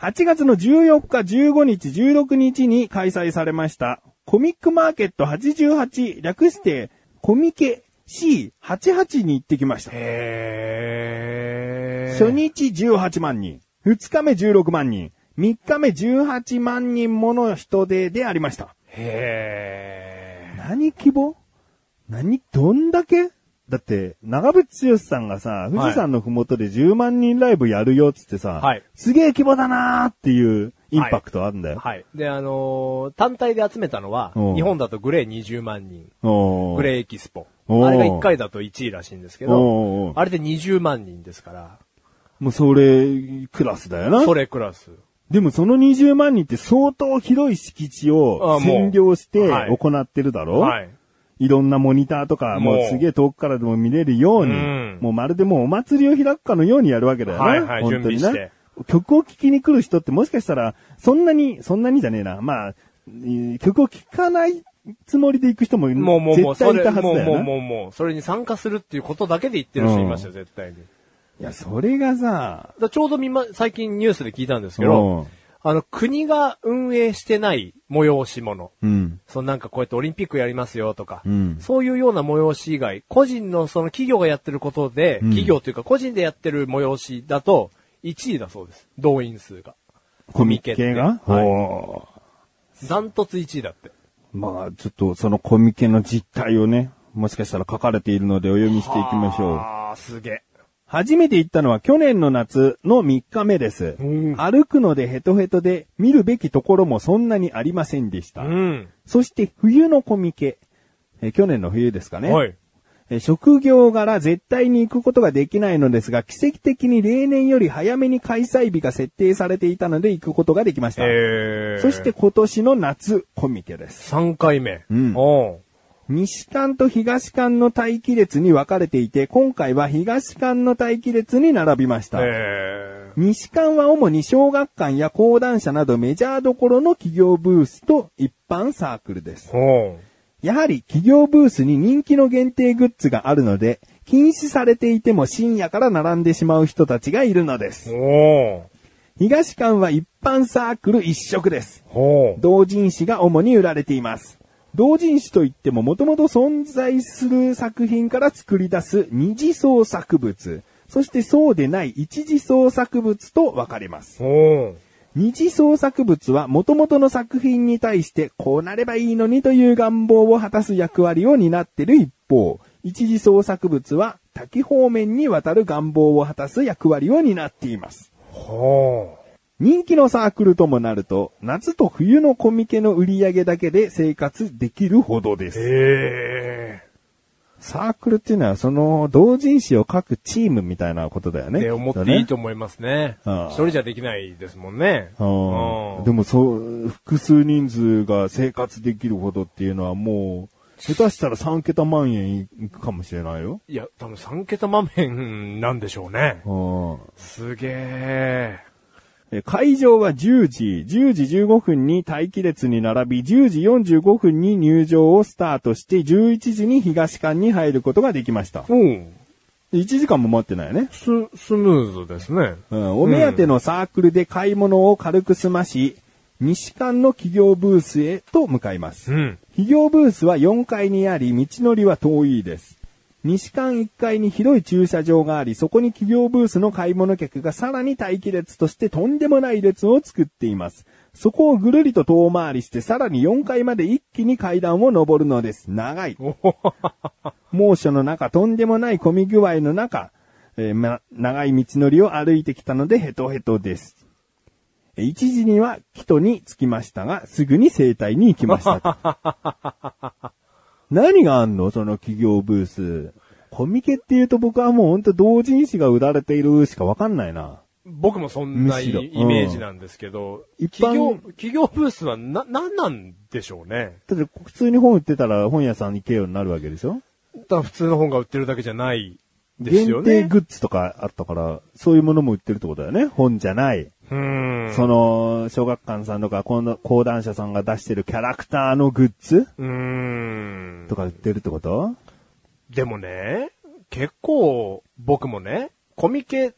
Speaker 2: 8月の14日、15日、16日に開催されました、コミックマーケット88、略して、コミケ C88 に行ってきました。
Speaker 3: へ
Speaker 2: 初日18万人、2日目16万人、3日目18万人もの人出でありました。
Speaker 3: へ
Speaker 2: 何規模何どんだけだって、長渕剛さんがさ、富士山のふもとで10万人ライブやるよっつってさ、
Speaker 3: はい
Speaker 2: すげえ規模だなーっていうインパクトあるんだよ。
Speaker 3: はい。で、あのー単体で集めたのは、
Speaker 2: うん
Speaker 3: 日本だとグレー20万人、
Speaker 2: おー
Speaker 3: グレーエキスポ。あ
Speaker 2: おー
Speaker 3: れが1回だと1位らしいんですけ
Speaker 2: おー
Speaker 3: ど、
Speaker 2: おー
Speaker 3: あれで20万人ですから、
Speaker 2: もうそれ、クラスだよな。
Speaker 3: それクラス。
Speaker 2: でもその20万人って相当広い敷地を
Speaker 3: あもう
Speaker 2: 占領して
Speaker 3: はい
Speaker 2: 行ってるだろ
Speaker 3: はい。
Speaker 2: いろんなモニターとか、も
Speaker 3: も
Speaker 2: う
Speaker 3: う
Speaker 2: すげえ遠くからでも見れるように、
Speaker 3: うん
Speaker 2: もうまるでもうお祭りを開くかのようにやるわけだよな。
Speaker 3: はいはい
Speaker 2: 本当に
Speaker 3: 準備
Speaker 2: な
Speaker 3: して。
Speaker 2: 曲を聴きに来る人ってもしかしたら、そんなに、そんなにじゃねえな。まあ、えー曲を聴かないつもりで行く人も
Speaker 3: もうもうもう、
Speaker 2: 絶
Speaker 3: そ
Speaker 2: 対い
Speaker 3: れ、
Speaker 2: たはず
Speaker 3: もう
Speaker 2: だ
Speaker 3: もう
Speaker 2: よな。
Speaker 3: もうもう、それに参加するっていうことだけで言ってる人いましたよ、絶対に。だか
Speaker 2: いや、それがさ、
Speaker 3: らちょうどみま、最近ニュースで聞いたんですけど、あの、国が運営してない催し物。
Speaker 2: うん。
Speaker 3: そのなんかこうやってオリンピックやりますよとか、
Speaker 2: うん
Speaker 3: そういうような催し以外、個人のその企業がやってることで、
Speaker 2: うん
Speaker 3: 企業というか個人でやってる催しだと、1位だそうです。動員数が。
Speaker 2: コミケ
Speaker 3: コミケって
Speaker 2: が、
Speaker 3: はい
Speaker 2: おー
Speaker 3: ダントツ1位だって。
Speaker 2: まあ、ちょっとそのコミケの実態をね、もしかしたら書かれているのでお読みしていきましょう。
Speaker 3: ああ、すげえ。
Speaker 2: 初めて行ったのは去年の夏の3日目です。
Speaker 3: うん
Speaker 2: 歩くのでヘトヘトで見るべきところもそんなにありませんでした。
Speaker 3: うん。
Speaker 2: そして冬のコミケ。えー去年の冬ですかね。
Speaker 3: はい。
Speaker 2: えー職業柄絶対に行くことができないのですが、奇跡的に例年より早めに開催日が設定されていたので行くことができまし
Speaker 3: え
Speaker 2: た。
Speaker 3: ー、
Speaker 2: そして、今年の夏コミケです。
Speaker 3: 3回目。
Speaker 2: うん
Speaker 3: お
Speaker 2: 西館と東館の待機列に分かれていて、今回は東館の待機列に並びまし
Speaker 3: う
Speaker 2: た。
Speaker 3: え
Speaker 2: 西館は主に小学館や講談社などメジャーどころの企業ブースと一般サークルです。
Speaker 3: ー、おう
Speaker 2: やはり企業ブースに人気の限定グッズがあるので、禁止されていても深夜から並んでしまう人たちがいるのです。
Speaker 3: おう
Speaker 2: 東館は一般サークル一色です。
Speaker 3: おう
Speaker 2: 同人誌が主に売られています。同人誌といっても元々存在する作品から作り出す二次創作物、そしてそうでない一次創作物と分かれます。
Speaker 3: おう
Speaker 2: 二次創作物は元々の作品に対してこうなればいいのにという願望を果たす役割を担っている一方、一次創作物は多岐方面にわたる願望を果たす役割を担っています。
Speaker 3: お
Speaker 2: 人気のサークルともなると、夏と冬のコミケの売り上げだけで生活できるほどで
Speaker 3: う
Speaker 2: す。
Speaker 3: え
Speaker 2: サークルっていうのはその同人誌を書くチームみたいなことだよ
Speaker 3: ー、
Speaker 2: ね。
Speaker 3: って思っ
Speaker 2: きと
Speaker 3: て
Speaker 2: ね
Speaker 3: いいと思いますね。
Speaker 2: うん
Speaker 3: 一人じゃできないですもんね。
Speaker 2: あ
Speaker 3: う
Speaker 2: あ
Speaker 3: ん
Speaker 2: でもそう、複数人数が生活できるほどっていうのはもう、下手したら3桁万円いくかもしれないよ。
Speaker 3: いや、多分3桁満面なんでしょうね。
Speaker 2: あ
Speaker 3: すげえ。
Speaker 2: え会場は10時、10時15分に待機列に並び、10時45分に入場をスタートして、11時に東館に入ることができました。
Speaker 3: うん。
Speaker 2: 1時間も待ってないね。
Speaker 3: ス、スムーズですね。
Speaker 2: うん、お目当てのサークルで買い物を軽く済まし、西館の企業ブースへと向かいます。
Speaker 3: うん。
Speaker 2: 企業ブースは4階にあり、道のりは遠いです。西館1階に広い駐車場があり、そこに企業ブースの買い物客がさらに待機列としてとんでもない列を作っています。そこをぐるりと遠回りして、さらに4階まで一気に階段を登るのです。長い。猛暑の中、とんでもない混み具合の中、えーま、長い道のりを歩いてきたのでヘトヘトです。えー一時には、キトに着きましたが、すぐに生態に行きましたと。何があんのその企業ブース。コミケっていうと僕はもうほんと同人誌が売られているしかわかんないな。
Speaker 3: 僕もそんなイ
Speaker 2: むしろうん
Speaker 3: イメージなんですけど、
Speaker 2: 一般
Speaker 3: 企業、企業ブースはな、なんなんでしょうね。
Speaker 2: だって普通に本売ってたら本屋さん行けようになるわけでしょ
Speaker 3: ただ普通の本が売ってるだけじゃないですよ
Speaker 2: 限定
Speaker 3: ね。
Speaker 2: グッズとかあったから、そういうものも売ってるってことだよね。本じゃない。
Speaker 3: うん。
Speaker 2: その、小学館さんとか、この講談社さんが出してるキャラクターのグッズ
Speaker 3: うん
Speaker 2: と。か売ってるってこと
Speaker 3: でもね、結構僕もね、コミケっ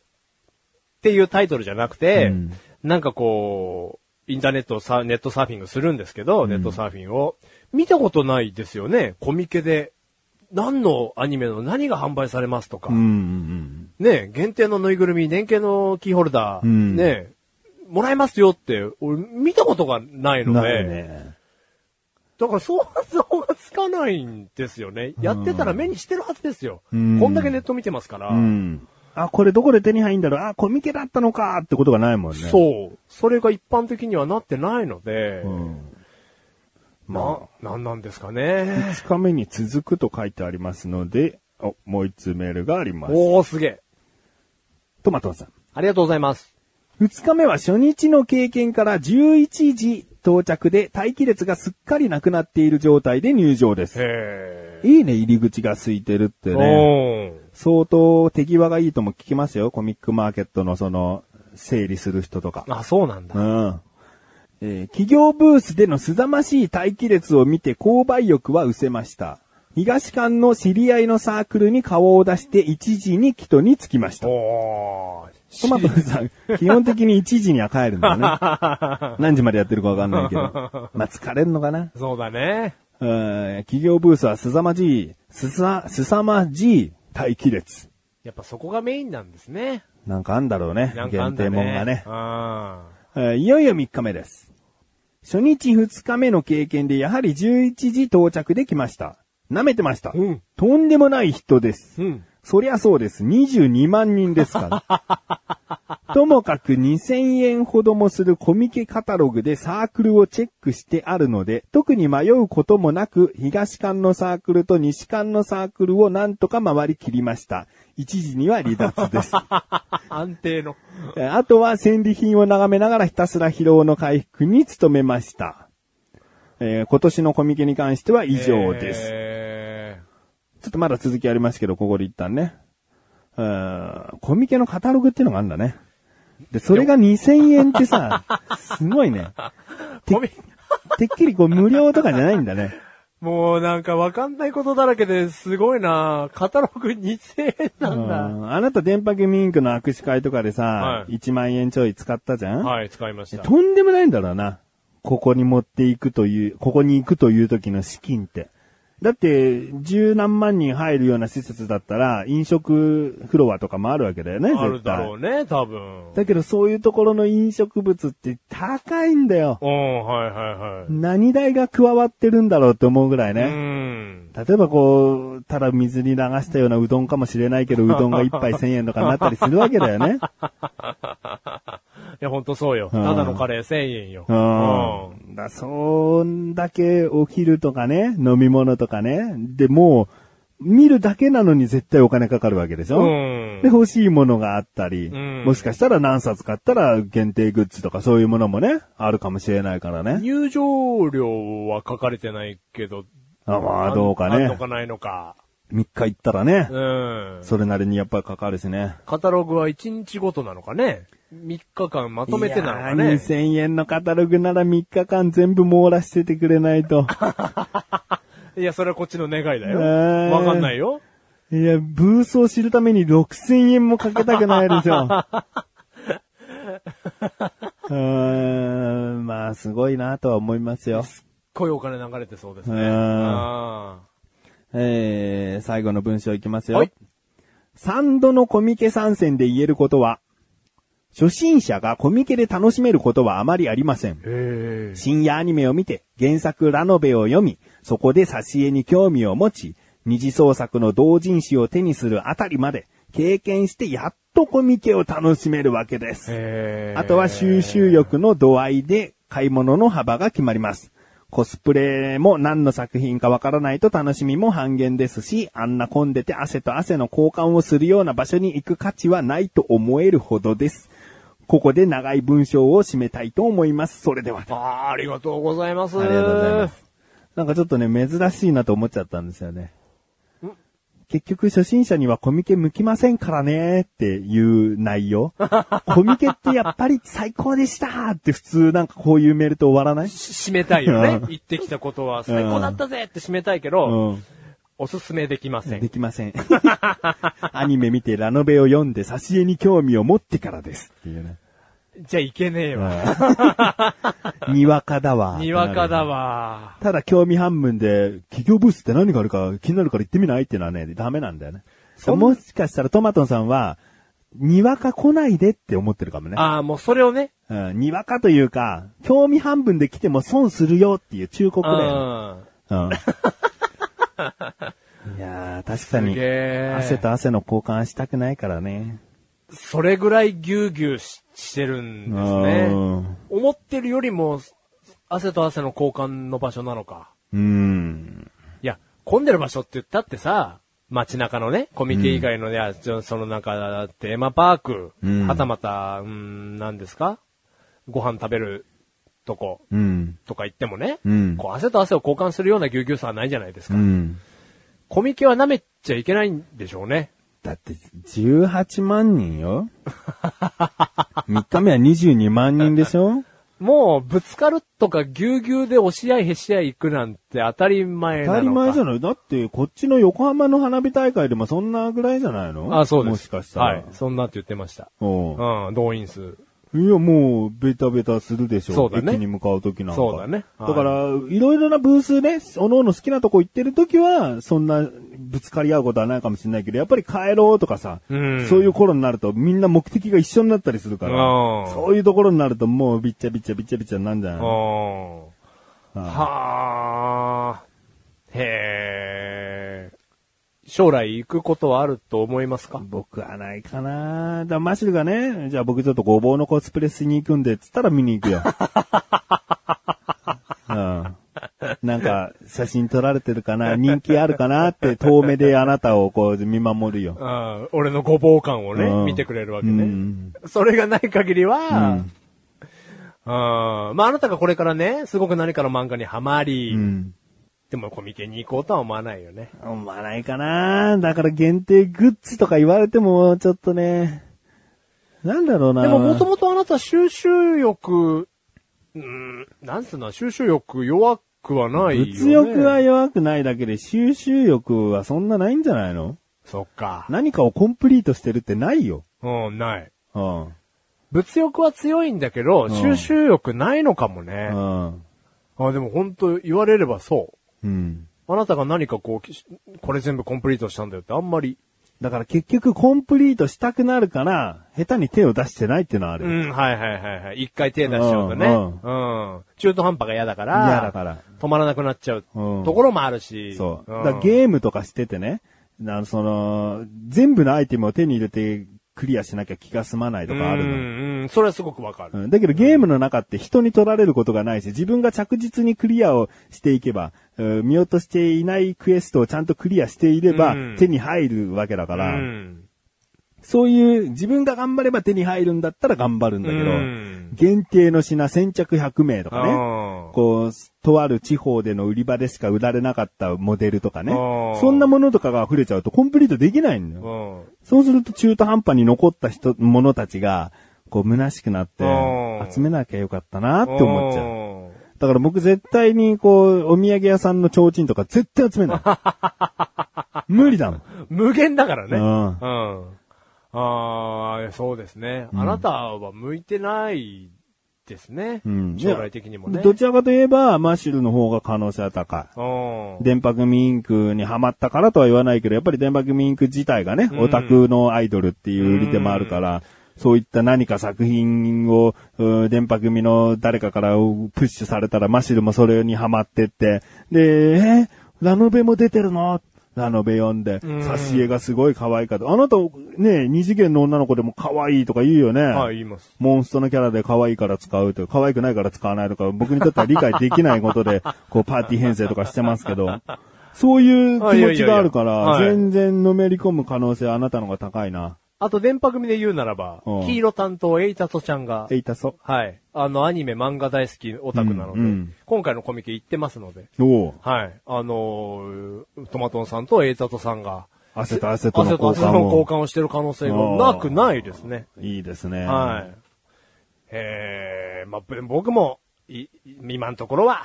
Speaker 3: ていうタイトルじゃなくて、
Speaker 2: うん
Speaker 3: なんかこう、インターネットをさ、ネットサーフィングするんですけど、ネットサーフィンを。見たことないですよね、コミケで。何のアニメの何が販売されますとか。
Speaker 2: うんうん
Speaker 3: ね、限定のぬいぐるみ、年系のキーホルダー、
Speaker 2: うん
Speaker 3: ね、もらえますよって、俺見たことがない
Speaker 2: うん。
Speaker 3: の
Speaker 2: な
Speaker 3: で、
Speaker 2: いね。
Speaker 3: だから想像がつかないんですよね。やってたら目にしてるはずですよ。
Speaker 2: うん
Speaker 3: こんだけネット見てますから。
Speaker 2: うん。あ、これどこで手に入んだろうあ、コミケだったのかってことがないもんね。
Speaker 3: そう。それが一般的にはなってないので、
Speaker 2: うん。
Speaker 3: な、なんなんですかね。
Speaker 2: 2日目に続くと書いてありますので、お、もう一通メールがあります。
Speaker 3: おー、すげえ。
Speaker 2: トマトさん。
Speaker 3: ありがとうございます。
Speaker 2: 2日目は初日の経験から11時到着で待機列がすっかりなくなっている状態で入場です。
Speaker 3: へ
Speaker 2: いいね、入り口が空いてるって
Speaker 3: え。
Speaker 2: ね。
Speaker 3: おー
Speaker 2: 相当手際がいいとも聞きますよ。コミックマーケットのその、整理する人とか。
Speaker 3: あ、そうなんだ
Speaker 2: う。ん。えー企業ブースでのすざましい待機列を見て購買欲は失せました。東館の知り合いのサークルに顔を出して1時に木戸に着きました。
Speaker 3: おー。
Speaker 2: トマトさん、基本的に1時には帰るんだよ
Speaker 3: [LAUGHS]
Speaker 2: ね。何時までやってるかわかんないけど。まあ、疲れるのかな。
Speaker 3: そうだね。
Speaker 2: うん企業ブースはすざまじい、すさ、すさまじい待機列。
Speaker 3: やっぱそこがメインなんですね。
Speaker 2: なんかあんだろうね。
Speaker 3: なんかあ
Speaker 2: 限
Speaker 3: んだね。
Speaker 2: 定もんがね。
Speaker 3: あ
Speaker 2: えーいよいよ3日目です。初日2日目の経験でやはり11時到着できました。舐めてました。
Speaker 3: うん
Speaker 2: とんでもない人です。
Speaker 3: ーうん。
Speaker 2: そりゃそうです。22万人です
Speaker 3: [LAUGHS]
Speaker 2: から。ともかく2000円ほどもするコミケカタログでサークルをチェックしてあるので、特に迷うこともなく、東館のサークルと西館のサークルをなんとか回り切りました。1時には離脱です。
Speaker 3: 安定の。
Speaker 2: えーあとは戦利品を眺めながらひたすら疲労の回復に努めました。えー今年のコミケに関しては以上です。
Speaker 3: え
Speaker 2: ちょっとまだ続きありますけど、ここで一旦ね。うーんコミケのカタログっていうのがあるんだね。で、それが2000円ってさ、
Speaker 3: [LAUGHS]
Speaker 2: すごいね。
Speaker 3: ーコミ
Speaker 2: てっきりこう無料とかじゃないんだね。
Speaker 3: もうなんかわかんないことだらけですごいなカタログ2000円なん
Speaker 2: う
Speaker 3: だ。
Speaker 2: んあなた電波組インクの握手会とかでさ、
Speaker 3: はい
Speaker 2: 1万円ちょい使ったじゃん
Speaker 3: はい、使いました。
Speaker 2: とんでもないんだろうな。ここに持っていくという、ここに行くという時の資金って。だって、十何万人入るような施設だったら、飲食フロアとかもあるわけだよね、絶対。
Speaker 3: あるだろうね、多分。
Speaker 2: だけど、そういうところの飲食物って高いんだよ。
Speaker 3: うん、はいはいはい。
Speaker 2: 何代が加わってるんだろうって思うぐらいうね。
Speaker 3: ん。
Speaker 2: 例えばこう、ただ水に流したようなうどんかもしれないけど、うどんが一杯1000円とかになったりするわけだよ
Speaker 3: [LAUGHS]
Speaker 2: ね。
Speaker 3: いや、ほんとそうよ。
Speaker 2: うん
Speaker 3: ただのカレー1000円よ。
Speaker 2: う。ん。だ、そんだけお昼とかね、飲み物とかね。で、もう、見るだけなのに絶対お金かかるわけでし
Speaker 3: う
Speaker 2: ょ、
Speaker 3: ん。
Speaker 2: で、欲しいものがあったり、
Speaker 3: うん
Speaker 2: もしかしたら何冊買ったら限定グッズとかそういうものもね、あるかもしれないからね。
Speaker 3: 入場料は書かれてないけど。
Speaker 2: あまあ、どうか
Speaker 3: あんの
Speaker 2: ね
Speaker 3: か。ないのか。
Speaker 2: 3日行ったらね、
Speaker 3: うん。
Speaker 2: それなりにやっぱりかかるしね。
Speaker 3: カタログは1日ごとなのかね。3日間まとめてなのか
Speaker 2: いやー
Speaker 3: ね。
Speaker 2: 2000円のカタログなら3日間全部網羅しててくれないと。
Speaker 3: いや、それはこっちの願いだよ。
Speaker 2: えー
Speaker 3: わかんないよ。
Speaker 2: いや、ブースを知るために6000円もかけたくないですよ。
Speaker 3: [LAUGHS]
Speaker 2: うーん、まあ、すごいなとは思いますよ。
Speaker 3: こういうお金流れてそうです
Speaker 2: う
Speaker 3: ね。
Speaker 2: ん
Speaker 3: あ
Speaker 2: えー、最後の文章いきます
Speaker 3: ー
Speaker 2: よ。
Speaker 3: はい。
Speaker 2: 3度のコミケ参戦で言えることは、初心者がコミケで楽しめることはあまりありません。
Speaker 3: えー
Speaker 2: 深夜アニメを見て、原作ラノベを読み、そこで挿絵に興味を持ち、二次創作の同人誌を手にするあたりまで、経験してやっとコミケを楽しめるわけです。
Speaker 3: えー
Speaker 2: あとは収集力の度合いで買い物の幅が決まります。コスプレも何の作品かわからないと楽しみも半減ですし、あんな混んでて汗と汗の交換をするような場所に行く価値はないと思えるほどです。ここで長い文章を締めたいと思います。それでは。
Speaker 3: あーありがとうございます。
Speaker 2: ありがとうございます。。なんかちょっとね、珍しいなと思っちゃったんですよね。結局初心者にはコミケ向きませんからねっていう内容。 [LAUGHS] コミケってやっぱり最高でしたって普通なんかこういうメールと終わらない
Speaker 3: し締めたいよね
Speaker 2: [LAUGHS] うん。
Speaker 3: 言ってきたことは最高だったぜって締めたいけど、
Speaker 2: うん。
Speaker 3: おすすめできません
Speaker 2: で。きません。アニメ見てラノベを読んで挿絵に興味を持ってからですっていう [LAUGHS] ね。
Speaker 3: じゃあいけねえわ。
Speaker 2: [LAUGHS] にわかだわ。
Speaker 3: にわかだ。わ。
Speaker 2: ただ興味半分で、企業ブースって何があるか気になるから行ってみないっていうのはね、ダメなんだよね。
Speaker 3: そん
Speaker 2: もしかしたらトマトンさんは、にわか来ないでって思ってるかもね。
Speaker 3: ああ、もうそれをね。
Speaker 2: うん、にわかというか、興味半分で来ても損するよっていう忠告だよね。
Speaker 3: うん [LAUGHS]
Speaker 2: うん。いやー、確か
Speaker 3: す
Speaker 2: に
Speaker 3: げ、え。
Speaker 2: 汗と汗の交換したくないからね。
Speaker 3: それぐらいぎゅうぎゅうししてるんですね。
Speaker 2: ね。
Speaker 3: 思ってるよりも、汗と汗の交換の場所なのか。
Speaker 2: うん。
Speaker 3: いや、混んでる場所って言ったってさ、街中のね、コミケ以外のね、あちょその中、テーマパーク、
Speaker 2: うん
Speaker 3: はたまた、うん、何ですかご飯食べるとこ
Speaker 2: うん。
Speaker 3: とか行ってもね、
Speaker 2: うん
Speaker 3: こう汗と汗を交換するようなぎゅうぎゅうさはないじゃないです
Speaker 2: う
Speaker 3: か。
Speaker 2: ん。
Speaker 3: コミケは舐めちゃいけないんでしょうね。
Speaker 2: だって、18万
Speaker 3: [LAUGHS]
Speaker 2: 人よ。3日目は22万人でしょ
Speaker 3: もう、ぶつかるとか、ぎゅうぎゅうで押し合いへし合い行くなんて当たり前
Speaker 2: 当
Speaker 3: なのか。
Speaker 2: たり前じゃないだって、こっちの横浜の花火大会でもそんなぐらいじゃないの
Speaker 3: あ、そうです。
Speaker 2: もしかしたら。
Speaker 3: はい。そんなって言ってました。
Speaker 2: お
Speaker 3: うん、動員数。
Speaker 2: ういや、もう、ベタベタするでしょ。
Speaker 3: そうだね
Speaker 2: 駅に向かうときなんか。
Speaker 3: そうだねはい
Speaker 2: だから、いろいろなブースね、おのおの好きなとこ行ってるときは、そんな、ぶつかり合うことはないかもしれないけど、やっぱり帰ろうとかさ、
Speaker 3: うん
Speaker 2: そういう頃になると、みんな目的が一緒になったりするから、
Speaker 3: うん
Speaker 2: そういうところになると、もう、びっちゃびっちゃびっちゃびっちゃなんじゃ
Speaker 3: う。
Speaker 2: なんい
Speaker 3: はあ。
Speaker 2: はい
Speaker 3: へえ。将来行くことはあると思いますか
Speaker 2: 僕はないかなだからマシルがね、じゃあ僕ちょっとごぼうのコスプレしに行くんで、っつったら見に行くよ。うん。なんか、写真撮られてるかな人気あるかなって、遠目であなたをこう見守るよ。
Speaker 3: うん。俺のごぼう感を
Speaker 2: う
Speaker 3: ね、
Speaker 2: ん
Speaker 3: 見てくれるわけ
Speaker 2: う
Speaker 3: ね。
Speaker 2: ん。
Speaker 3: それがない限りは、
Speaker 2: うん
Speaker 3: うん。まあ、あなたがこれからね、すごく何かの漫画にハマり、
Speaker 2: うん。
Speaker 3: でもコミケに行こうとは思わないよね。
Speaker 2: 思わないかなだから限定グッズとか言われても、ちょっとね、なんだろうな
Speaker 3: でももともとあなた収集欲、うん、なんつうの、収集欲弱くはないよ、ね。
Speaker 2: 物欲は弱くないだけで、収集欲はそんなないんじゃないの
Speaker 3: そっか。
Speaker 2: 何かをコンプリートしてるってないよ。
Speaker 3: うん、ない。
Speaker 2: うん。
Speaker 3: 物欲は強いんだけど、
Speaker 2: ん
Speaker 3: 収集欲ないのかもね。
Speaker 2: うん。
Speaker 3: あ、でも本当言われればそ
Speaker 2: うん。
Speaker 3: う。あなたが何かこうき、これ全部コンプリートしたんだよってあんまり。
Speaker 2: だから結局コンプリートしたくなるから、下手に手を出してないっていうのはある
Speaker 3: う
Speaker 2: よ。
Speaker 3: ん、はいはいはいはい。一回手出しちゃうとね。
Speaker 2: う
Speaker 3: うん。中途半端が嫌だから。
Speaker 2: 嫌だから。
Speaker 3: 止まらなくなっちゃう
Speaker 2: うん
Speaker 3: ところもあるし。
Speaker 2: そう。だ
Speaker 3: ん
Speaker 2: からゲームとかしててね、なその、全部のアイテムを手に入れてクリアしなきゃ気が済まないとかある
Speaker 3: う
Speaker 2: の。
Speaker 3: ん、うん、それはすごくわかる。
Speaker 2: うんだけどゲームの中って人に取られることがないし、自分が着実にクリアをしていけば、うん見落としていないクエストをちゃんとクリアしていれば
Speaker 3: うん
Speaker 2: 手に入るわけだから、
Speaker 3: うん。
Speaker 2: そういう自分が頑張れば手に入るんだったら頑張るんだけど、
Speaker 3: うん
Speaker 2: 限定の品先着100名とかね。
Speaker 3: あー
Speaker 2: こう、とある地方での売り場でしか売られなかったモデルとかね
Speaker 3: あー。
Speaker 2: そんなものとかが溢れちゃうとコンプリートできないんだよ。
Speaker 3: うん。
Speaker 2: そうすると中途半端に残った人、ものたちが、こう虚しくなって
Speaker 3: あー、
Speaker 2: 集めなきゃよかったなって思っちゃう。
Speaker 3: ゃ
Speaker 2: だから僕絶対にこう、お土産屋さんの提灯とか絶対集めない。
Speaker 3: [LAUGHS]
Speaker 2: 無理だもん。
Speaker 3: う。無限だからね。う
Speaker 2: う
Speaker 3: ん。
Speaker 2: ん
Speaker 3: ああ、そうですね、あなたは向いてないですね。
Speaker 2: うん
Speaker 3: 将来的にもね。
Speaker 2: どちらかといえば、マッシュルの方が可能性は高い。
Speaker 3: うん。
Speaker 2: 電波組インクにハマったからとは言わないけど、やっぱり電波組インク自体がね、
Speaker 3: うん
Speaker 2: オタクのアイドルっていう売りでもあるから、そういった何か作品を、うん電波組の誰かからプッシュされたら、マシルもそれにハマってって、で、えーラノベも出てるのラノベ読んで、
Speaker 3: うん
Speaker 2: 挿絵がすごい可愛いかった。あなた、ね、二次元の女の子でも可愛いとか言うよね。
Speaker 3: はい、言います。
Speaker 2: モンストのキャラで可愛いから使うという、可愛くないから使わないとか、僕にとっては理解できないこ
Speaker 3: [LAUGHS]
Speaker 2: とで、こう、パーティー編成とかしてますけど、そういう気
Speaker 3: あいや
Speaker 2: 持
Speaker 3: い
Speaker 2: ち
Speaker 3: やいや
Speaker 2: があるから
Speaker 3: は、い
Speaker 2: 全然のめり込む可能性はあなたの方が高いな。
Speaker 3: あと、電波組で言うならば、
Speaker 2: うん
Speaker 3: 黄色担当、エイタトちゃんが
Speaker 2: え、いたそ。
Speaker 3: はい。あの、アニメ、漫画大好きオタクなので、
Speaker 2: うんうん
Speaker 3: 今回のコミケ行ってますので、
Speaker 2: おう
Speaker 3: はい。あのートマトンさんとエイタトさんが、
Speaker 2: 汗と汗との
Speaker 3: 汗と
Speaker 2: 交
Speaker 3: 汗の
Speaker 2: 換
Speaker 3: 交
Speaker 2: を。
Speaker 3: 換をしてる可能性がなくないですね。
Speaker 2: いいですね。
Speaker 3: はい。えー、まあ、ぶ僕も、い、今のところは、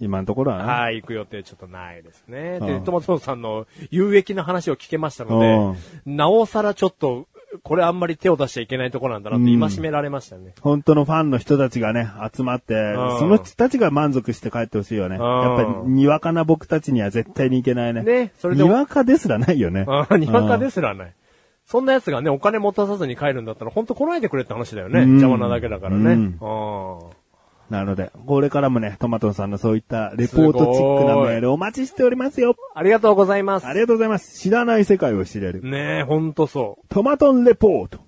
Speaker 2: 今のところはね。
Speaker 3: はい、行く予定ちょっとないですね。
Speaker 2: う
Speaker 3: で、
Speaker 2: ん
Speaker 3: トマトさんの有益な話を聞けましたので、なおさらちょっと、これあんまり手を出しちゃいけないとこなんだなって今しめられましたね。
Speaker 2: 本当のファンの人たちがね、集まって、
Speaker 3: ん
Speaker 2: その人たちが満足して帰ってほしいよね。
Speaker 3: ん
Speaker 2: やっぱり、にわかな僕たちには絶対にいけないね。
Speaker 3: ねそれで
Speaker 2: にわかですらないよね。。
Speaker 3: ああ、にわかですすらない。そんな奴がね、お金持たさずに帰るんだったら、ほんと来ないでくれって話だよね。
Speaker 2: うん
Speaker 3: 邪魔なだけだからね。う
Speaker 2: うんん。なので、これからもね、トマトンさんのそういったレポートチックなメールお待ちしておりますよ。
Speaker 3: ありがとうございます
Speaker 2: あ。りがとうございます。知らない世界を知れる。
Speaker 3: ねえ、ほんとそう。
Speaker 2: トマトンレポート。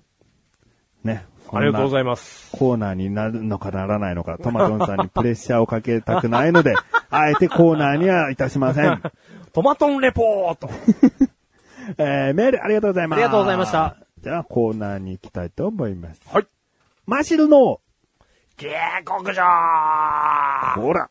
Speaker 2: ね。
Speaker 3: ありがとうござい
Speaker 2: ま
Speaker 3: ます。
Speaker 2: す。コーナーになるのかならないのか、トマトンさんにプレッシャーをかけたくな
Speaker 3: [LAUGHS]
Speaker 2: いので、あえてコーナーにはいたしません。
Speaker 3: トマトンレポート。
Speaker 2: えー、メールありがとうございます。
Speaker 3: ありがとうございました。
Speaker 2: じゃあコーナーに行きたいと思います。
Speaker 3: はい。
Speaker 2: マシルの、
Speaker 3: 下克上あ
Speaker 2: ほら。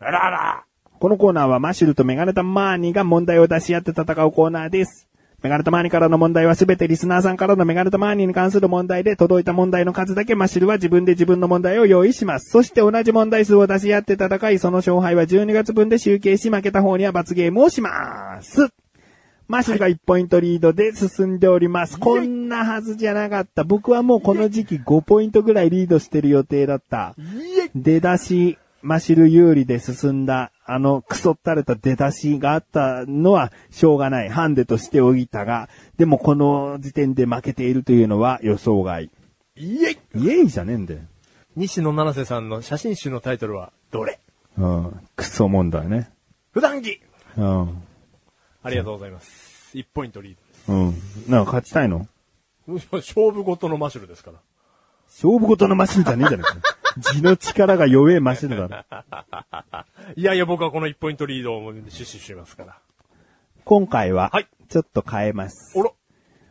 Speaker 3: らあら。
Speaker 2: このコーナーはマシュルとメガネタマーニが問題を出し合って戦うコーナーです。メガネタマーニからの問題はすべてリスナーさんからのメガネタマーニに関する問題で届いた問題の数だけマシュルは自分で自分の問題を用意します。そして同じ問題数を出し合って戦い、その勝敗は12月分で集計し負けた方には罰ゲームをします。マシュルが1ポイントリードで進んでおります。こんなはずじゃなかった。僕はもうこの時期5ポイントぐらいリードしてる予定だった。出だし、マシル有利で進んだ、あの、クソったれた出だしがあったのは、しょうがない。ハンデとしておいたが、でもこの時点で負けているというのは予想外。
Speaker 3: イエイ
Speaker 2: イエイじゃねえんだよ。
Speaker 3: 西野七瀬さんの写真集のタイトルは、どれ
Speaker 2: うん。クソもんだよね。
Speaker 3: 普段着
Speaker 2: うん。
Speaker 3: ありがとうございます。1ポイントリー
Speaker 2: うん。なんか勝ちたいの
Speaker 3: ドです。勝負ごとのマシュルですから。
Speaker 2: 勝負事のマシンじゃねえじゃねえか。地の力が弱えマシンだろ。
Speaker 3: いやいや、僕はこの1ポイントリードを死守しますから。
Speaker 2: 今回は
Speaker 3: はい、
Speaker 2: ちょっと変えます。
Speaker 3: おろ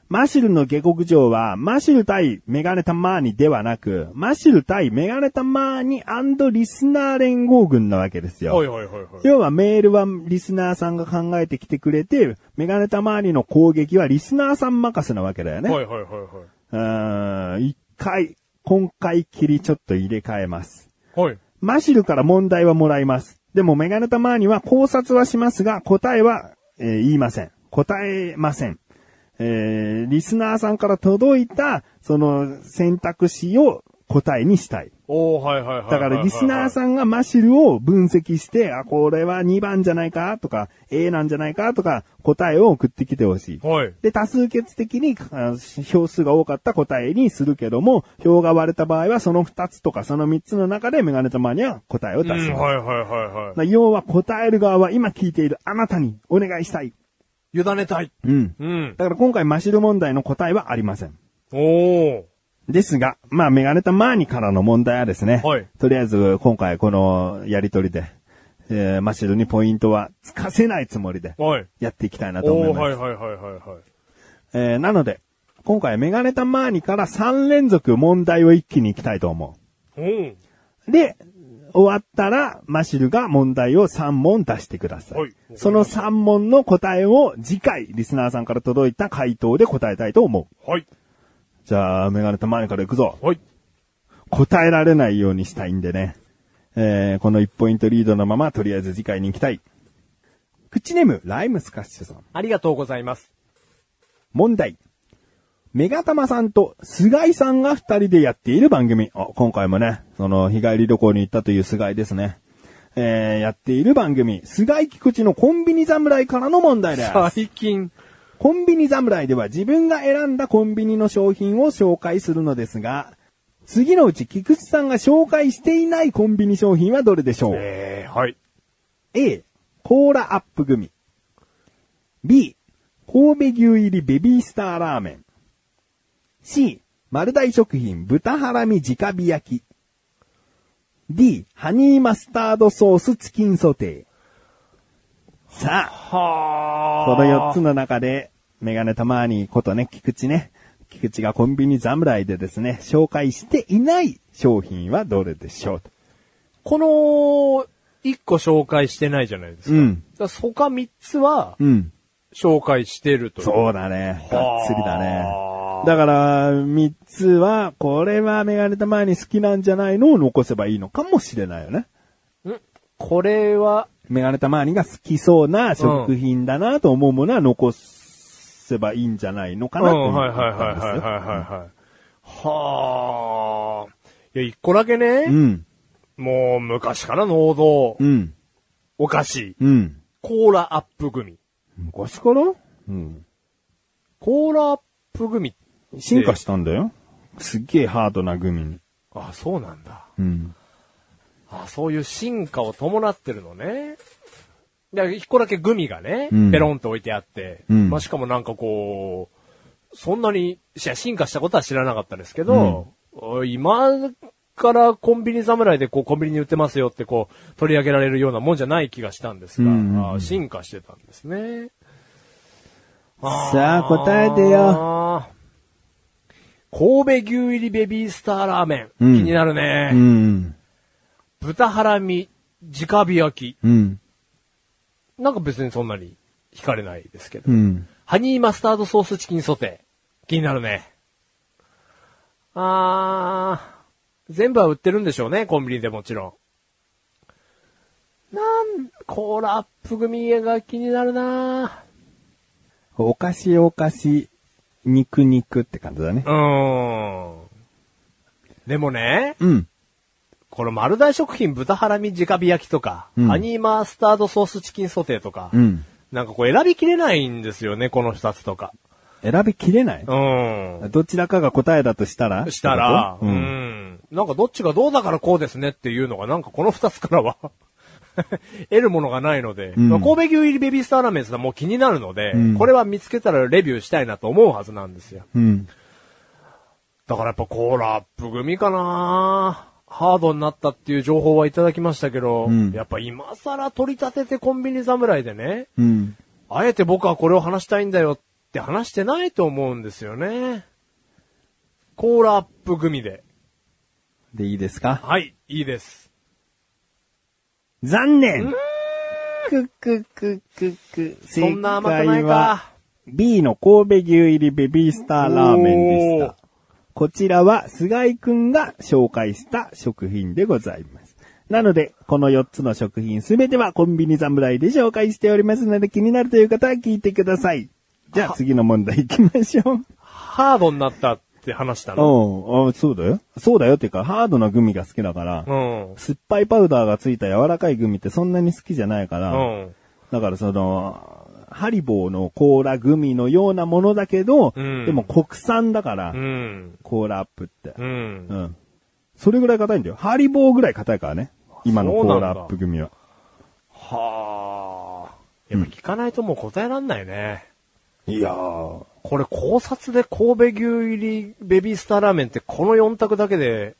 Speaker 2: マシュルの下克上は、マシュル対メガネタマーニではなく、マシュル対メガネタマーニリスナー連合軍なわけです
Speaker 3: はい
Speaker 2: よ。
Speaker 3: はいはいはい。
Speaker 2: 要はメールはリスナーさんが考えてきてくれて、メガネタマーニの攻撃はリスナーさん任せなわけだよね。
Speaker 3: はいはいはいは
Speaker 2: うーん、一回、今回きりちょっと入れ替えます。
Speaker 3: い。はい。
Speaker 2: マシルから問題はもらいます。でもメガネタマーニは考察はしますが、答えは、えー言いません。答えません。えーリスナーさんから届いた、その選択肢を答えにしたい。
Speaker 3: おー、はいはいはいはいはい。
Speaker 2: だからリスナー
Speaker 3: ん。
Speaker 2: さんがマシルを分析して、あ、これは2番じゃないかとか、A なんじゃないかとか、答えを送ってきてほしい。
Speaker 3: はい。
Speaker 2: で、多数決的にあ票数が多かった答えにするけども、票が割れた場合はその2つとかその3つの中でメガネたまには答えを出
Speaker 3: う
Speaker 2: す。
Speaker 3: ん、はいはいはいは
Speaker 2: まあ要は答える側は今聞いているあなたにお願いしたい。
Speaker 3: い。委ねたい。
Speaker 2: うん。
Speaker 3: うん。
Speaker 2: だから今回マシル問題の答えはありません。
Speaker 3: おー。
Speaker 2: ですが、まあメガネたマーニからの問題はですね、
Speaker 3: はい
Speaker 2: とりあえず今回このやりとりで、えーマシルにポイントはつかせないつもりで
Speaker 3: はい。
Speaker 2: やっていきたいなと思
Speaker 3: お
Speaker 2: い
Speaker 3: ー、
Speaker 2: ます。
Speaker 3: はいはいはいはいはい。
Speaker 2: えーなので、今回メガネタマーニから3連続問題を一気に行きたいと思
Speaker 3: うん。
Speaker 2: う。で、終わったら、マシルが問題を3問出してください。
Speaker 3: はい
Speaker 2: その3問の答えを次回、リスナーさんから届いた回答で答えたいと思う。
Speaker 3: はい。
Speaker 2: じゃあ、メガネタマーニから行くぞ。
Speaker 3: はい。
Speaker 2: 答えられないようにしたいんでね。えー、この1ポイントリードのまま、とりあえず次回に行きたい。口ネーム、ライムスカッシュさん。
Speaker 3: ありがとうございます。
Speaker 2: 問題。メガタマさんと菅井さんが二人でやっている番組。あ、今回もね、その、日帰り旅行に行ったという菅井ですね。えー、やっている番組、菅井菊池のコンビニ侍からの問題です。
Speaker 3: 最近。
Speaker 2: コンビニ侍では自分が選んだコンビニの商品を紹介するのですが、次のうち菊池さんが紹介していないコンビニ商品はどれでしょう、
Speaker 3: えー、はい。
Speaker 2: A、コーラアップ組。B、神戸牛入りベビースターラーメン。C、丸大食品豚ハラミ直火焼き。D、ハニーマスタードソースチキンソテー。さあ、
Speaker 3: は
Speaker 2: この4つの中で、メガネたまにことね、菊池ね。菊池がコンビニ侍でですね、紹介していない商品はどれでしょうと。
Speaker 3: この、一個紹介してないじゃないですか。
Speaker 2: う
Speaker 3: だ
Speaker 2: ん
Speaker 3: からそか三つは、
Speaker 2: うん。
Speaker 3: 紹介してるという。
Speaker 2: そうだね。がっつりだね
Speaker 3: は。あ
Speaker 2: だから、三つは、これはメガネたまに好きなんじゃないのを残せばいいのかもしれないよね。
Speaker 3: んこれは、
Speaker 2: メガネたまにが好きそうな食品だなと思うものは残せばいいんじゃないのか
Speaker 3: うん、
Speaker 2: な
Speaker 3: はい
Speaker 2: っていう
Speaker 3: はいはいはいはいはい。はい。はあ。いや、一個だけね、
Speaker 2: うん。
Speaker 3: もう昔からの王道
Speaker 2: う、ん。
Speaker 3: お菓子、
Speaker 2: うん。
Speaker 3: コーラアップ組。
Speaker 2: 昔からうん。
Speaker 3: コーラアップ組って
Speaker 2: 進化したんだよ。すっげえハードなグミに。
Speaker 3: あ、そうなんだ。
Speaker 2: うん。
Speaker 3: あ、そういう進化を伴ってるのね。だから一個だけグミがね、
Speaker 2: うん
Speaker 3: ペロンと置いてあって、
Speaker 2: うん
Speaker 3: まあ、しかもなんかこう、そんなにし進化したことは知らなかったですけど、今からコンビニ侍でこうコンビニに売ってますよってこう取り上げられるようなもんじゃない気がしたんですが、
Speaker 2: うんうんうん
Speaker 3: あー進化してたんですね。
Speaker 2: さあ答えてよ。
Speaker 3: あー。神戸牛入りベビースターラーメン。
Speaker 2: うん
Speaker 3: 気になるね。
Speaker 2: うん。
Speaker 3: 豚ハラミ、直火焼
Speaker 2: うん。
Speaker 3: き。なんか別にそんなに惹かれないですけど。
Speaker 2: うん。
Speaker 3: ハニーマスタードソースチキンソテー。気になるね。あー、全部は売ってるんでしょうね、コンビニでもちろん。なん、コーラアップ組が気になるな
Speaker 2: お菓子お菓子、肉肉って感じだね。
Speaker 3: うーん。でもね、
Speaker 2: うん。
Speaker 3: この丸大食品豚ハラミ直火焼きとか、
Speaker 2: うん
Speaker 3: ハニーマスタードソースチキンソテーとか、
Speaker 2: うん。
Speaker 3: なんかこう選びきれないんですよね、この二つとか。
Speaker 2: 選びきれない
Speaker 3: うん。
Speaker 2: どちらかが答えだとしたら
Speaker 3: したら、
Speaker 2: っ
Speaker 3: う
Speaker 2: てこと
Speaker 3: ん、
Speaker 2: うん。
Speaker 3: なんかどっちがどうだからこうですねっていうのが、なんかこの二つからは、 [LAUGHS] 得るものがないので、
Speaker 2: うん
Speaker 3: まあ神戸牛入りベビースターラーメンズはもう気になるので、
Speaker 2: うん
Speaker 3: これは見つけたらレビューしたいなと思うはずなんですよ。
Speaker 2: うん。
Speaker 3: だからやっぱコーラアップ組かなハードになったっていう情報はいただきましたけど、
Speaker 2: うん
Speaker 3: やっぱ今更取り立ててコンビニ侍でね、
Speaker 2: うん。
Speaker 3: あえて僕はこれを話したいんだよって話してないと思うんですよね。コーラアップ組で。
Speaker 2: で、いいですか
Speaker 3: はい、いいです。
Speaker 2: 残念くくくくく。
Speaker 3: そんな甘くない
Speaker 2: 正解は
Speaker 3: か。
Speaker 2: B の神戸牛入りベビースターラーメンでし
Speaker 3: おー
Speaker 2: た。こちらは菅井くんが紹介した食品でございます。なので、この4つの食品すべてはコンビニ侍で紹介しておりますので気になるという方は聞いてください。じゃあ次の問題行きましょう。
Speaker 3: ハードになったって話したの。
Speaker 2: うん、あそうだよ。そうだよっていうか、ハードなグミが好きだから、
Speaker 3: うん。
Speaker 2: 酸っぱいパウダーがついた柔らかいグミってそんなに好きじゃないから、
Speaker 3: うん。
Speaker 2: だからその、ハリボーのコーラグミのようなものだけど、
Speaker 3: うん
Speaker 2: でも国産だから、
Speaker 3: うん。
Speaker 2: コーラアップって、
Speaker 3: う。
Speaker 2: うんん。それぐらい硬いんだよ。ハリボーぐらい硬いからね。今のコーラアップグミは。
Speaker 3: はあ。やっぱ聞かないともう答えらんないね。
Speaker 2: いやー。
Speaker 3: これ考察で神戸牛入りベビースターラーメンってこの4択だけで、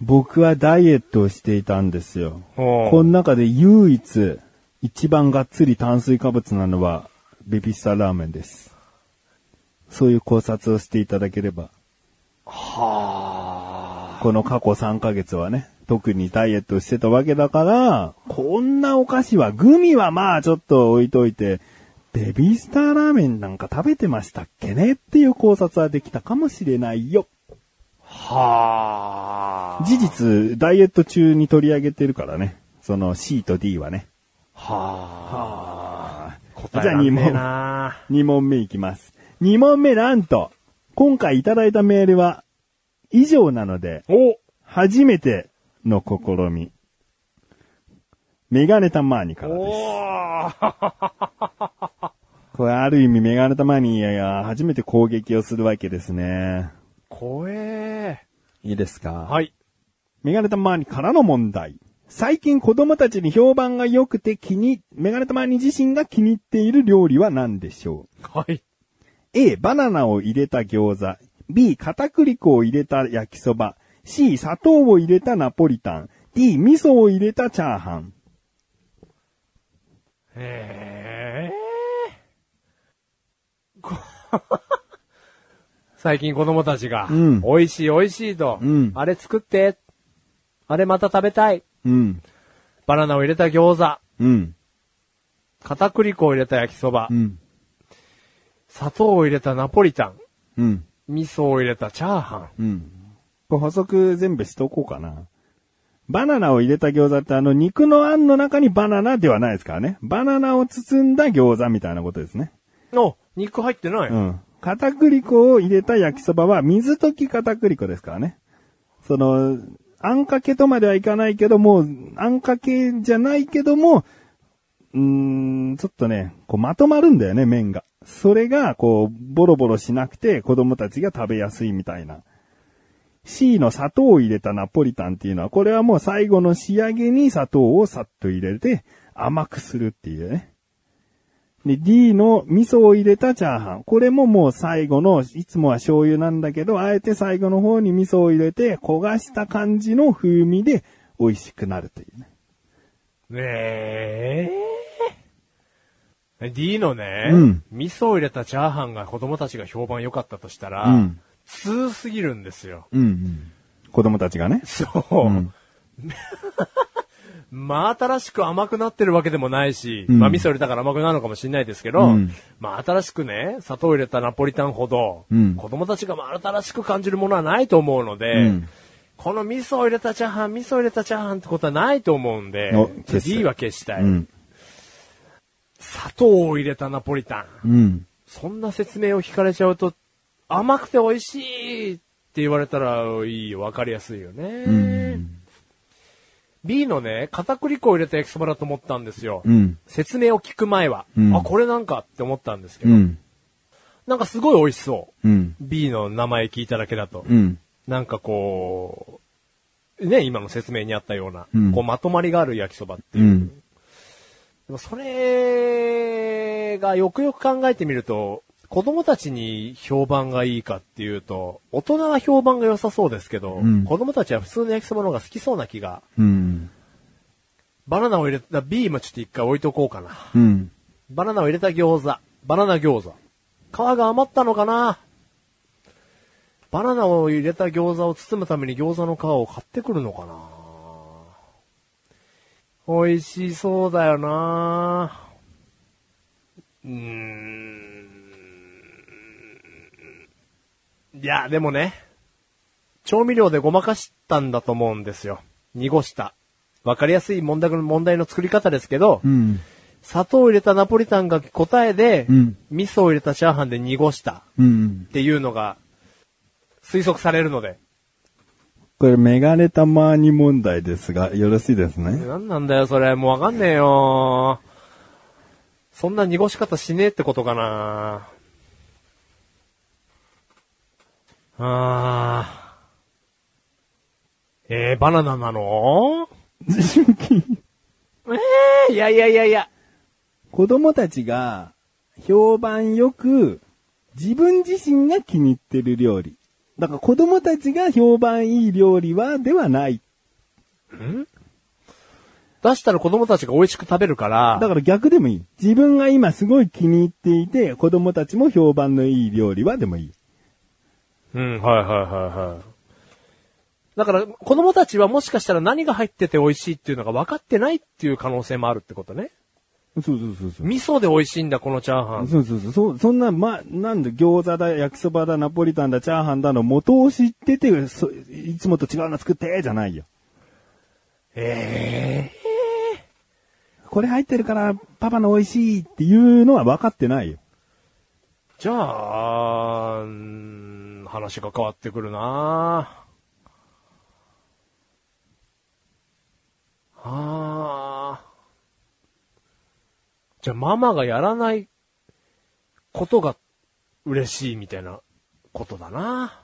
Speaker 2: 僕はダイエットをしていたんですよ。
Speaker 3: うん
Speaker 2: この中で唯一、一番がっつり炭水化物なのは、ベビースターラーメンです。そういう考察をしていただければ。
Speaker 3: はあ。
Speaker 2: この過去3ヶ月はね、特にダイエットしてたわけだから、こんなお菓子は、グミはまあちょっと置いといて、ベビースターラーメンなんか食べてましたっけねっていう考察はできたかもしれないよ。
Speaker 3: はあ。
Speaker 2: 事実、ダイエット中に取り上げてるからね。その C と D はね。
Speaker 3: はあ。答え
Speaker 2: じゃあ
Speaker 3: らんねえ
Speaker 2: 二
Speaker 3: な。
Speaker 2: 2問目いきます。2問目なんと、今回いただいたメールは、以上なので、
Speaker 3: お
Speaker 2: 初めての試み。メガネたまーにからです。
Speaker 3: おー
Speaker 2: これある意味メガネたまに、いやいや、初めて攻撃をするわけですね。
Speaker 3: 怖え。
Speaker 2: いいですかい。
Speaker 3: はい。
Speaker 2: メガネたまにからの問題。最近子供たちに評判が良くて気に、メガネたまに自身が気に入っている料理は何でしょ
Speaker 3: はい。
Speaker 2: う ?A、バナナを入れた餃子。B、片栗粉を入れた焼きそば。C、砂糖を入れたナポリタン。D、味噌を入れたチャーハン。 [LAUGHS]
Speaker 3: ええこ最近子供たちが、
Speaker 2: うん
Speaker 3: 美味しい美味しいと、
Speaker 2: うん
Speaker 3: あれ作って、あれまた食べたい、
Speaker 2: うん。
Speaker 3: バナナを入れた餃子、
Speaker 2: うん。
Speaker 3: 片栗粉を入れた焼きそば、
Speaker 2: うん。
Speaker 3: 砂糖を入れたナポリタン、
Speaker 2: うん。
Speaker 3: 味噌を入れたチャーハン。
Speaker 2: うん。これ補足全部しとこうかな。バナナを入れた餃子ってあの肉のあんの中にバナナではないですからね。バナナを包んだ餃子みたいなことですね。
Speaker 3: の、肉入ってない、
Speaker 2: うん。片栗粉を入れた焼きそばは水溶き片栗粉ですからね。その、あんかけとまではいかないけども、あんかけじゃないけども、うーん、ちょっとね、こうまとまるんだよね、麺が。それが、こう、ボロボロしなくて子供たちが食べやすいみたいな。C の砂糖を入れたナポリタンっていうのは、これはもう最後の仕上げに砂糖をさっと入れて甘くするっていうね。で、D の味噌を入れたチャーハン。これももう最後の、いつもは醤油なんだけど、あえて最後の方に味噌を入れて、焦がした感じの風味で美味しくなるというね。
Speaker 3: ねえ。D のね、
Speaker 2: うん
Speaker 3: 味噌を入れたチャーハンが子供たちが評判良かったとしたら、
Speaker 2: うん
Speaker 3: 通すぎるんですよ。
Speaker 2: うん、うん。子供たちがね。
Speaker 3: そう。
Speaker 2: うん
Speaker 3: [LAUGHS] まあ新しく甘くなってるわけでもないし、
Speaker 2: うん
Speaker 3: まあ味噌入れたから甘くなるのかもしれないですけど、
Speaker 2: うん
Speaker 3: まあ新しくね、砂糖入れたナポリタンほど、
Speaker 2: うん
Speaker 3: 子供たちが真新しく感じるものはないと思うので、
Speaker 2: うん
Speaker 3: この味噌を入れたチャーハン、味噌を入れたチャーハンってことはないと思うんで
Speaker 2: お消、す
Speaker 3: D は消したい、
Speaker 2: うん。
Speaker 3: 砂糖を入れたナポリタン。
Speaker 2: うん。
Speaker 3: そんな説明を聞かれちゃうと、甘くて美味しいって言われたらいいよ、わかりやすいよね。
Speaker 2: うん。
Speaker 3: B のね、片栗粉を入れた焼きそばだと思ったんですよ。
Speaker 2: うん。
Speaker 3: 説明を聞く前は、
Speaker 2: うん
Speaker 3: あ、これなんかって思ったんですけ
Speaker 2: う
Speaker 3: ど、
Speaker 2: ん。
Speaker 3: なんかすごい美味しそう。
Speaker 2: うん。
Speaker 3: B の名前聞いただけだと。
Speaker 2: うん。
Speaker 3: なんかこう、ね、今の説明にあったような、
Speaker 2: うん
Speaker 3: こうまとまりがある焼きそばって
Speaker 2: う
Speaker 3: いう。
Speaker 2: ん。
Speaker 3: でもそれがよくよく考えてみると、子供たちに評判がいいかっていうと、大人は評判が良さそうですけど、
Speaker 2: うん
Speaker 3: 子供たちは普通の焼きそばの方が好きそうな気が。
Speaker 2: うん。
Speaker 3: バナナを入れた B もちょっと一回置いとこうかな。
Speaker 2: うん。
Speaker 3: バナナを入れた餃子。バナナ餃子。皮が余ったのかなバナナを入れた餃子を包むために餃子の皮を買ってくるのかな美味しそうだよなうーん。いや、でもね、調味料でごまかしたんだと思うんですよ。濁した。わかりやすい問題の問題の作り方ですけど、
Speaker 2: うん。
Speaker 3: 砂糖を入れたナポリタンが答えで、
Speaker 2: うん
Speaker 3: 味噌を入れたチャーハンで濁した
Speaker 2: うん
Speaker 3: っ。ていうのが推測されるので。
Speaker 2: これ、メガネたまに問題ですが、よろしいですね。
Speaker 3: なんなんだよ、それ。もうわかんねえよ。そんな濁し方しねえってことかな。あー。えー、バナナなの
Speaker 2: 思春期
Speaker 3: えー、いやいやいやいや。
Speaker 2: 子供たちが評判よく自分自身が気に入ってる料理。だから子供たちが評判いい料理はではない。
Speaker 3: 出したら子供たちが美味しく食べるから。
Speaker 2: だから逆でもいい。自分が今すごい気に入っていて子供たちも評判のいい料理はでもいい。
Speaker 3: うん、はいはいはいはい。だから、子供たちはもしかしたら何が入ってて美味しいっていうのが分かってないっていう可能性もあるってことね。
Speaker 2: そうそうそうそう。
Speaker 3: 味噌で美味しいんだ、このチャーハン。
Speaker 2: そうそうそう。そそんな、ま、なんで餃子だ、焼きそばだ、ナポリタンだ、チャーハンだの元を知ってて、そいつもと違うの作って、じゃないよ。
Speaker 3: ええ
Speaker 2: これ入ってるからパパの美味しいっていうのは分かってないよ。
Speaker 3: じゃあ、うーん話が変わってくるなあー。じゃあ、ママがやらないことが嬉しいみたいなことだな。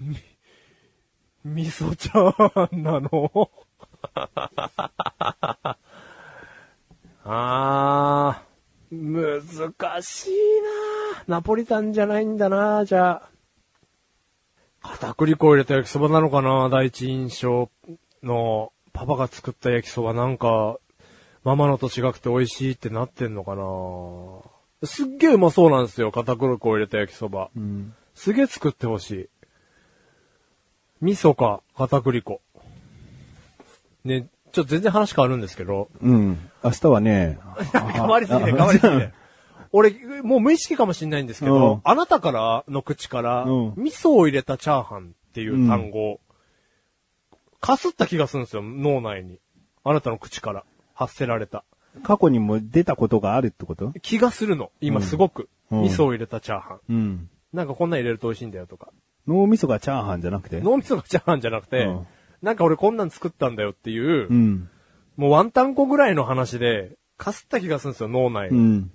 Speaker 3: み、味噌チャーハンなの [LAUGHS] あー、難しいなナポリタンじゃないんだなじゃあ。片栗粉を入れた焼きそばなのかな第一印象のパパが作った焼きそばなんか、ママのと違くて美味しいってなってんのかなすっげえうまそうなんですよ。片栗粉を入れた焼きそば。
Speaker 2: うん。
Speaker 3: すげえ作ってほしい。味噌か片栗粉。ね、ちょっと全然話変わるんですけど、
Speaker 2: うん。明日はね、
Speaker 3: [LAUGHS] 変わりすぎて、変わりすぎて。俺、もう無意識かもしれないんですけど、
Speaker 2: うん
Speaker 3: あなたからの口から、
Speaker 2: うん
Speaker 3: 味噌を入れたチャーハンっていう単語、かすった気がするんですよ、脳内に。あなたの口から発せられた。
Speaker 2: 過去にも出たことがあるってこと
Speaker 3: 気がするの、今すごく。
Speaker 2: うん
Speaker 3: 味噌を入れたチャーハン。
Speaker 2: うん。
Speaker 3: なんかこんなん入れると美味しいんだよとか。
Speaker 2: 脳みそがチャーハンじゃなくて
Speaker 3: 脳みそのチャーハンじゃなくて、
Speaker 2: うん
Speaker 3: なんか俺こんなん作ったんだよっていう、
Speaker 2: うん。
Speaker 3: もうワンタンコぐらいの話で、かすった気がするんですよ、脳内
Speaker 2: う
Speaker 3: に。
Speaker 2: ん。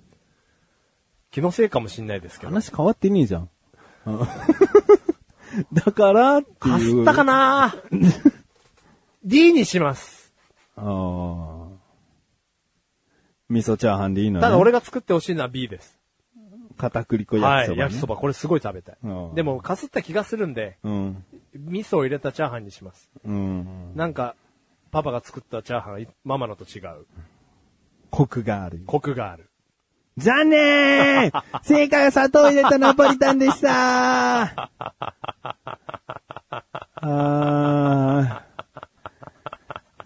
Speaker 3: 気のせいかもしれないですけど。
Speaker 2: 話変わってねえじゃん。 [LAUGHS] だからっていう。
Speaker 3: かすったか
Speaker 2: な
Speaker 3: な ?D にします。
Speaker 2: ああ。味噌チャーハンでいいのね。
Speaker 3: ただ、俺が作ってほしいのは B です。
Speaker 2: 片栗粉
Speaker 3: は
Speaker 2: 焼きそ
Speaker 3: い。
Speaker 2: ば、ね。
Speaker 3: 焼きそば、これすごい食べたい
Speaker 2: うん。
Speaker 3: でも、かすった気がするんで、
Speaker 2: うん。
Speaker 3: 味噌を入れたチャーハンにします。
Speaker 2: うん。
Speaker 3: なんか、パパが作ったチャーハンい、ママのと違う。
Speaker 2: コクがある。
Speaker 3: コクがある。
Speaker 2: じゃねー正解は砂糖を入れたナポリタンでしたーあー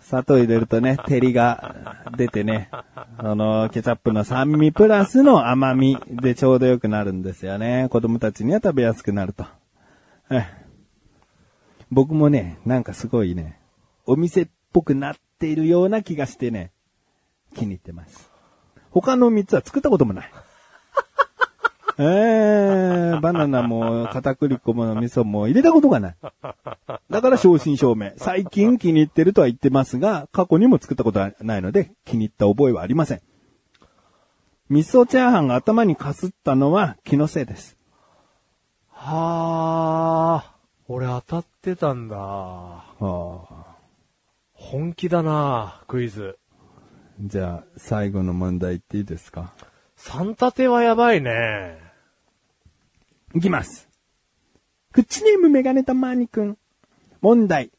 Speaker 2: 砂糖入れるとね、照りが出てね、あの、ケチャップの酸味プラスの甘みでちょうどよくなるんですよね。子供たちには食べやすくなると。はい僕もね、なんかすごいね、お店っぽくなっているような気がしてね、気に入ってます。他の3つは作ったこともない。 [LAUGHS] えー、バナナも片栗粉も味噌も入れたことがない。だから正真正銘。最近気に入ってるとは言ってますが、過去にも作ったことはないので、気に入った覚えはありません。味噌チャーハンが頭にかすったのは気のせいです。
Speaker 3: はあ、俺当たってたんだ。
Speaker 2: はあ、
Speaker 3: 本気だなクイズ。
Speaker 2: じゃあ、最後の問題っていいですか
Speaker 3: 三立てはやばいね。
Speaker 2: いきます。口ネームメガネたまーにくん。問題。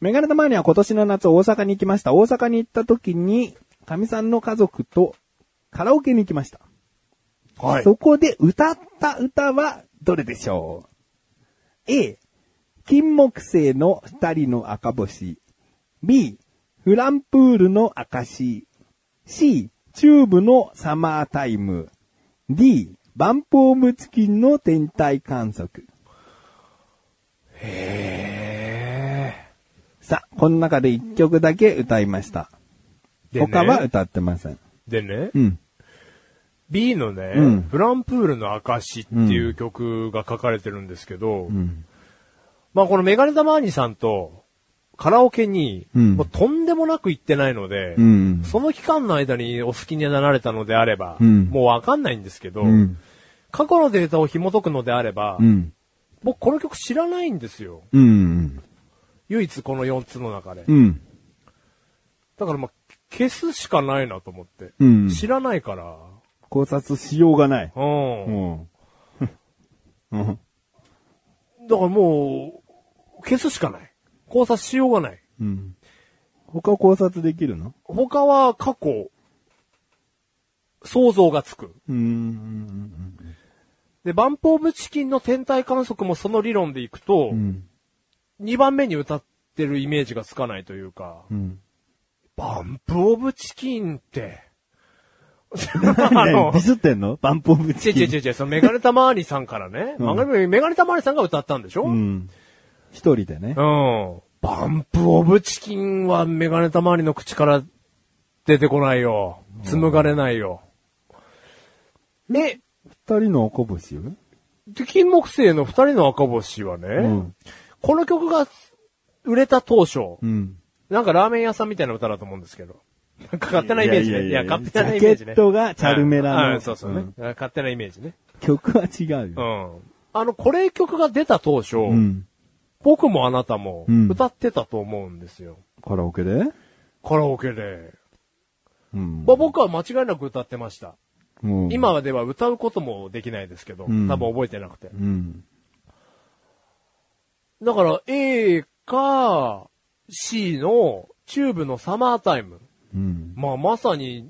Speaker 2: メガネたまーには今年の夏大阪に行きました。大阪に行った時に、かみさんの家族とカラオケに行きました。そこで歌った歌はどれでしょう ?A、金木星の二人の赤星。B、フランプールの証。C、チューブのサマータイム。D、バンポームチキンの天体観測。
Speaker 3: へ
Speaker 2: さあ、この中で一曲だけ歌いました。
Speaker 3: え。
Speaker 2: 他は歌ってません。
Speaker 3: でね、
Speaker 2: うん。
Speaker 3: B のね、
Speaker 2: うん
Speaker 3: フランプールの証っていう曲が書かれてるんですけど、
Speaker 2: うん。
Speaker 3: まあこのメガネタマーニさんとカラオケに、
Speaker 2: うん
Speaker 3: もうとんでもなく行ってないので、
Speaker 2: うん。
Speaker 3: その期間の間にお好きになられたのであれば、
Speaker 2: うん
Speaker 3: もうわかんないんですけど、
Speaker 2: うん。
Speaker 3: 過去のデータを紐解くのであれば、
Speaker 2: うん。
Speaker 3: 僕この曲知らないんですよ。
Speaker 2: うん。
Speaker 3: 唯一この4つの中で。
Speaker 2: うん。
Speaker 3: だからまあ消すしかないなと思って。
Speaker 2: うん
Speaker 3: 知らないから。
Speaker 2: 考察しようがない。
Speaker 3: うん。
Speaker 2: うん。うん。
Speaker 3: だからもう、消すしかない。考察しようがない。
Speaker 2: うん。他考察できるの
Speaker 3: 他は過去、想像がつく。
Speaker 2: うん。
Speaker 3: で、バンポーブチキンの天体観測もその理論でいくと、
Speaker 2: うん。
Speaker 3: 2番目に歌ってるイメージがつかないというか、
Speaker 2: うん。
Speaker 3: バンプオブチキンって、
Speaker 2: [LAUGHS]
Speaker 3: あ
Speaker 2: 何
Speaker 3: の
Speaker 2: ディ、スってんのバンポーブ
Speaker 3: 違う
Speaker 2: チキン。
Speaker 3: 違う違う違う、そのメガネタマーニさんからね、
Speaker 2: うん
Speaker 3: まあメガネタマーニさんが歌ったんでしょ、う、
Speaker 2: うんん。一人でね。
Speaker 3: バンプオブチキンはメガネタマーニの口から出てこないよ。紡がれないよ。え、
Speaker 2: 二人のこぼしよ。
Speaker 3: で金木星の二人の赤星はね、
Speaker 2: うん。
Speaker 3: この曲が売れた当初、
Speaker 2: うん。
Speaker 3: なんかラーメン屋さんみたいな歌だと思うんですけど。なんか勝手なイメージね。い
Speaker 2: い
Speaker 3: や
Speaker 2: やいやいや
Speaker 3: 勝手なイメージね。
Speaker 2: ジャケットがチャルメラの
Speaker 3: うんうんそうそうね。勝手なイメージね。
Speaker 2: 曲は違う
Speaker 3: う
Speaker 2: よ。
Speaker 3: ん。あの、これ曲が出た当初、
Speaker 2: うん。
Speaker 3: 僕もあなたも
Speaker 2: うん
Speaker 3: 歌ってたと思うんですよ。
Speaker 2: カラオケで
Speaker 3: カラオケで。
Speaker 2: うん
Speaker 3: まあ、僕は間違いなく歌ってました。
Speaker 2: うん
Speaker 3: 今では歌うこともできないですけど、
Speaker 2: ん
Speaker 3: 多分覚えてなくて。
Speaker 2: うん。
Speaker 3: だから A か C のチューブのサマータイム。
Speaker 2: うん。
Speaker 3: まあまさに、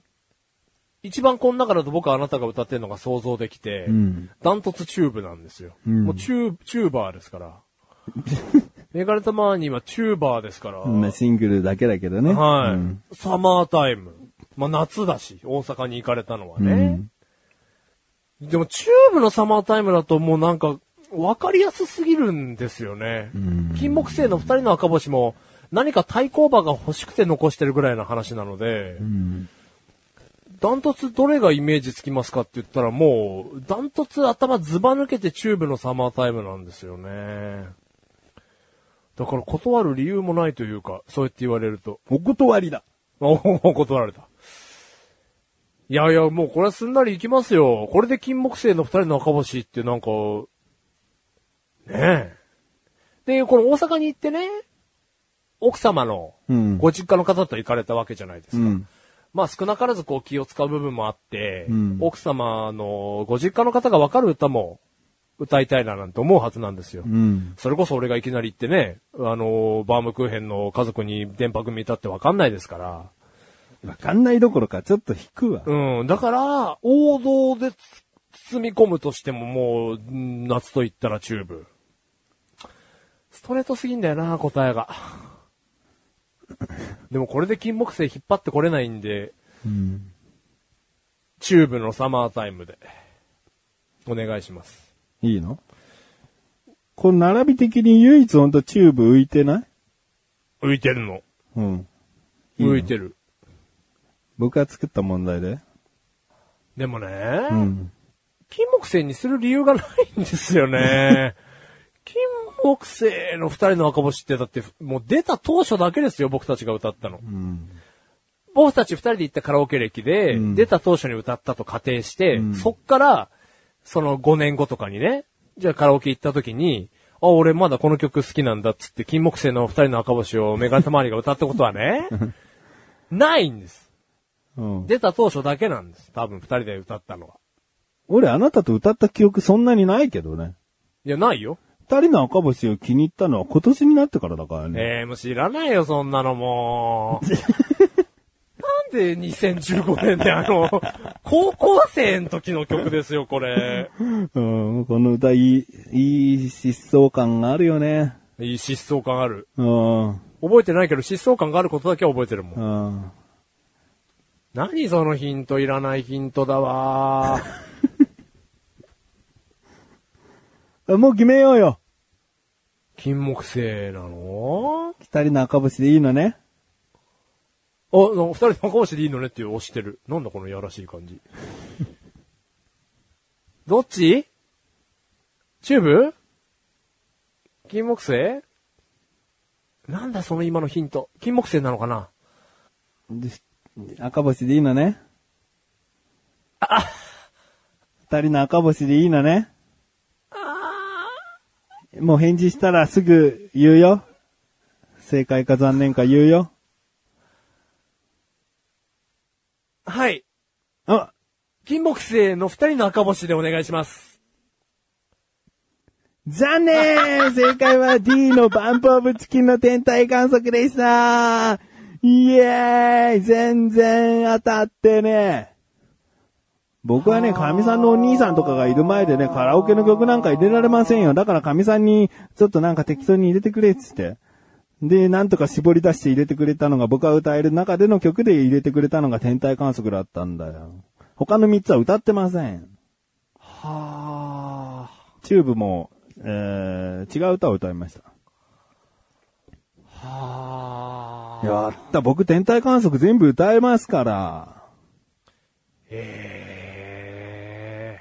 Speaker 3: 一番この中だと僕はあなたが歌ってるのが想像できて、
Speaker 2: うん
Speaker 3: ダントツチューブなんですよ。
Speaker 2: うん
Speaker 3: もうチュー、チューバーです
Speaker 2: [LAUGHS]
Speaker 3: から。メガネたまにはチューバーですから。
Speaker 2: まあシングルだけだけどね。
Speaker 3: はい、
Speaker 2: うん
Speaker 3: サマータイム。まあ夏だし、大阪に行かれたのはね。でもチューブのサマータイムだともうなんか、わかりやすすぎるんですよね。
Speaker 2: ん
Speaker 3: 金木星の二人の赤星も、何か対抗馬が欲しくて残してるぐらいの話なので、
Speaker 2: うん。
Speaker 3: ダントツどれがイメージつきますかって言ったらもう、ダントツ頭ずば抜けてチューブのサマータイムなんですよね。だから断る理由もないというか、そうやって言われると。
Speaker 2: お断りだ。
Speaker 3: [LAUGHS] おお断られた。いやいや、もうこれはすんなりいきますよ。これで金木星の二人の赤星ってなんか、ねえ。で、この大阪に行ってね、奥様の
Speaker 2: うん
Speaker 3: ご実家の方と行かれたわけじゃないですか。
Speaker 2: うん。
Speaker 3: まあ少なからずこう気を使う部分もあって、
Speaker 2: うん
Speaker 3: 奥様のご実家の方がわかる歌も歌いたいななんて思うはずなんですよ。
Speaker 2: うん。
Speaker 3: それこそ俺がいきなり言ってね、あの、バームクーヘンの家族に電波組いたってわかんないですから。
Speaker 2: わかんないどころか、ちょっと引くわ。
Speaker 3: うん、だから、王道でつ包み込むとしてももう、うん夏と言ったらチューブ。ストレートすぎんだよな、答えが。 [LAUGHS] でもこれで金木犀引っ張ってこれないんで、
Speaker 2: うん。
Speaker 3: チューブのサマータイムで。お願いします。
Speaker 2: いいのこの並び的に唯一ほんとチューブ浮いてない
Speaker 3: 浮いてるの。
Speaker 2: うん。いいの
Speaker 3: 浮いてる。
Speaker 2: 僕が作った問題で。
Speaker 3: でもね、
Speaker 2: うん。
Speaker 3: 金木犀にする理由がないんですよ
Speaker 2: [LAUGHS]
Speaker 3: ね。金木犀の二人の赤星ってだって、もう出た当初だけですよ、僕たちが歌ったの。
Speaker 2: うん。
Speaker 3: 僕たち二人で行ったカラオケ歴で、
Speaker 2: うん
Speaker 3: 出た当初に歌ったと仮定して、
Speaker 2: うん
Speaker 3: そっから、その5年後とかにね、じゃあカラオケ行った時に、あ、俺まだこの曲好きなんだっつって、金木犀の二人の赤星をメガネたまわりが歌ったことは
Speaker 2: [LAUGHS]
Speaker 3: ね、ないんです。
Speaker 2: うん、
Speaker 3: 出た当初だけなんです。多分二人で歌ったのは。
Speaker 2: 俺、あなたと歌った記憶そんなにないけどね。
Speaker 3: いや、ないよ。
Speaker 2: 二人の赤星を気に入ったのは今年になってからだからね。
Speaker 3: ええもう知らないよ、そんなのもう。なんで2015年であの、高校生の時の曲ですよ、これ。
Speaker 2: うん、この歌いい、いい疾走感があるよね。
Speaker 3: いい疾走感ある。
Speaker 2: うん、う
Speaker 3: 覚えてないけど疾走感があることだけは覚えてるもん。
Speaker 2: ん。
Speaker 3: 何そのヒントいらないヒントだわー
Speaker 2: もう決めようよ。
Speaker 3: 金木犀なの
Speaker 2: 二人の赤星でいいのね。
Speaker 3: あ、なんか二人仲間しでいいのねっていう押してる。なんだこのやらしい感
Speaker 2: [LAUGHS]
Speaker 3: じ。どっちチューブ金木犀なんだその今のヒント。金木犀なのかな
Speaker 2: で赤星でいいのね。二人の赤星でいいのね。もう返事したらすぐ言うよ。正解か残念か言うよ。
Speaker 3: はい。
Speaker 2: あ、
Speaker 3: 金木犀の二人の赤星でお願いします。
Speaker 2: 残念正解は D のバンプオブチキンの天体観測でしたイエーイ全然当たってね僕はね、神さんのお兄さんとかがいる前でね、カラオケの曲なんか入れられませんよ。だから神さんに、ちょっとなんか適当に入れてくれっつって。で、なんとか絞り出して入れてくれたのが、僕が歌える中での曲で入れてくれたのが天体観測だったんだよ。他の3つは歌ってません。
Speaker 3: は
Speaker 2: チューブも、えー、違う歌を歌いました。
Speaker 3: ー。はー。
Speaker 2: やった、僕天体観測全部歌えますから。
Speaker 3: え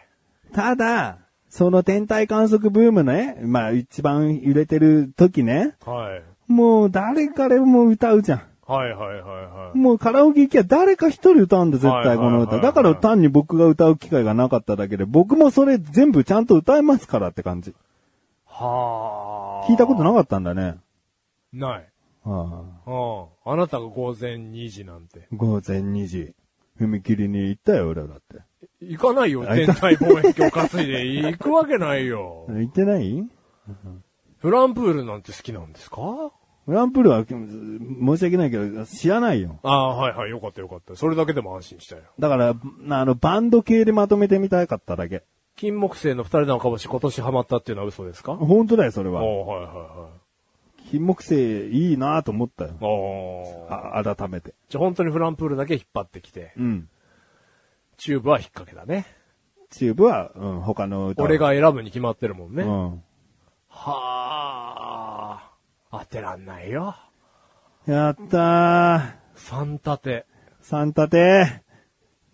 Speaker 2: ただ、その天体観測ブームね、まあ一番売れてる時ね、
Speaker 3: ーはい。
Speaker 2: もう誰彼も歌うじゃ
Speaker 3: はいはいはいは
Speaker 2: ん。もうカラオケ行きゃ誰か一人歌うんだ、絶
Speaker 3: はいはい
Speaker 2: 対この
Speaker 3: はい
Speaker 2: 歌。
Speaker 3: はい
Speaker 2: だから単に僕が歌う機会がなかっただけで、僕もそれ全部ちゃんと歌えますからって感じ。
Speaker 3: い。は
Speaker 2: 聞いたこと
Speaker 3: な
Speaker 2: なかったんだね。
Speaker 3: ない。
Speaker 2: ああ
Speaker 3: うん。あなたが午前2時なんて。
Speaker 2: 午前2時、踏切に行ったよ、俺らだって。
Speaker 3: 行かないよ、
Speaker 2: あ行
Speaker 3: 天体望遠鏡担いで。行くわけないよ。
Speaker 2: 行ってない
Speaker 3: フランプールなんて好きなんですか
Speaker 2: グランプールは申し訳ないけど、知らないよ。
Speaker 3: ああ、はいはい、よかったよかった。それだけでも安心したよ。
Speaker 2: だから、あの、バンド系でまとめてみたかっただけ。
Speaker 3: 金木犀の二人の赤星今年ハマったっていうのは嘘ですか
Speaker 2: 本当だよ、それ
Speaker 3: ああ、
Speaker 2: は。
Speaker 3: はいは
Speaker 2: 金木犀いいなと思ったよ。
Speaker 3: いはい。ああ。
Speaker 2: あ、改めて。
Speaker 3: じゃあ本当にフランプールだけ引っ張ってきて、
Speaker 2: うん。
Speaker 3: チューブは引っ掛けだね。
Speaker 2: チューブは、うん、他の歌。
Speaker 3: 俺、が選ぶに決まってるもんね。
Speaker 2: うん。
Speaker 3: はあ、当てらんないよ。
Speaker 2: やったー。
Speaker 3: 三立て。
Speaker 2: 三立て。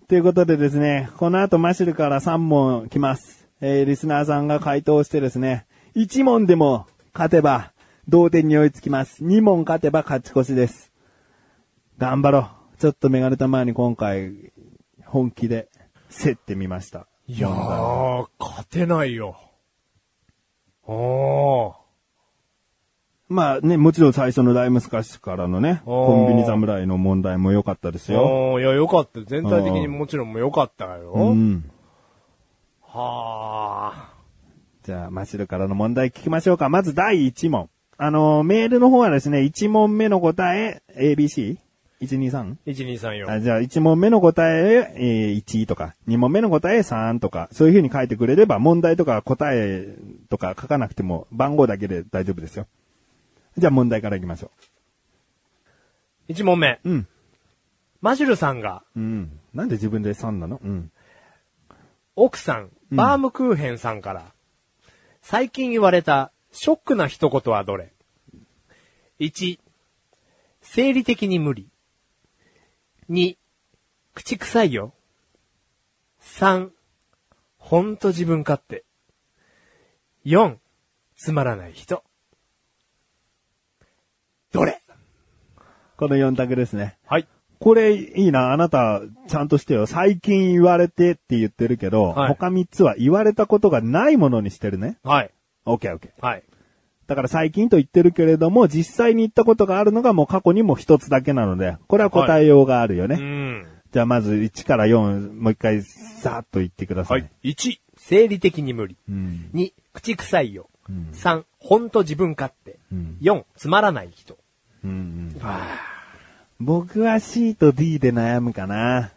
Speaker 2: ということでですね、この後マシルから3問来ます。えー、リスナーさんが回答してですね、1問でも勝てば同点に追いつきます。2問勝てば勝ち越しです。頑張ろう。ちょっとメガネた前に今回、本気で競ってみました。
Speaker 3: いやー、勝てないよ。あー。
Speaker 2: まあね、もちろん最初のライムスカッシュからのね、
Speaker 3: おー
Speaker 2: コンビニ侍の問題も良かったですよ。
Speaker 3: うんいや、よかった。全体的にもちろんもうよかったよ。
Speaker 2: うん。
Speaker 3: はあ。
Speaker 2: じゃあ、マシルからの問題聞きましょうか。まず第1問。あのー、メールの方はですね、1問目の答え、ABC?123? あ
Speaker 3: 1234。
Speaker 2: じゃあ、1問目の答え、えー1とか、2問目の答え3とか、そういう風に書いてくれれば、問題とか答えとか書かなくても、番号だけで大丈夫ですよ。じゃあ、問題からいきましょ
Speaker 3: 1問目。
Speaker 2: う。うん。
Speaker 3: マジュルさんが、
Speaker 2: うん。なんで自分で3なのうん。
Speaker 3: 奥さん、バームクーヘンさんから、最近言われたショックな一言はどれ ?1、生理的に無理。2、口臭いよ。3、ほんと自分勝手。4、つまらない人。どれ
Speaker 2: この4択ですね。
Speaker 3: はい。
Speaker 2: これいいな、あなた、ちゃんとしてよ。最近言われてって言ってるけど、
Speaker 3: はい
Speaker 2: 他3つは言われたことがないものにしてるね。
Speaker 3: はい。
Speaker 2: OK, OK.
Speaker 3: はい。
Speaker 2: だから最近と言ってるけれども、実際に言ったことがあるのがもう過去にも1つだけなので、これは答えようがあるよね。
Speaker 3: うん。
Speaker 2: じゃあまず1から4、もう一回、さーっと言ってくださ。
Speaker 3: はいい。1、生理的に無理。
Speaker 2: うん。
Speaker 3: 2、口臭いよ。
Speaker 2: ん
Speaker 3: 3、ほんと自分勝手。
Speaker 2: うん
Speaker 3: 4、つまらない人。
Speaker 2: うんうん、僕は C と D で悩むか [LAUGHS] な。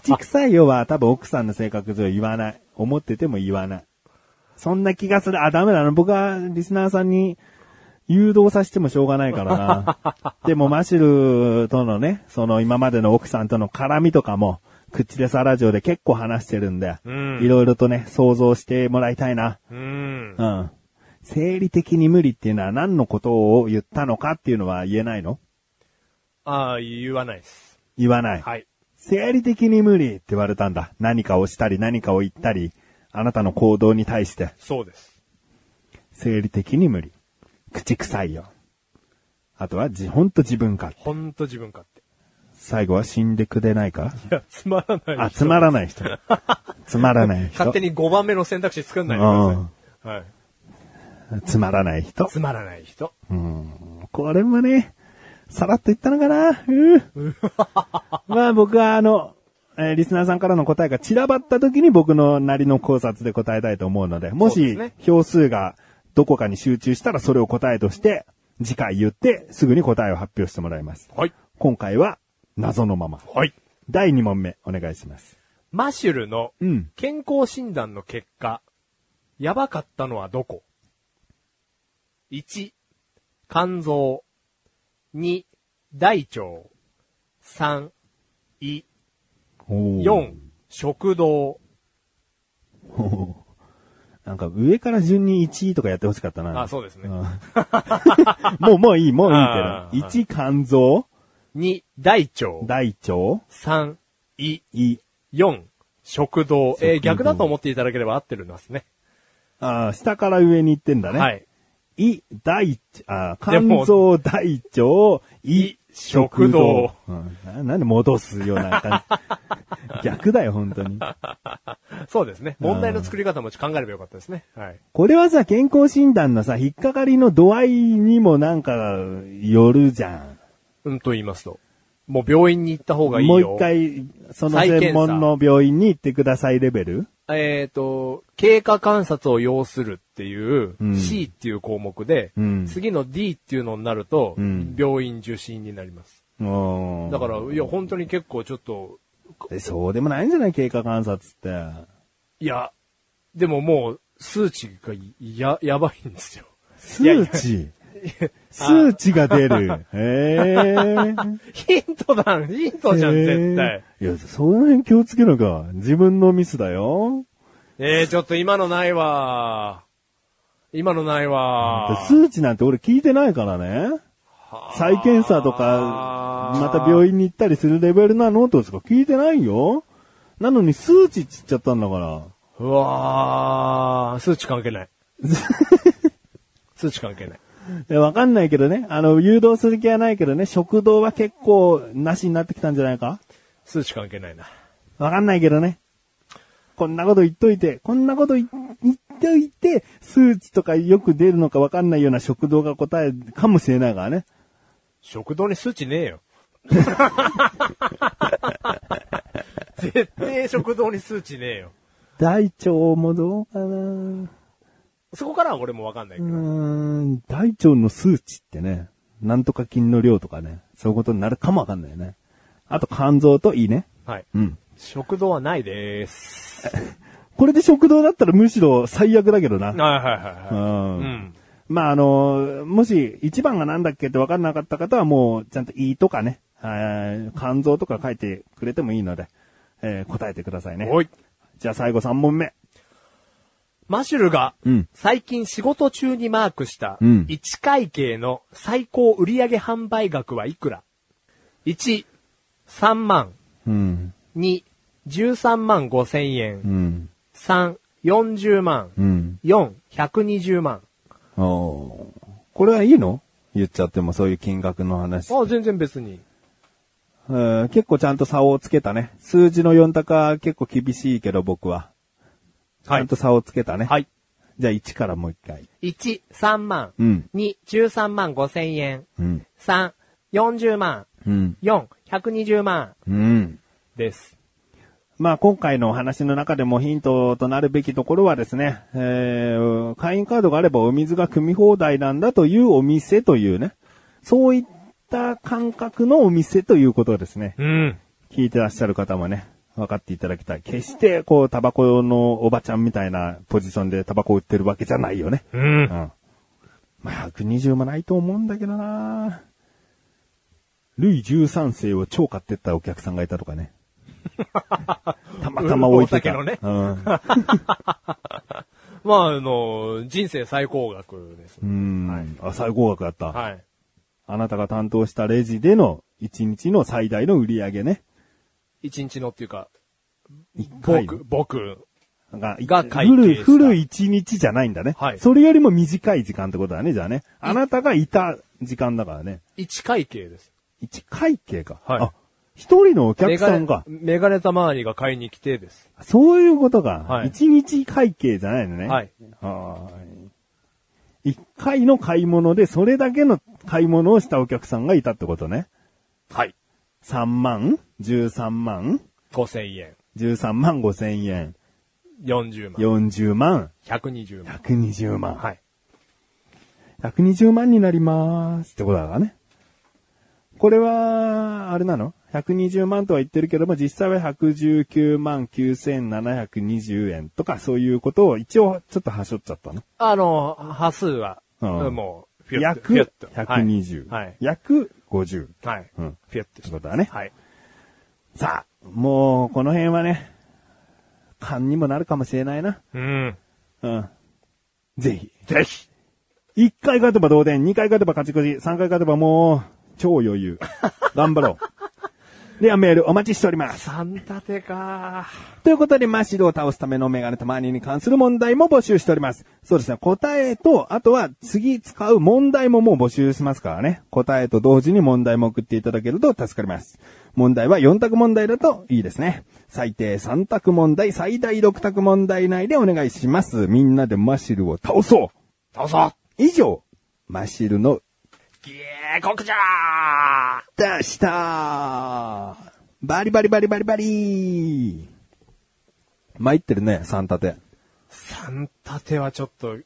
Speaker 2: 口臭いよは多分奥さんの性格上言わない。思ってても言わない。そんな気がする。あ、ダメだな。僕はリスナーさんに誘導させてもしょうがないから [LAUGHS] な。でもマシュルとのね、その今までの奥さんとの絡みとかも、口でさラジオで結構話してるんで、
Speaker 3: うん
Speaker 2: いろいろとね、想像してもらいたいな。
Speaker 3: うん。
Speaker 2: うん。生理的に無理っていうのは何のことを言ったのかっていうのは言えないの
Speaker 3: ああ、言わないです。
Speaker 2: 言わない。
Speaker 3: はい。
Speaker 2: 生理的に無理って言われたんだ。何かをしたり何かを言ったり、あなたの行動に対して、
Speaker 3: そうです。
Speaker 2: 生理的に無理。口臭いよ。あとは、じ、ほんと自分か。
Speaker 3: ほんと自分勝手。
Speaker 2: 最後は死んでくれないか
Speaker 3: いや、つまらない人。
Speaker 2: あ、つまらない人。つまらない人。
Speaker 3: 勝手に5番目の選択肢作んないでください。はい。
Speaker 2: つまらない人。
Speaker 3: つまらない人。
Speaker 2: これもね、さらっと言ったのかなう
Speaker 3: [LAUGHS]
Speaker 2: ーまあ僕はあの、えーリスナーさんからの答えが散らばった時に僕のなりの考察で答えたいと思うので、も
Speaker 3: そうです
Speaker 2: し
Speaker 3: ね
Speaker 2: 票数がどこかに集中したらそれを答えとして、次回言ってすぐに答えを発表してもらいます。
Speaker 3: はい。
Speaker 2: 今回は謎のまま。
Speaker 3: はい。
Speaker 2: 第2問目お願いします。
Speaker 3: マシュルの
Speaker 2: うん
Speaker 3: 健康診断の結果、やばかったのはどこ ?1、肝臓。2、大腸。3、胃。4、食堂。
Speaker 2: [LAUGHS] なんか上から順に1位とかやってほしかったな。
Speaker 3: あ、そうですね。
Speaker 2: うんもう、もういい、もうい
Speaker 3: あー
Speaker 2: いけど。1、肝臓、
Speaker 3: 2、大腸。
Speaker 2: 大腸、
Speaker 3: 3、胃。
Speaker 2: 胃。
Speaker 3: 4、食堂。えー
Speaker 2: 食堂
Speaker 3: 逆だと思っていただければ合ってるんですね。
Speaker 2: あー下から上に行ってんだね。
Speaker 3: はい。
Speaker 2: 胃、大腸、あー
Speaker 3: でも
Speaker 2: 肝臓、大腸、胃
Speaker 3: 胃、食堂
Speaker 2: うんな。なんで戻すような感じ。 [LAUGHS] 逆だよ、本当に。
Speaker 3: そうですね。問題の作り方も考えればよかったですね。はい。
Speaker 2: これはさ、健康診断のさ、引っかかりの度合いにもなんか、よるじゃん。
Speaker 3: うんと言いますと。もう病院に行った方がいい
Speaker 2: も
Speaker 3: よ。
Speaker 2: う一回、その専門の病院に行ってくださいレベル
Speaker 3: えっ、と、経過観察を要するっていう
Speaker 2: うん
Speaker 3: C っていう項目で、
Speaker 2: うん
Speaker 3: 次の D っていうのになると、
Speaker 2: うん
Speaker 3: 病院受診になります。
Speaker 2: うん
Speaker 3: だから、いや、本当に結構ちょっと、
Speaker 2: えそうでもないんじゃない経過観察って。
Speaker 3: いや、でももう、数値がや、やばいんですよ。いやい
Speaker 2: 数
Speaker 3: や
Speaker 2: 値。数値が出る。へえ。
Speaker 3: [LAUGHS] ヒントだ、ヒントじゃん、絶対。
Speaker 2: えー。いや、その辺気をつけなきゃ、自分のミスだよ。
Speaker 3: えー、ちょっと今のないわ。今のないわ。
Speaker 2: 数値なんて俺聞いてないからね。再検査とか
Speaker 3: あ、ー
Speaker 2: また病院に行ったりするレベルなノートしか聞いてないよ。なのに数値っつっちゃったんだから。
Speaker 3: うわー、数値関係 [LAUGHS] ない。数値関係ない。
Speaker 2: えわかんないけどね。あの、誘導する気はないけどね、食堂は結構なしになってきたんじゃないか
Speaker 3: 数値関係ないな。
Speaker 2: わかんないけどね。こんなこと言っといて、こんなこと言言っといて、スーツとかよく出るのかわかんないような食堂が答えかもしれないからね。
Speaker 3: 食堂に数値ねえよ。 [LAUGHS] 絶対食堂に数値ねえよ。
Speaker 2: 大腸もどうかなう
Speaker 3: そこからは俺もわかんないけ
Speaker 2: ー
Speaker 3: ど。
Speaker 2: ん、大腸の数値ってね、なんとか菌の量とかね、そういうことになるかもわかんないよね。あと肝臓と胃ね。
Speaker 3: はい。
Speaker 2: うん。
Speaker 3: 食堂はないでーす。
Speaker 2: これで食堂だったらむしろ最悪だけどな。
Speaker 3: はいはいはいはい。
Speaker 2: う
Speaker 3: うん。
Speaker 2: まあ、あの、もし、一番がなんだっけって分かんなかった方は、もう、ちゃんと胃とかね、はい肝臓とか書いてくれてもいいので、えー答えてくださいね。
Speaker 3: おい。
Speaker 2: じゃあ最後3問目。
Speaker 3: マシュルが
Speaker 2: うん、
Speaker 3: 最近仕事中にマークした、
Speaker 2: うん
Speaker 3: 1会計の最高売上販売額はいくら ?1、3万。
Speaker 2: うん、
Speaker 3: 2、13万5千円。
Speaker 2: ん、
Speaker 3: 3、40万。
Speaker 2: ん。
Speaker 3: 4、120万。
Speaker 2: おこれはいいの言っちゃってもそういう金額の話。
Speaker 3: あ、全然別に。
Speaker 2: えー結構ちゃんと差をつけたね。数字の4高結構厳しいけど僕は。
Speaker 3: は
Speaker 2: ちゃん
Speaker 3: い
Speaker 2: と。差をつけたね。
Speaker 3: はい。
Speaker 2: じゃあ1からもう1回。
Speaker 3: 1、3万。
Speaker 2: うん
Speaker 3: 2、13万5千円。
Speaker 2: うん。
Speaker 3: 3、40万。
Speaker 2: うん。
Speaker 3: 4、120万。
Speaker 2: うん。
Speaker 3: です。
Speaker 2: まあ今回のお話の中でもヒントとなるべきところはですね、えー、会員カードがあればお水が汲み放題なんだというお店というね、そういった感覚のお店ということですね。
Speaker 3: うん。
Speaker 2: 聞いてらっしゃる方もね、分かっていただきたい。決してこうタバコのおばちゃんみたいなポジションでタバコ売ってるわけじゃないよね。
Speaker 3: うん
Speaker 2: うん。まあ、120もないと思うんだけどなルイ13世を超買ってったお客さんがいた
Speaker 3: [LAUGHS]
Speaker 2: とかね。たまたま置いてた。
Speaker 3: うん大竹
Speaker 2: うん。
Speaker 3: まあ、あの、人生最高額です
Speaker 2: う。ん。あ、最高額だった、
Speaker 3: はい。
Speaker 2: あなたが担当したレジでの1日の最大の売り上げね。
Speaker 3: 一日のっていうか、
Speaker 2: 1回
Speaker 3: 僕、僕、
Speaker 2: が、
Speaker 3: が会計
Speaker 2: フル、
Speaker 3: した
Speaker 2: フル1日じゃないんだね。
Speaker 3: はい
Speaker 2: それよりも短い時間ってことだね、じゃあね。あなたがいた時間だからね。
Speaker 3: 一会計です。
Speaker 2: 1会計か。
Speaker 3: はい
Speaker 2: あ、一人のお客
Speaker 3: メガ
Speaker 2: さん
Speaker 3: ネ
Speaker 2: か、。
Speaker 3: メガネたまわりが買いに来てです。
Speaker 2: そういうことか
Speaker 3: は。い
Speaker 2: 一、日会計じゃないのね。
Speaker 3: はい。
Speaker 2: はーい。一回の買い物でそれだけの買い物をしたお客さんがいたってことね。
Speaker 3: はい。
Speaker 2: 3万、13万、
Speaker 3: 5000円、
Speaker 2: 13万5千円、
Speaker 3: 40万、
Speaker 2: 40万、
Speaker 3: 120万。
Speaker 2: 120万。
Speaker 3: はい。
Speaker 2: 120万になりますってことだからね。これは、あれなの ?120 万とは言ってるけども、実際は119万9720円とかそういうことを一応ちょっとはしょっちゃったの。
Speaker 3: あの、波数は、
Speaker 2: うん
Speaker 3: もう、フィュッと
Speaker 2: 約
Speaker 3: フィュッと。
Speaker 2: 120。
Speaker 3: はい。
Speaker 2: 約50。
Speaker 3: はい。はい
Speaker 2: うん
Speaker 3: フィュッと
Speaker 2: ってことだね。
Speaker 3: はい。
Speaker 2: さあ、もうこの辺はね、勘にもなるかもしれないな。
Speaker 3: うん。
Speaker 2: うん。ぜひ。
Speaker 3: ぜひ。
Speaker 2: 1回勝てば同点、2回勝てば勝ち越し、3回勝てばもう、超余裕。頑張ろう。ではメールお待ちしております。
Speaker 3: 三立てか
Speaker 2: ということで、マシルを倒すためのメガネたまにに関する問題も募集しております。そうですね、答えと、あとは次使う問題ももう募集しますからね。答えと同時に問題も送っていただけると助かります。問題は4択問題だといいですね。最低3択問題、最大6択問題内でお願いします。みんなでマシルを倒そう
Speaker 3: 倒そう
Speaker 2: 以上、マシルの
Speaker 3: ゲーコクじゃー
Speaker 2: 出したバリバリバリバリバリ参ってるね、三立て。
Speaker 3: 三立てはちょっと、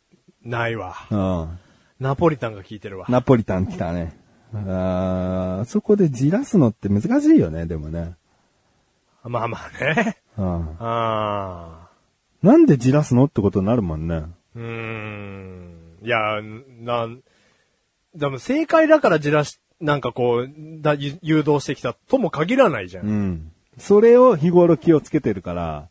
Speaker 3: ないわ。
Speaker 2: うん。
Speaker 3: ナポリタンが効いてるわ。
Speaker 2: ナポリタン来たね。あーそこでじらすのって難しいよね、でもね。
Speaker 3: まあまあね。
Speaker 2: うん。
Speaker 3: あ
Speaker 2: なんでじらすのってことになるもんね。
Speaker 3: ー。うーん。いや、なん、でも正解だからじらし、なんかこう、だゆ誘導してきたとも限らないじゃん。
Speaker 2: う。
Speaker 3: うん
Speaker 2: それを日頃気をつけてるから、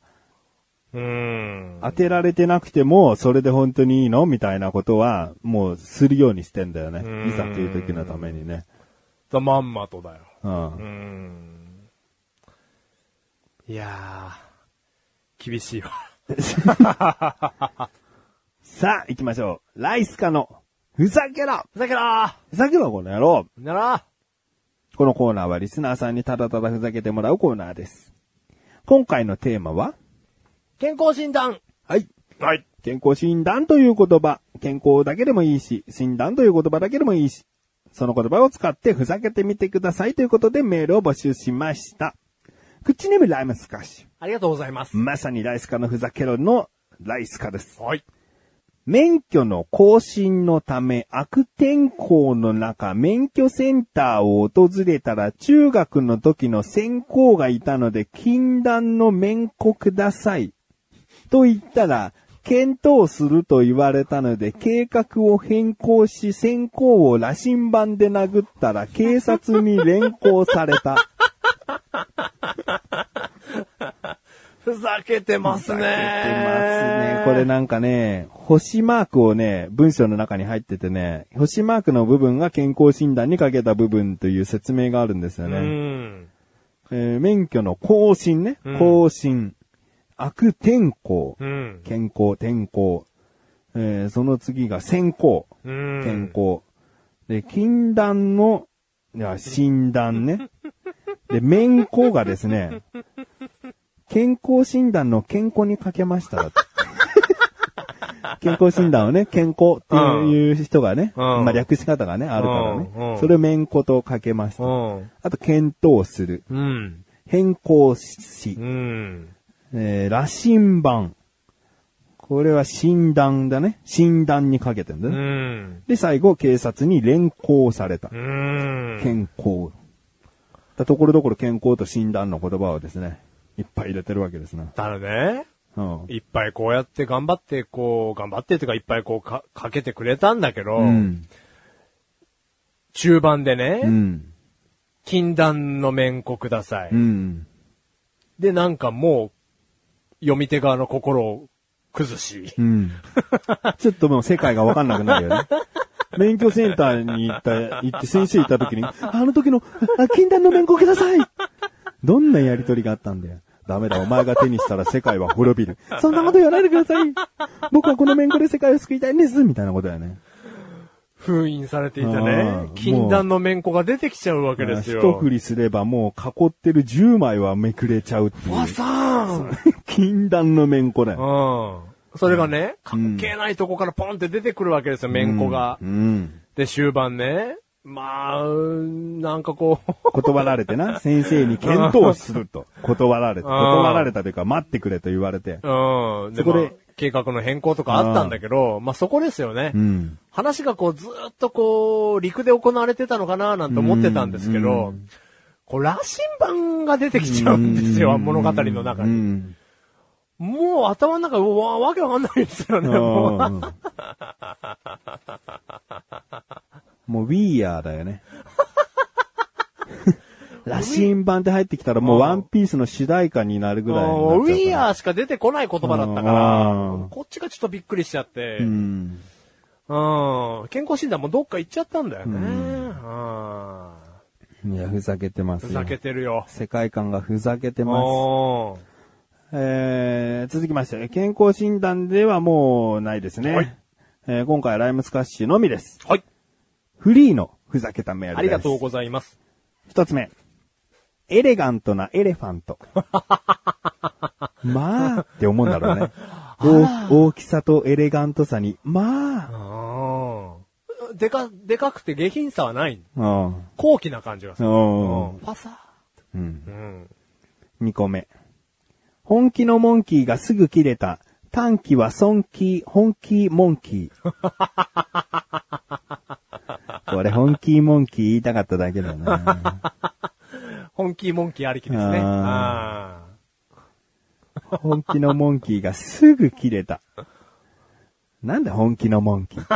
Speaker 3: ーん。
Speaker 2: 当てられてなくても、それで本当にいいのみたいなことは、もうするようにしてんだよね。
Speaker 3: ん
Speaker 2: いざという時のためにね。
Speaker 3: だまんまとだよ。
Speaker 2: うん
Speaker 3: うー。ん。いやー、厳しいわ。
Speaker 2: [LAUGHS] さあ、行きましょう。ライスカの、ふざけろ
Speaker 3: ふざけろー
Speaker 2: ふざけろ、この野郎
Speaker 3: なら
Speaker 2: このコーナーはリスナーさんにただただふざけてもらうコーナーです。今回のテーマは
Speaker 3: 健康診断
Speaker 2: はい。
Speaker 3: はい。
Speaker 2: 健康診断という言葉、健康だけでもいいし、診断という言葉だけでもいいし、その言葉を使ってふざけてみてくださいということでメールを募集しました。口ネームライムスカッシュ。
Speaker 3: ありがとうございます。
Speaker 2: まさにライスカのふざけろのライスカです。
Speaker 3: はい。
Speaker 2: 免許の更新のため悪天候の中免許センターを訪れたら中学の時の先行がいたので禁断の免許ください。と言ったら検討すると言われたので計画を変更し先行を羅針盤で殴ったら警察に連行された。
Speaker 3: ふざけてま
Speaker 2: ふざけてますね。これなんかね、星マークをね、文章の中に入っててね、星マークの部分が健康診断にかけた部分という説明があるんですよ
Speaker 3: う
Speaker 2: ね。
Speaker 3: ん。
Speaker 2: えー免許の更新ね
Speaker 3: うん。
Speaker 2: 更新。悪天候
Speaker 3: う。ん。
Speaker 2: 健康、天候。えーその次が先行。
Speaker 3: うん。
Speaker 2: 健康。で、禁断の、いや、診断ね。で、免抗がですね、健康診断の健康にかけ
Speaker 3: [LAUGHS]
Speaker 2: ましただって。健康診断をね、健康っていう人がね、
Speaker 3: うん
Speaker 2: まあ略し方がね、あるからね。
Speaker 3: うんうん
Speaker 2: それを免抗とかけました。
Speaker 3: うん。
Speaker 2: あと、検討する。
Speaker 3: うん。
Speaker 2: 変更し
Speaker 3: う、ん。
Speaker 2: えー、羅針盤。これは診断だね。診断にかけてるんだ
Speaker 3: う
Speaker 2: ね。
Speaker 3: ん。
Speaker 2: で、最後、警察に連行された
Speaker 3: う。ん。
Speaker 2: 健康。だところどころ健康と診断の言葉をですね、いっぱい入れてるわけですね。
Speaker 3: だね。
Speaker 2: うん。
Speaker 3: いっぱいこうやって頑張って、こう、頑張ってっていうかいっぱいこうか、かけてくれたんだけど、
Speaker 2: うん。
Speaker 3: 中盤でね、
Speaker 2: うん。
Speaker 3: 禁断の面子ください。
Speaker 2: うん。
Speaker 3: で、なんかもう、読み手側の心を崩
Speaker 2: [LAUGHS]
Speaker 3: し、 [LAUGHS]
Speaker 2: うん。ちょっともう世界がわかんなくなるよね。免許センターに行った、行って先生行った時に、あの時の、あ禁断の免許くださいどんなやりとりがあったんだよ。ダメだ、お前が手にしたら世界は滅びる。そんなこと言わないでください僕はこの免許で世界を救いたいんですみたいなことだよね。
Speaker 3: 封印されていた
Speaker 2: あ
Speaker 3: ね
Speaker 2: ー、
Speaker 3: 禁断の面子が出てきちゃうわけです
Speaker 2: 一
Speaker 3: よ
Speaker 2: 振。りすればもう囲ってる10枚はめくれちゃうってい
Speaker 3: わ
Speaker 2: う。
Speaker 3: さーん
Speaker 2: 禁断のめんこだよ。
Speaker 3: うん。それがね、関係ないとこからポンって出てくるわけですよ、面子が
Speaker 2: う。ん。
Speaker 3: で、終盤ね、まあ、なんかこう、
Speaker 2: 断られてな、先生に検討すると。断られて、
Speaker 3: うん
Speaker 2: 断られたというか、待ってくれと言われて。
Speaker 3: うん。で、
Speaker 2: そこで
Speaker 3: まあ計画の変更とかあったんだけど、まあそこですよね。
Speaker 2: うん。
Speaker 3: 話がこうずーっとこう、陸で行われてたのかななんて思ってたんですけど、こう、羅針盤が出てきちゃうんですよ、物語の中
Speaker 2: う
Speaker 3: に。
Speaker 2: ん。
Speaker 3: もう頭の中、うわ、わけわかんないですよね、もう。
Speaker 2: うんもう、We Are だよね。羅針盤って入ってきたらもうワンピースの主題歌になるぐらいになっちゃう
Speaker 3: ウ
Speaker 2: から。
Speaker 3: ィーアーしか出てこない言葉だったか
Speaker 2: う
Speaker 3: ら
Speaker 2: ん、
Speaker 3: こっちがちょっとびっくりしちゃって、
Speaker 2: う
Speaker 3: うん、
Speaker 2: ん。
Speaker 3: 健康診断もどっか行っちゃったんだよね。うん、
Speaker 2: いや、ふざけてます
Speaker 3: ふ
Speaker 2: よ。
Speaker 3: ざけてるよ。
Speaker 2: 世界観がふざけてます。
Speaker 3: おー
Speaker 2: えー、続きまして、健康診断ではもうないですね。
Speaker 3: はい
Speaker 2: えー今回はライムスカッシュのみです。
Speaker 3: はい。
Speaker 2: フリーのふざけたメール
Speaker 3: あ
Speaker 2: です。
Speaker 3: りがとうございます。
Speaker 2: 一つ目。エレガントなエレファ
Speaker 3: [LAUGHS]
Speaker 2: ント。まあって思うんだろ
Speaker 3: [LAUGHS]
Speaker 2: うね。お大きさとエレガントさに、まあ。
Speaker 3: ああ。でか、でかくて下品さはない。
Speaker 2: うん。
Speaker 3: 高貴な感じがす
Speaker 2: う
Speaker 3: る。
Speaker 2: ん。
Speaker 3: パサ
Speaker 2: うん。
Speaker 3: ー。うん。
Speaker 2: 2個目。本気のモンキーがすぐ切れた。短期は損気、本気モンキ
Speaker 3: [LAUGHS]
Speaker 2: ー。これ本気モンキー言いたかっただけだな。
Speaker 3: 本気モンキーありきですね。あ
Speaker 2: あ本気のモンキーがすぐ切れた。なんだ本気のモンキーって。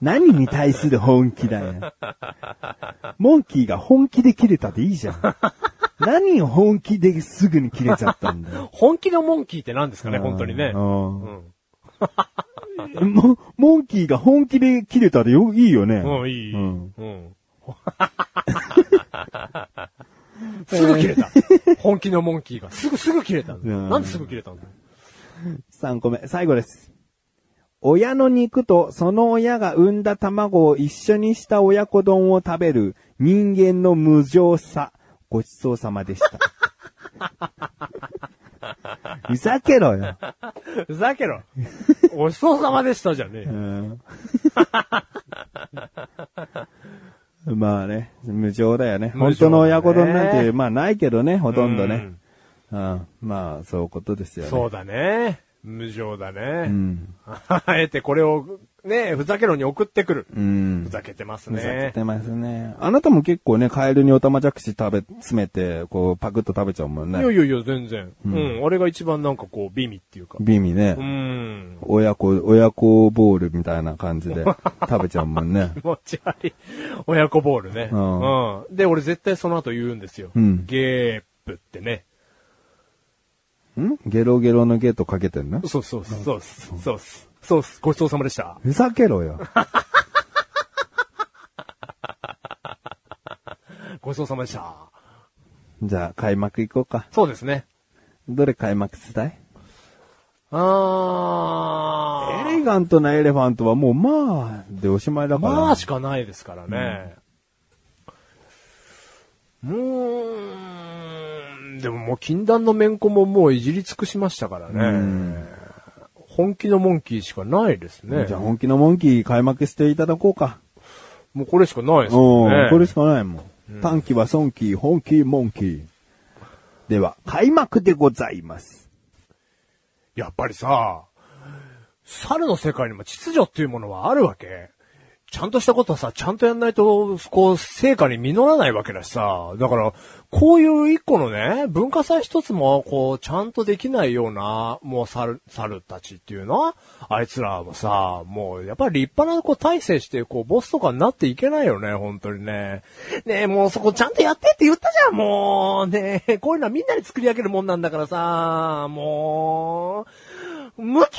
Speaker 2: 何に対する本気だよ。モンキーが本気で切れたでいいじゃん。何を本気ですぐに切れちゃったんだよ
Speaker 3: ー。本気のモンキーって何 [LAUGHS] ですかね、本当にね。
Speaker 2: うん
Speaker 3: うん。
Speaker 2: モ、モンキーが本気で切れたでよ、いいよね。
Speaker 3: うん、いい。
Speaker 2: うん
Speaker 3: うん。 [LAUGHS] すぐ切れた。本気のモンキーが。すぐ、すぐ切れたんだ。
Speaker 2: うん
Speaker 3: なんですぐ切れたんだ。
Speaker 2: 3個目、最後です。親の肉とその親が産んだ卵を一緒にした親子丼を食べる人間の無情さ。ごち
Speaker 3: [LAUGHS]
Speaker 2: そうさまでした。ふざけろよ。
Speaker 3: ふざけろ。 [LAUGHS] おちそうさまでしたじゃねえ
Speaker 2: う
Speaker 3: よ。
Speaker 2: ん。まあね、無情だよね。
Speaker 3: 無
Speaker 2: 本
Speaker 3: 情だね
Speaker 2: 当の親子丼なんて、まあないけどね、ほとんど
Speaker 3: う
Speaker 2: ね
Speaker 3: ん。
Speaker 2: うん。まあ、そういうことですよね。
Speaker 3: そうだね。無情だね。
Speaker 2: うん。
Speaker 3: あ [LAUGHS] えてこれを、ね、ふざけろに送ってくる。
Speaker 2: うん。
Speaker 3: ふざけてます
Speaker 2: ふざけ
Speaker 3: ね。
Speaker 2: てますね。あなたも結構ね、カエルにおたまじゃくし食べ、詰めて、こう、パクッと食べちゃうもん
Speaker 3: いや
Speaker 2: ね。
Speaker 3: いやいや、全然。うん。あれが一番なんかこう、美味っていうか。
Speaker 2: ビミね
Speaker 3: う。ん。
Speaker 2: 親子、親子ボールみたいな
Speaker 3: [LAUGHS]
Speaker 2: 感じで食べちゃうもんね。
Speaker 3: 気持ち悪い。親子ボールね。
Speaker 2: う
Speaker 3: うん。で、俺絶対その後言うんですよ。
Speaker 2: うん
Speaker 3: ゲープってね。
Speaker 2: んゲロゲロのゲとかけてんの
Speaker 3: そうそうそうそうっす。そうっす。そうっす。ごちそうさまでした。
Speaker 2: ふざけろよ。 [LAUGHS]
Speaker 3: ごちそうさまでした。
Speaker 2: じゃあ、開幕行こうか。
Speaker 3: そうですね。
Speaker 2: どれ開幕したい
Speaker 3: あ
Speaker 2: エ
Speaker 3: ー。
Speaker 2: レガントなエレファントはもうまあ、でおしまいだから。
Speaker 3: まあしかないですからね。うーん。でももう禁断のめんこももういじり尽くしましたからね。本気のモンキーしかないですね
Speaker 2: じゃ。あ本気のモンキー開幕していただこうか。
Speaker 3: もうこれしかないです
Speaker 2: お
Speaker 3: よね。
Speaker 2: ーこれしかないもん。短期は損期、本気、モンキー。では、開幕でございます。
Speaker 3: やっぱりさ、猿の世界にも秩序っていうものはあるわけ。ちゃんとしたことはさ、ちゃんとやんないと、こう、成果に実らないわけだしさ。だから、こういう一個のね、文化祭一つも、こう、ちゃんとできないような、もう猿、猿たちっていうのあいつらもさ、もう、やっぱり立派な、こう、体制して、こう、ボスとかになっていけないよね、本当にね。ねえ、もうそこちゃんとやってって言ったじゃん、もう。ねえ、こういうのはみんなで作り上げるもんなんだからさ、もう、無き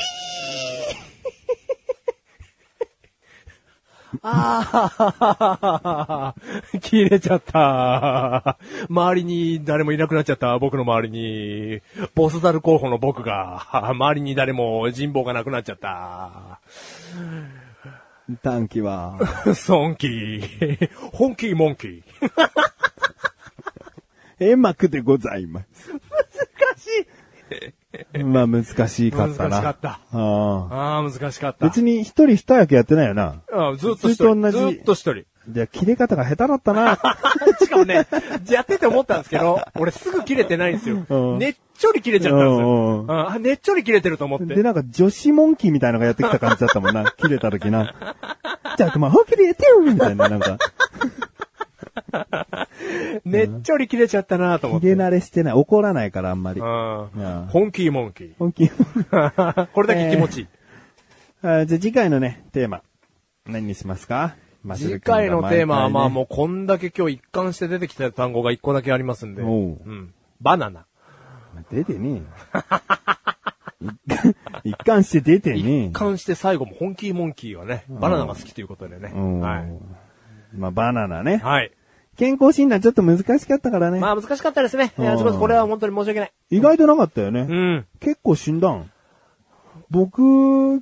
Speaker 3: ああ、 [LAUGHS] 切れちゃった。周りに誰もいなくなっちゃった。僕の周りに。ボスザル候補の僕が、周りに誰も人望がなくなっちゃった。
Speaker 2: 短
Speaker 3: [LAUGHS]
Speaker 2: 期は、
Speaker 3: 損気。本気、モンキー。
Speaker 2: 閉幕でございます。
Speaker 3: 難しい。
Speaker 2: まあ難しかったな。
Speaker 3: 難しかった
Speaker 2: ああ
Speaker 3: ああ、難しかった。
Speaker 2: 別に一人二役やってないよな。
Speaker 3: ああずっと一人。
Speaker 2: ずっと同じ
Speaker 3: ずっと一人。
Speaker 2: じゃあ切れ方が下手だっ
Speaker 3: [LAUGHS]
Speaker 2: たな。
Speaker 3: しかもね、やってて思ったんですけど、俺すぐ切れてないんですよ。
Speaker 2: うん
Speaker 3: ねっちょり切れちゃったんです
Speaker 2: うん
Speaker 3: よ
Speaker 2: うん
Speaker 3: うん。あ、ねっちょり切れてると思って。
Speaker 2: で、なんか女子モンキーみたいなのがやってきた感じだったもんな。切れた時な。じゃあ、まあ、本気でやってよみたいな、なんか、
Speaker 3: ねっちょり切れちゃったなと思っ
Speaker 2: 切
Speaker 3: て。
Speaker 2: れ慣れしてない。怒らないから、あんまり
Speaker 3: う。
Speaker 2: うん
Speaker 3: ん。本気モンキ
Speaker 2: 本気。
Speaker 3: ー。 [LAUGHS] これだけ気持ちいい。
Speaker 2: あじゃあ次回のね、テーマ。何にしますか
Speaker 3: 次回のテーマはまあ
Speaker 2: う。
Speaker 3: もうこんだけ今日一貫して出てきた単語が一個だけありますんで。
Speaker 2: お
Speaker 3: う。
Speaker 2: うん
Speaker 3: バナナ。
Speaker 2: 出てねえよ一貫して出てねえよ
Speaker 3: 一。貫して最後も本気モンキーはね、バナナが好きということでね。
Speaker 2: うん
Speaker 3: はい。
Speaker 2: まあ、バナナね。
Speaker 3: はい。
Speaker 2: 健康診断ちょっと難しかったからね。
Speaker 3: まあ難しかったですね。いや
Speaker 2: うん
Speaker 3: ちょっとこれは本当に申し訳ない。
Speaker 2: 意外となかったよね。
Speaker 3: うん。
Speaker 2: 結構死んだん。僕、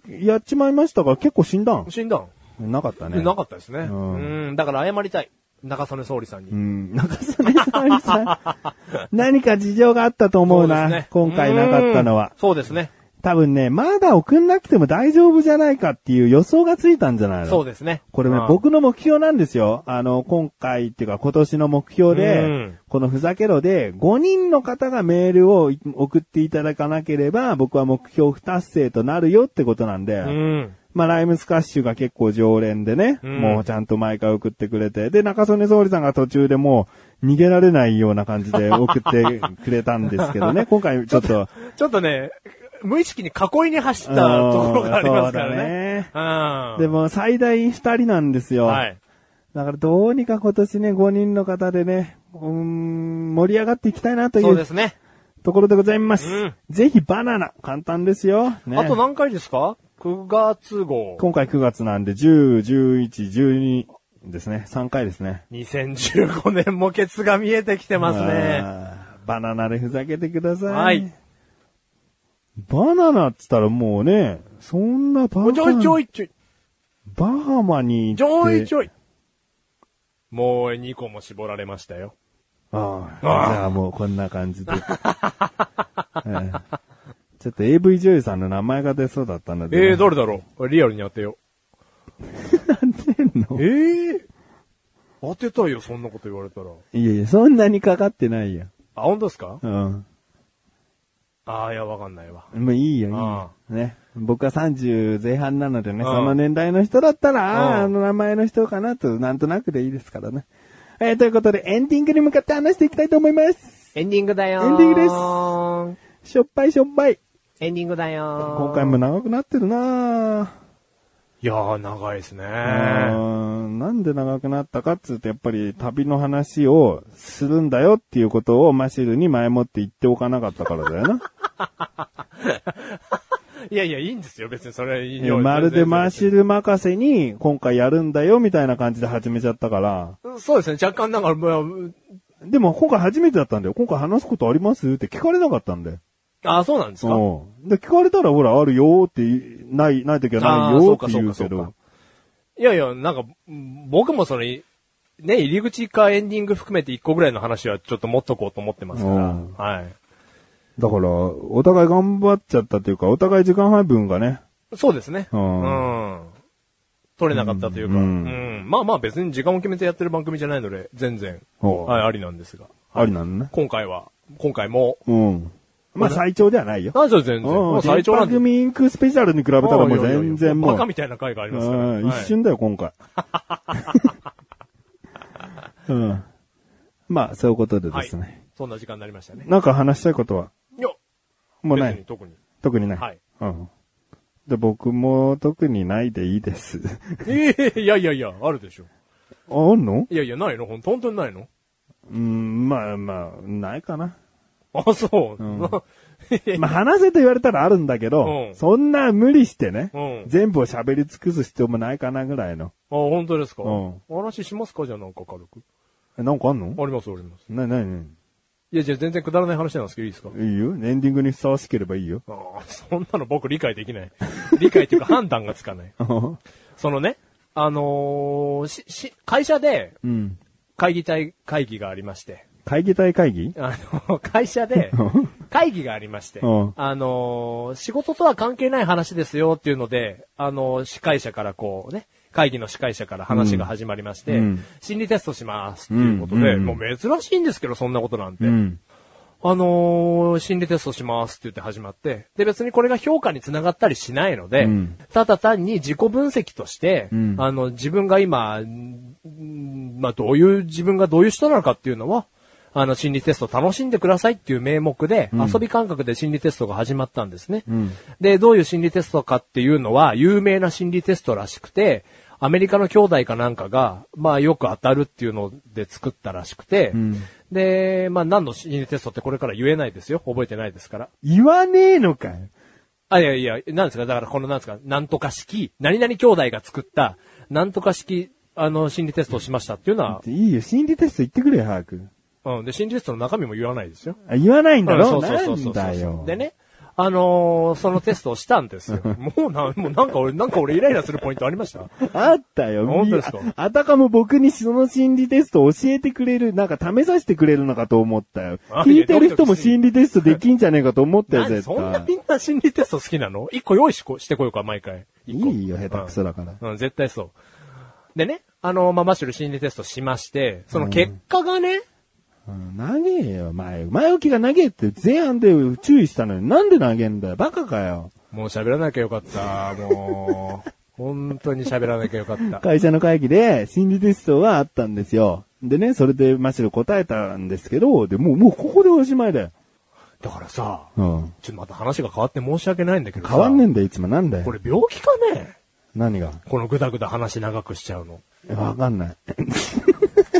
Speaker 2: やっちまいましたが、結構死んだん。
Speaker 3: 診断。
Speaker 2: なかったね。
Speaker 3: なかったですね。う
Speaker 2: うん
Speaker 3: ん。だから謝りたい。中曽根総理さん
Speaker 2: う
Speaker 3: に。
Speaker 2: ん、中曽根さんにさ、
Speaker 3: [LAUGHS]
Speaker 2: 何か事情があったと思う
Speaker 3: そ
Speaker 2: な。
Speaker 3: ですね
Speaker 2: 今回なかったのは
Speaker 3: うん。そうですね。
Speaker 2: 多分ね、まだ送んなくても大丈夫じゃないかっていう予想がついたんじゃないの
Speaker 3: そうですね。
Speaker 2: これね、
Speaker 3: うん、
Speaker 2: 僕の目標なんですよ。あの、今回っていうか今年の目標で、
Speaker 3: うん
Speaker 2: このふざけろで、5人の方がメールをい送っていただかなければ、僕は目標不達成となるよってことなんで、
Speaker 3: うん。
Speaker 2: まあ、ライムスカッシュが結構常連でね、
Speaker 3: うん
Speaker 2: もうちゃんと毎回送ってくれて、で、中曽根総理さんが途中でもう逃げられないような感じで送ってくれたんですけど
Speaker 3: [LAUGHS]
Speaker 2: ね、今回ちょっと、
Speaker 3: ちょっとね、無意識に囲いに走ったところがありますから
Speaker 2: うん
Speaker 3: ね。うん。
Speaker 2: でも最大2人なんですよ。
Speaker 3: はい。
Speaker 2: だからどうにか今年ね、5人の方でね、うーん、盛り上がっていきたいなとい
Speaker 3: そうで
Speaker 2: う
Speaker 3: すね。
Speaker 2: ところでございます。
Speaker 3: うん
Speaker 2: ぜひバナナ、簡単ですよ。ね
Speaker 3: あと何回ですか ?9 月号。
Speaker 2: 今回9月なんで、10、11、12ですね。3回ですね。
Speaker 3: 2015年もケツが見えてきてますね。
Speaker 2: あーバナナでふざけてください。
Speaker 3: はい。
Speaker 2: バナナっつったらもうね、そんなバカ
Speaker 3: ちょいちょいちょい。
Speaker 2: バハマに
Speaker 3: ちょいち
Speaker 2: ょ
Speaker 3: ょい。もう2個も絞られましたよ。
Speaker 2: [LAUGHS] ああ、じゃあもうこんな感じで。ええちょっと AV 女優さんの名前が出そうだったので、
Speaker 3: えー、誰だろうリアルに当てよ
Speaker 2: [LAUGHS] 当てん
Speaker 3: う。
Speaker 2: の
Speaker 3: えー、当てたいよ、そんなこと言われたら。
Speaker 2: いやいや、そんなにかかってないよ。
Speaker 3: あ、本当ですか
Speaker 2: うん。
Speaker 3: ああ、いや、わかんないわ。
Speaker 2: もういいよ、いいよ。ね。僕は30前半なのでね、その年代の人だったら、あ
Speaker 3: うん
Speaker 2: ーあの名前の人かなと、なんとなくでいいですからね。えーということで、エンディングに向かって話していきたいと思います。
Speaker 1: エンディングだよー
Speaker 2: エンディングでしょっぱいしょっぱい。
Speaker 1: エンディングだよー
Speaker 2: 今回も長くなってるなぁ。
Speaker 3: いやー、長いですね。
Speaker 2: うーんなんで長くなったかっつうと、やっぱり旅の話をするんだよっていうことをマシルに前もって言っておかなかったからだ
Speaker 3: [LAUGHS]
Speaker 2: よな。
Speaker 3: いやいや、いいんですよ、別にそれいい
Speaker 2: えー
Speaker 3: よ。
Speaker 2: まるでマシ
Speaker 3: シ
Speaker 2: ル任せに今回やるんだよみたいな感じで始めちゃったから。
Speaker 3: そうですね、若干なんか、まあ
Speaker 2: でも今回初めてだったんだよ。今回話すことありますって聞かれなかったんだよ。
Speaker 3: あー、そうなんですか
Speaker 2: うん。で、聞かれたらほら、あるよーって言い、ない、ない時はない
Speaker 3: あ
Speaker 2: よーって言うけ
Speaker 3: ーそうかそうかそう
Speaker 2: ど
Speaker 3: か。いやいや、なんか、うん僕もその、いね、入り口かエンディング含めて一個ぐらいの話はちょっと持っとこうと思ってますから。
Speaker 2: うん
Speaker 3: はい。
Speaker 2: だから、お互い頑張っちゃったというか、お互い時間配分がね。
Speaker 3: そうですね。
Speaker 2: う
Speaker 3: うんん。取れなかったというか、
Speaker 2: う
Speaker 3: うんん。まあまあ別に時間を決めてやってる番組じゃないので、全然、
Speaker 2: おう
Speaker 3: はい、ありなんですが。
Speaker 2: ありなのね。
Speaker 3: 今回は、今回も、
Speaker 2: うん。まあ最長ではないよ。
Speaker 3: あ、じゃあ全然、
Speaker 2: うん
Speaker 3: もう最長なん
Speaker 2: 電波
Speaker 3: で。
Speaker 2: 組インクスペシャルに比べたらもう全然も
Speaker 3: バカ
Speaker 2: う。
Speaker 3: みたいな回がありますから。
Speaker 2: うん一
Speaker 3: はい
Speaker 2: 瞬だよ、今
Speaker 3: [LAUGHS]
Speaker 2: 回。うん。まあ、そういうことでです
Speaker 3: はい
Speaker 2: ね。。
Speaker 3: そんな時間になりましたね。
Speaker 2: なんか話したいことは、
Speaker 3: よ
Speaker 2: もうな
Speaker 3: 別
Speaker 2: い
Speaker 3: に。特に。
Speaker 2: 特にない。
Speaker 3: はい
Speaker 2: うん。で、僕も特にないでいいです。 [LAUGHS]
Speaker 3: ええいやいやいや、あるでしょ。
Speaker 2: あんの
Speaker 3: いやいや、ないのほん本当にないの
Speaker 2: うん、まあまあ、ないかな。
Speaker 3: [LAUGHS] あ、そう。
Speaker 2: ん
Speaker 3: いや
Speaker 2: まあ話せと言われたらあるんだけど、
Speaker 3: うん
Speaker 2: そんな無理してね、
Speaker 3: うん
Speaker 2: 全部を喋り尽くす必要もないかなぐらいの。
Speaker 3: あ、本当ですか、
Speaker 2: うん
Speaker 3: お話ししますかじゃあなんか軽く。
Speaker 2: え、なんかあんの
Speaker 3: あります、あります。
Speaker 2: な、なに
Speaker 3: いや、じゃあ全然くだらない話なんですけどいいですか
Speaker 2: いいよ。エンディングにふさわしければいいよ。 [LAUGHS]
Speaker 3: あーそんなの僕理解できない。 [LAUGHS] 理解というか判断がつかない。そのね、あのーし、し、会社で
Speaker 2: うん。
Speaker 3: 会議体、会議がありまして、
Speaker 2: 会議体会議
Speaker 3: あの、会社で
Speaker 2: うん
Speaker 3: 会議がありまして、
Speaker 2: うん
Speaker 3: あのー仕事とは関係ない話ですよっていうので、あのー司会者からこうね、会議の司会者から話が始まりまして、
Speaker 2: うん
Speaker 3: 心理テストしますっていうことで、
Speaker 2: うん
Speaker 3: もう珍しいんですけど、そんなことなんて。
Speaker 2: うん。
Speaker 3: あのー心理テストしますって言って始まって、で別にこれが評価につながったりしないので、
Speaker 2: うん
Speaker 3: ただ単に自己分析として、
Speaker 2: ん
Speaker 3: あの、自分が今、んんまあ、どういう、自分がどういう人なのかっていうのは、あの、心理テスト楽しんでくださいっていう名目で、遊び感覚で心理テストが始まったんですね、で、どういう心理テストかっていうのは、有名な心理テストらしくて、アメリカの兄弟かなんかが、まあよく当たるっていうので作ったらしくて、で、まあ何の心理テストってこれから言えないですよ。覚えてないですから。
Speaker 2: 言わねえのかよ。
Speaker 3: あ、いやいや、なんですか、だからこのなんですか、なんとか式、何々兄弟が作った、なんとか式、あの、心理テストをしましたっていうのは、
Speaker 2: いいよ。心理テスト言ってくれよ、早く。
Speaker 3: うん、で、心理テストの中身も言わないですよ。
Speaker 2: あ言わないんだ
Speaker 3: そ
Speaker 2: ろ
Speaker 3: うそう
Speaker 2: な
Speaker 3: そうそ
Speaker 2: ん
Speaker 3: うそう
Speaker 2: だよ。
Speaker 3: で。ね、あのーそのテストをしたんです
Speaker 2: [LAUGHS]
Speaker 3: よ。もうな、もうなんか俺、なんか俺イライラするポイントありました
Speaker 2: あったよ。
Speaker 3: 本当ですか
Speaker 2: いやあたかも僕にその心理テストを教えてくれる、なんか試させてくれるのかと思ったよ。
Speaker 3: あ
Speaker 2: 聞いて
Speaker 3: いや
Speaker 2: る人も
Speaker 3: ドキドキする
Speaker 2: 心理テストできんじゃねえかと思ったよ、
Speaker 3: 何
Speaker 2: 絶
Speaker 3: そんな
Speaker 2: 対。
Speaker 3: みんな心理テスト好きなの一個用意しこしてこようか、毎回。一個
Speaker 2: いいよ、下手くそだから。
Speaker 3: うん、絶対そう。でね、あの、まあ、マッシュル心理テストしまして、その結果がね、
Speaker 2: うん、投げよ、前。前置きが投げって前案で注意したのに、なんで投げんだよ、バカかよ。
Speaker 3: もう喋らなきゃよかった、もう。 [LAUGHS] 本当に喋らなきゃよかった。
Speaker 2: 会社の会議で心理テストがあったんですよ。でね、それでマシル答えたんですけど、で、もう、もうここでおしまいだよ。
Speaker 3: だからさ、
Speaker 2: うん。
Speaker 3: ちょっとまた話が変わって申し訳ないんだけどさ
Speaker 2: 変わんねえんだよ、いつも。なんだよ
Speaker 3: こ。れ病気かね
Speaker 2: 何が
Speaker 3: このぐだぐだ話長くしちゃうの。
Speaker 2: わかんない。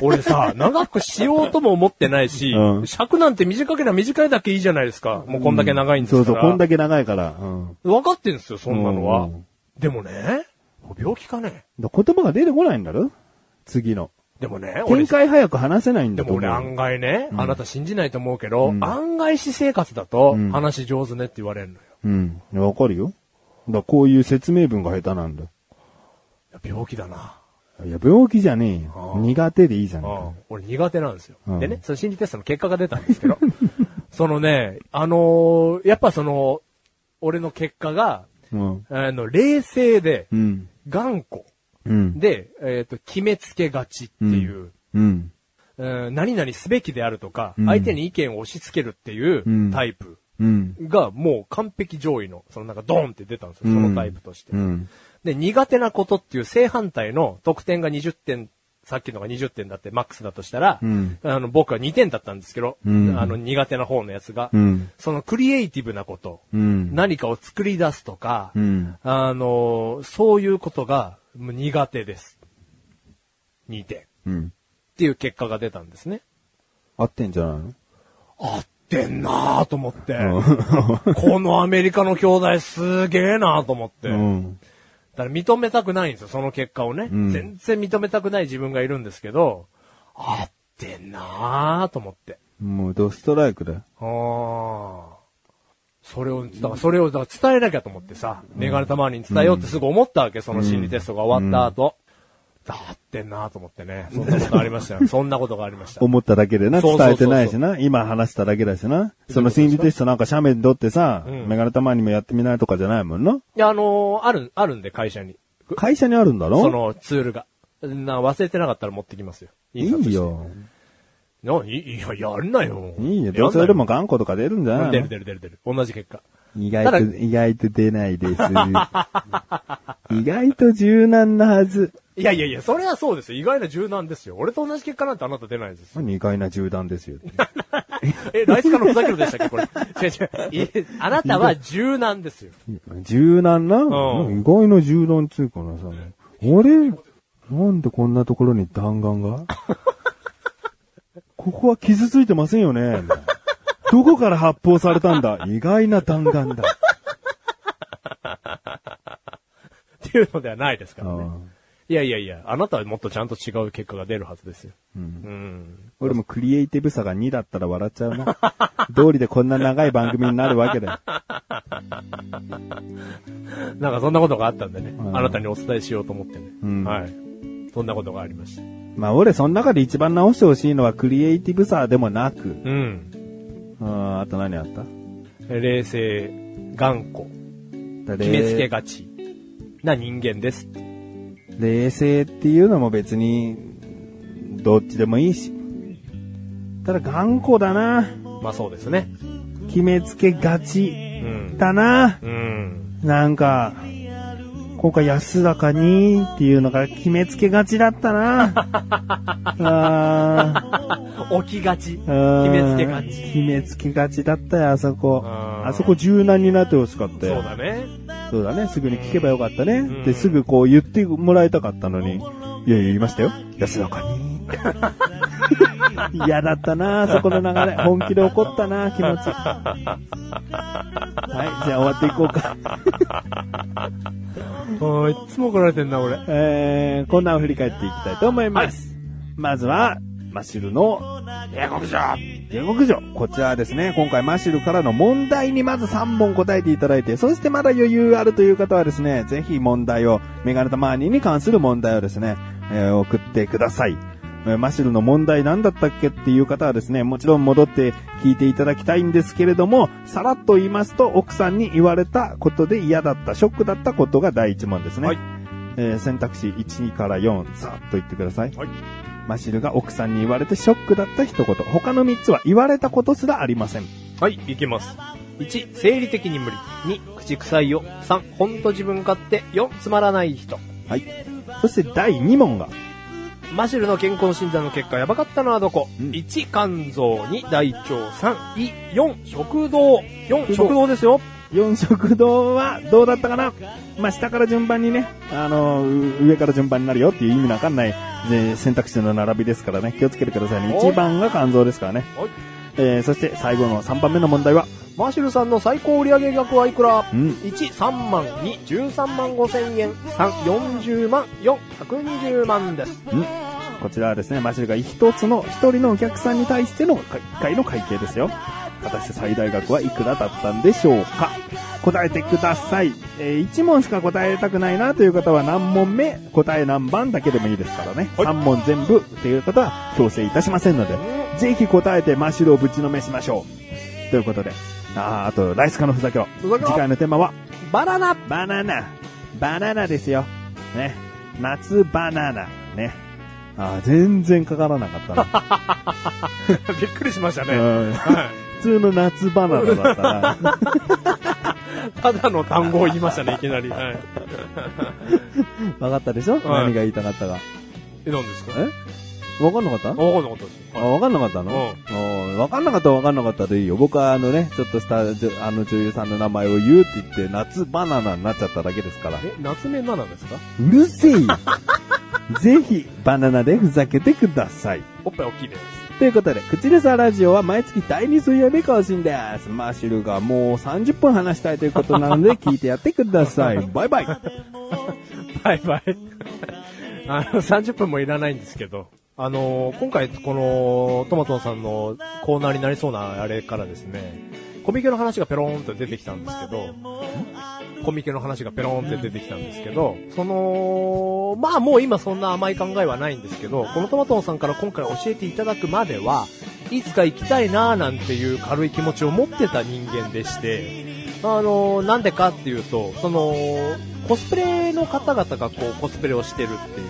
Speaker 3: 俺さ、 [LAUGHS] 長くしようとも思ってないし、
Speaker 2: うん
Speaker 3: 尺なんて短ければ短いだけいいじゃないですか。もうこんだけ長いんですか
Speaker 2: そ
Speaker 3: ら。
Speaker 2: うそう、こんだけ長いから。うん。
Speaker 3: 分かってんですよ、そんなのは。
Speaker 2: うん
Speaker 3: でもね、病気かね
Speaker 2: だ言葉が出てこないんだろ次の。
Speaker 3: でもね、俺
Speaker 2: 展開早く話せないん
Speaker 3: で
Speaker 2: だと
Speaker 3: も
Speaker 2: 思う。
Speaker 3: 俺案外ね、あなた信じないと思うけど、案外私生活だと
Speaker 2: ん
Speaker 3: 話上手ねって言われるのよ。
Speaker 2: うん。わかるよ。だこういう説明文が下手なんだ。
Speaker 3: いや病気だな。
Speaker 2: いや、病気じゃねえよ。
Speaker 3: ああ
Speaker 2: 苦手でいいじゃん。
Speaker 3: うん俺苦手なんですよ。
Speaker 2: うん
Speaker 3: でね、
Speaker 2: [LAUGHS]
Speaker 3: その心理テストの結果が出たんですけど、そのね、あのーやっぱその、俺の結果が、
Speaker 2: うん。
Speaker 3: あの、冷静で、
Speaker 2: うん。
Speaker 3: 頑固
Speaker 2: うん。
Speaker 3: で、えっ、と、決めつけがちっていう、
Speaker 2: うん。
Speaker 3: うん何々すべきであるとか、
Speaker 2: うん
Speaker 3: 相手に意見を押し付けるっていう
Speaker 2: うん
Speaker 3: タイプ
Speaker 2: うん。
Speaker 3: がもう完璧上位の、そのなんかドンって出たんですよ、
Speaker 2: うん
Speaker 3: そのタイプとして。
Speaker 2: うん。
Speaker 3: で、苦手なことっていう正反対の得点が20点、さっきのが20点だってマックスだとしたら、
Speaker 2: うん
Speaker 3: あの僕は2点だったんですけど、
Speaker 2: うん
Speaker 3: あの苦手な方のやつが、
Speaker 2: うん
Speaker 3: そのクリエイティブなこと、
Speaker 2: うん
Speaker 3: 何かを作り出すとか、
Speaker 2: うん
Speaker 3: あの、そういうことがもう苦手です。2点。っ
Speaker 2: うん。
Speaker 3: ていう結果が出たんですね。
Speaker 2: 合ってんじゃないの
Speaker 3: 合ってんなぁと思って、このアメリカの兄弟すげえなぁと思って、
Speaker 2: うん。
Speaker 3: だから認めたくないんですよ、その結果をね。
Speaker 2: ん
Speaker 3: 全然認めたくない自分がいるんですけど、合ってんなぁと思って。
Speaker 2: もうドストライクだよ。
Speaker 3: ああ。それを、だからそれをだから伝えなきゃと思ってさ、メガネたまわりに伝えようってすぐ思ったわけ、その心理テストが終わった後。だってんなぁと思ってね。そんなことありま
Speaker 2: [LAUGHS]
Speaker 3: したよ。そんなことがありました。
Speaker 2: 思っただけでな、
Speaker 3: そう
Speaker 2: 伝
Speaker 3: そうそう
Speaker 2: えてないしな、今話しただけだしな。その心理テストなんか斜面にとってさ、
Speaker 3: ん
Speaker 2: メガネたまにもやってみないとかじゃないもんな。
Speaker 3: いや、あのーある、あるんで、会社に。
Speaker 2: 会社にあるんだろ
Speaker 3: そのツールが。な、忘れてなかったら持ってきますよ。
Speaker 2: い
Speaker 3: 印刷して
Speaker 2: い。よ。
Speaker 3: ないいいや、やんなよ。
Speaker 2: いい
Speaker 3: やんなよ
Speaker 2: よ。どうせよりも頑固とか出るんじゃないの
Speaker 3: 出る出る出る出る。同じ結果。
Speaker 2: 意
Speaker 3: ただ
Speaker 2: 外と、意外と出ないです。意外と柔軟なはず。
Speaker 3: いやいやいや、それはそうですよ。意外な柔軟ですよ。俺と同じ結果なんてあなた出ないで
Speaker 2: [LAUGHS]
Speaker 3: すよ。
Speaker 2: 何意外な柔軟ですよ。
Speaker 3: え、ライスカのふざけるでしたっけこれ。違う違う。いえあなたは柔軟ですよ。
Speaker 2: 柔軟な、
Speaker 3: ん
Speaker 2: 意外な柔軟っつうかなさ。あれなんでこんなところに弾
Speaker 3: [LAUGHS]
Speaker 2: 丸がここは傷ついてませんよね。どこから発砲されたんだ意外な弾丸だ。
Speaker 3: っていうのではないですから
Speaker 2: う
Speaker 3: ね。
Speaker 2: ん
Speaker 3: いやいやいや、あなたはもっとちゃんと違う結果が出るはずですよ。うん。
Speaker 2: 俺もクリエイティブさが2だったら笑っちゃうな。道理でこんな長い番組になるわけだよ。
Speaker 3: なんかそんなことがあったんでね、
Speaker 2: うん
Speaker 3: あなたにお伝えしようと思ってね。
Speaker 2: うん
Speaker 3: はい。そんなことがありました。
Speaker 2: まあ俺その中で一番直してほしいのはクリエイティブさでもなく、
Speaker 3: うん。
Speaker 2: うんあと何あった
Speaker 3: 冷静、頑固、決めつけがちな人間です。
Speaker 2: 冷静っていうのも別に、どっちでもいいし。ただ頑固だな。
Speaker 3: まあそうですね。
Speaker 2: 決めつけが
Speaker 3: う
Speaker 2: ち
Speaker 3: ん。
Speaker 2: だな。
Speaker 3: うん。
Speaker 2: なんか、今回安らかにっていうのが決めつけがちだっ
Speaker 3: [LAUGHS]
Speaker 2: たな。あ
Speaker 3: 起きがち。
Speaker 2: ーあー
Speaker 3: 決めつけがち
Speaker 2: 決めつけがちだったよ、あそこ。
Speaker 3: あー
Speaker 2: あそこ柔軟になってほしかった
Speaker 3: そう
Speaker 2: よ。
Speaker 3: だね。
Speaker 2: そうだね。すぐに聞けばよかったね。
Speaker 3: ん
Speaker 2: で、すぐこう言ってもらいたかったのに。いやいや、言いましたよ。安らかに。嫌だったなそこの流れ。本気で怒ったな気持ち。はい、じゃあ終わっていこうか。
Speaker 3: ああ、いっつも怒られてんな、俺。
Speaker 2: えー、こんなを振り返っていきたいと思います。まずは、マシュルの、下国上下国上こちらはですね、今回マシュルからの問題にまず3本答えていただいて、そしてまだ余裕あるという方はですね、ぜひ問題を、メガネタマーニーに関する問題をですね、えー送ってください。えーマシュルの問題何だったっけっていう方はですね、もちろん戻って聞いていただきたいんですけれども、さらっと言いますと、奥さんに言われたことで嫌だった、ショックだったことが第一問ですね。
Speaker 3: はい
Speaker 2: えー選択肢1から4、さーっと言ってください。
Speaker 3: はい
Speaker 2: マシルが奥さんに言われてショックだった一言。他の3つは言われたことすらありません。
Speaker 3: はい、いきます。1、生理的に無理。2、口臭いよ。3、ほんと自分勝手。4、つまらない人。
Speaker 2: はい。そして第2問が、
Speaker 3: マシュルの健康診断の結果やばかったのはどこ、
Speaker 2: うん
Speaker 3: ?1、肝臓。2、大腸。3、胃。4、食道。4、食道ですよ。
Speaker 2: 4食堂はどうだったかなまあ、下から順番にね、あのーう上から順番になるよっていう意味のわかんないで選択肢の並びですからね、気をつけてくださいね。
Speaker 3: おい
Speaker 2: 1番が肝臓ですからね。
Speaker 3: はい
Speaker 2: えー、そして最後の3番目の問題は、
Speaker 3: マシュルさんの最高売上額はいくら
Speaker 2: うん、
Speaker 3: 1、3万。2、13万5千円。3、40万。4、120万です。
Speaker 2: こちらはですね、マシルが一つの、一人のお客さんに対してのか一回の会計ですよ。果たして最大額はいくらだったんでしょうか答えてください。えー、1問しか答えたくないなという方は何問目、答え何番だけでもいいですからね。
Speaker 3: はい
Speaker 2: 3問全部っていう方は強制いたしませんので、ぜひ答えてマシルをぶちのめしましょう。ということで、あーあと、ライスカのふざけろ。
Speaker 3: ふざけろ
Speaker 2: 次回のテーマは、
Speaker 3: バナナ
Speaker 2: バナナ。バナナですよ。ね。夏バナナ。ね。あー全然かからなか [LAUGHS] ったな。
Speaker 3: [LAUGHS] びっくりしましたね。
Speaker 2: うん普通の夏バナナだった [LAUGHS] な。
Speaker 3: ただの単語を言いましたね、いきなり。はい。
Speaker 2: わかったでしょ、
Speaker 3: はい
Speaker 2: 何が言いたかったか。
Speaker 3: え、何ですか
Speaker 2: えわかんなかった
Speaker 3: あわかんなかったです。
Speaker 2: あ、わかんなかったのおーわかんなかったらわかんなかったでいいよ。僕はあのね、ちょっとしたじゅあの女優さんの名前を言うって言って、夏バナナになっちゃっただけですから。
Speaker 3: え、夏目奈々ですか
Speaker 2: うるせえよぜひ、バナナでふざけてください。
Speaker 3: おっぱい大きいです。
Speaker 2: ということで、口でさラジオは毎月第2水曜日更新です。マッシュルがもう30分話したいということなので、聞いてやってくださ [LAUGHS] い。バイバイ。
Speaker 3: バイバイ。 [LAUGHS] あの、30分もいらないんですけど、あの、今回、この、トマトンさんのコーナーになりそうなあれからですね、コミケの話がペローンと出てきたんですけど、コミケの話がペローンって出てきたんですけど、その、まあもう今そんな甘い考えはないんですけど、このトマトンさんから今回教えていただくまでは、いつか行きたいなーなんていう軽い気持ちを持ってた人間でして、あのなんでかっていうと、その、コスプレの方々がこうコスプレをしてるっていう、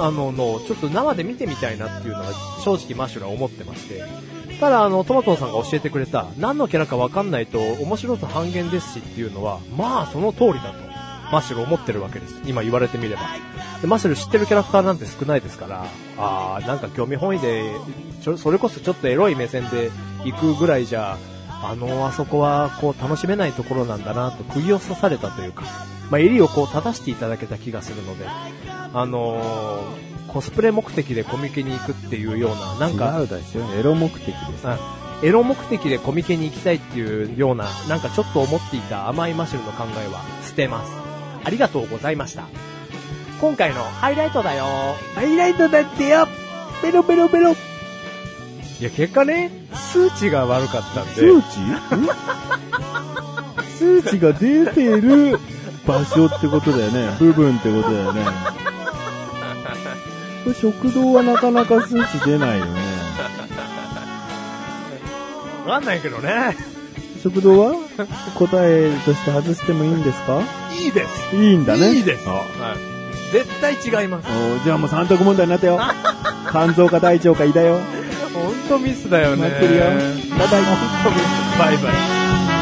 Speaker 3: あののをちょっと生で見てみたいなっていうのが正直マッシュルは思ってまして。ただあの、トマトンさんが教えてくれた、何のキャラかわかんないと面白さ半減ですしっていうのは、まあその通りだと、マッシュル思ってるわけです。今言われてみれば。でマッシュル知ってるキャラクターなんて少ないですから、あー、なんか興味本位で、ちょそれこそちょっとエロい目線で行くぐらいじゃ、あの、あそこはこう楽しめないところなんだなと釘を刺されたというか、まあ、襟をこう正していただけた気がするので、あのーコスプレ目的でコミケに行くっていうような、なんか、
Speaker 2: 違うでしょエロ目的です。
Speaker 3: うんエロ目的でコミケに行きたいっていうような、なんかちょっと思っていた甘いマシュルの考えは捨てます。ありがとうございました。今回のハイライトだよ
Speaker 2: ハイライトだってよベロベロベロ
Speaker 3: いや、結果ね、数値が悪かったん
Speaker 2: 数値数値が出てる場所ってことだよ [LAUGHS] ね。部分ってことだよね。これ食堂はなかなか数値出ないよね。 [LAUGHS]
Speaker 3: わかんないけどね。
Speaker 2: 食堂は答えとして外してもいいんですか
Speaker 3: いいです。
Speaker 2: いいんだね。
Speaker 3: いいです。
Speaker 2: あ
Speaker 3: はい、絶対違います。
Speaker 2: おじゃあもう三択問題になったよ。肝臓か大腸か胃だよ。
Speaker 3: 本当ミスだよね。
Speaker 2: 待ってるよ
Speaker 3: バイバイ。バイバイ。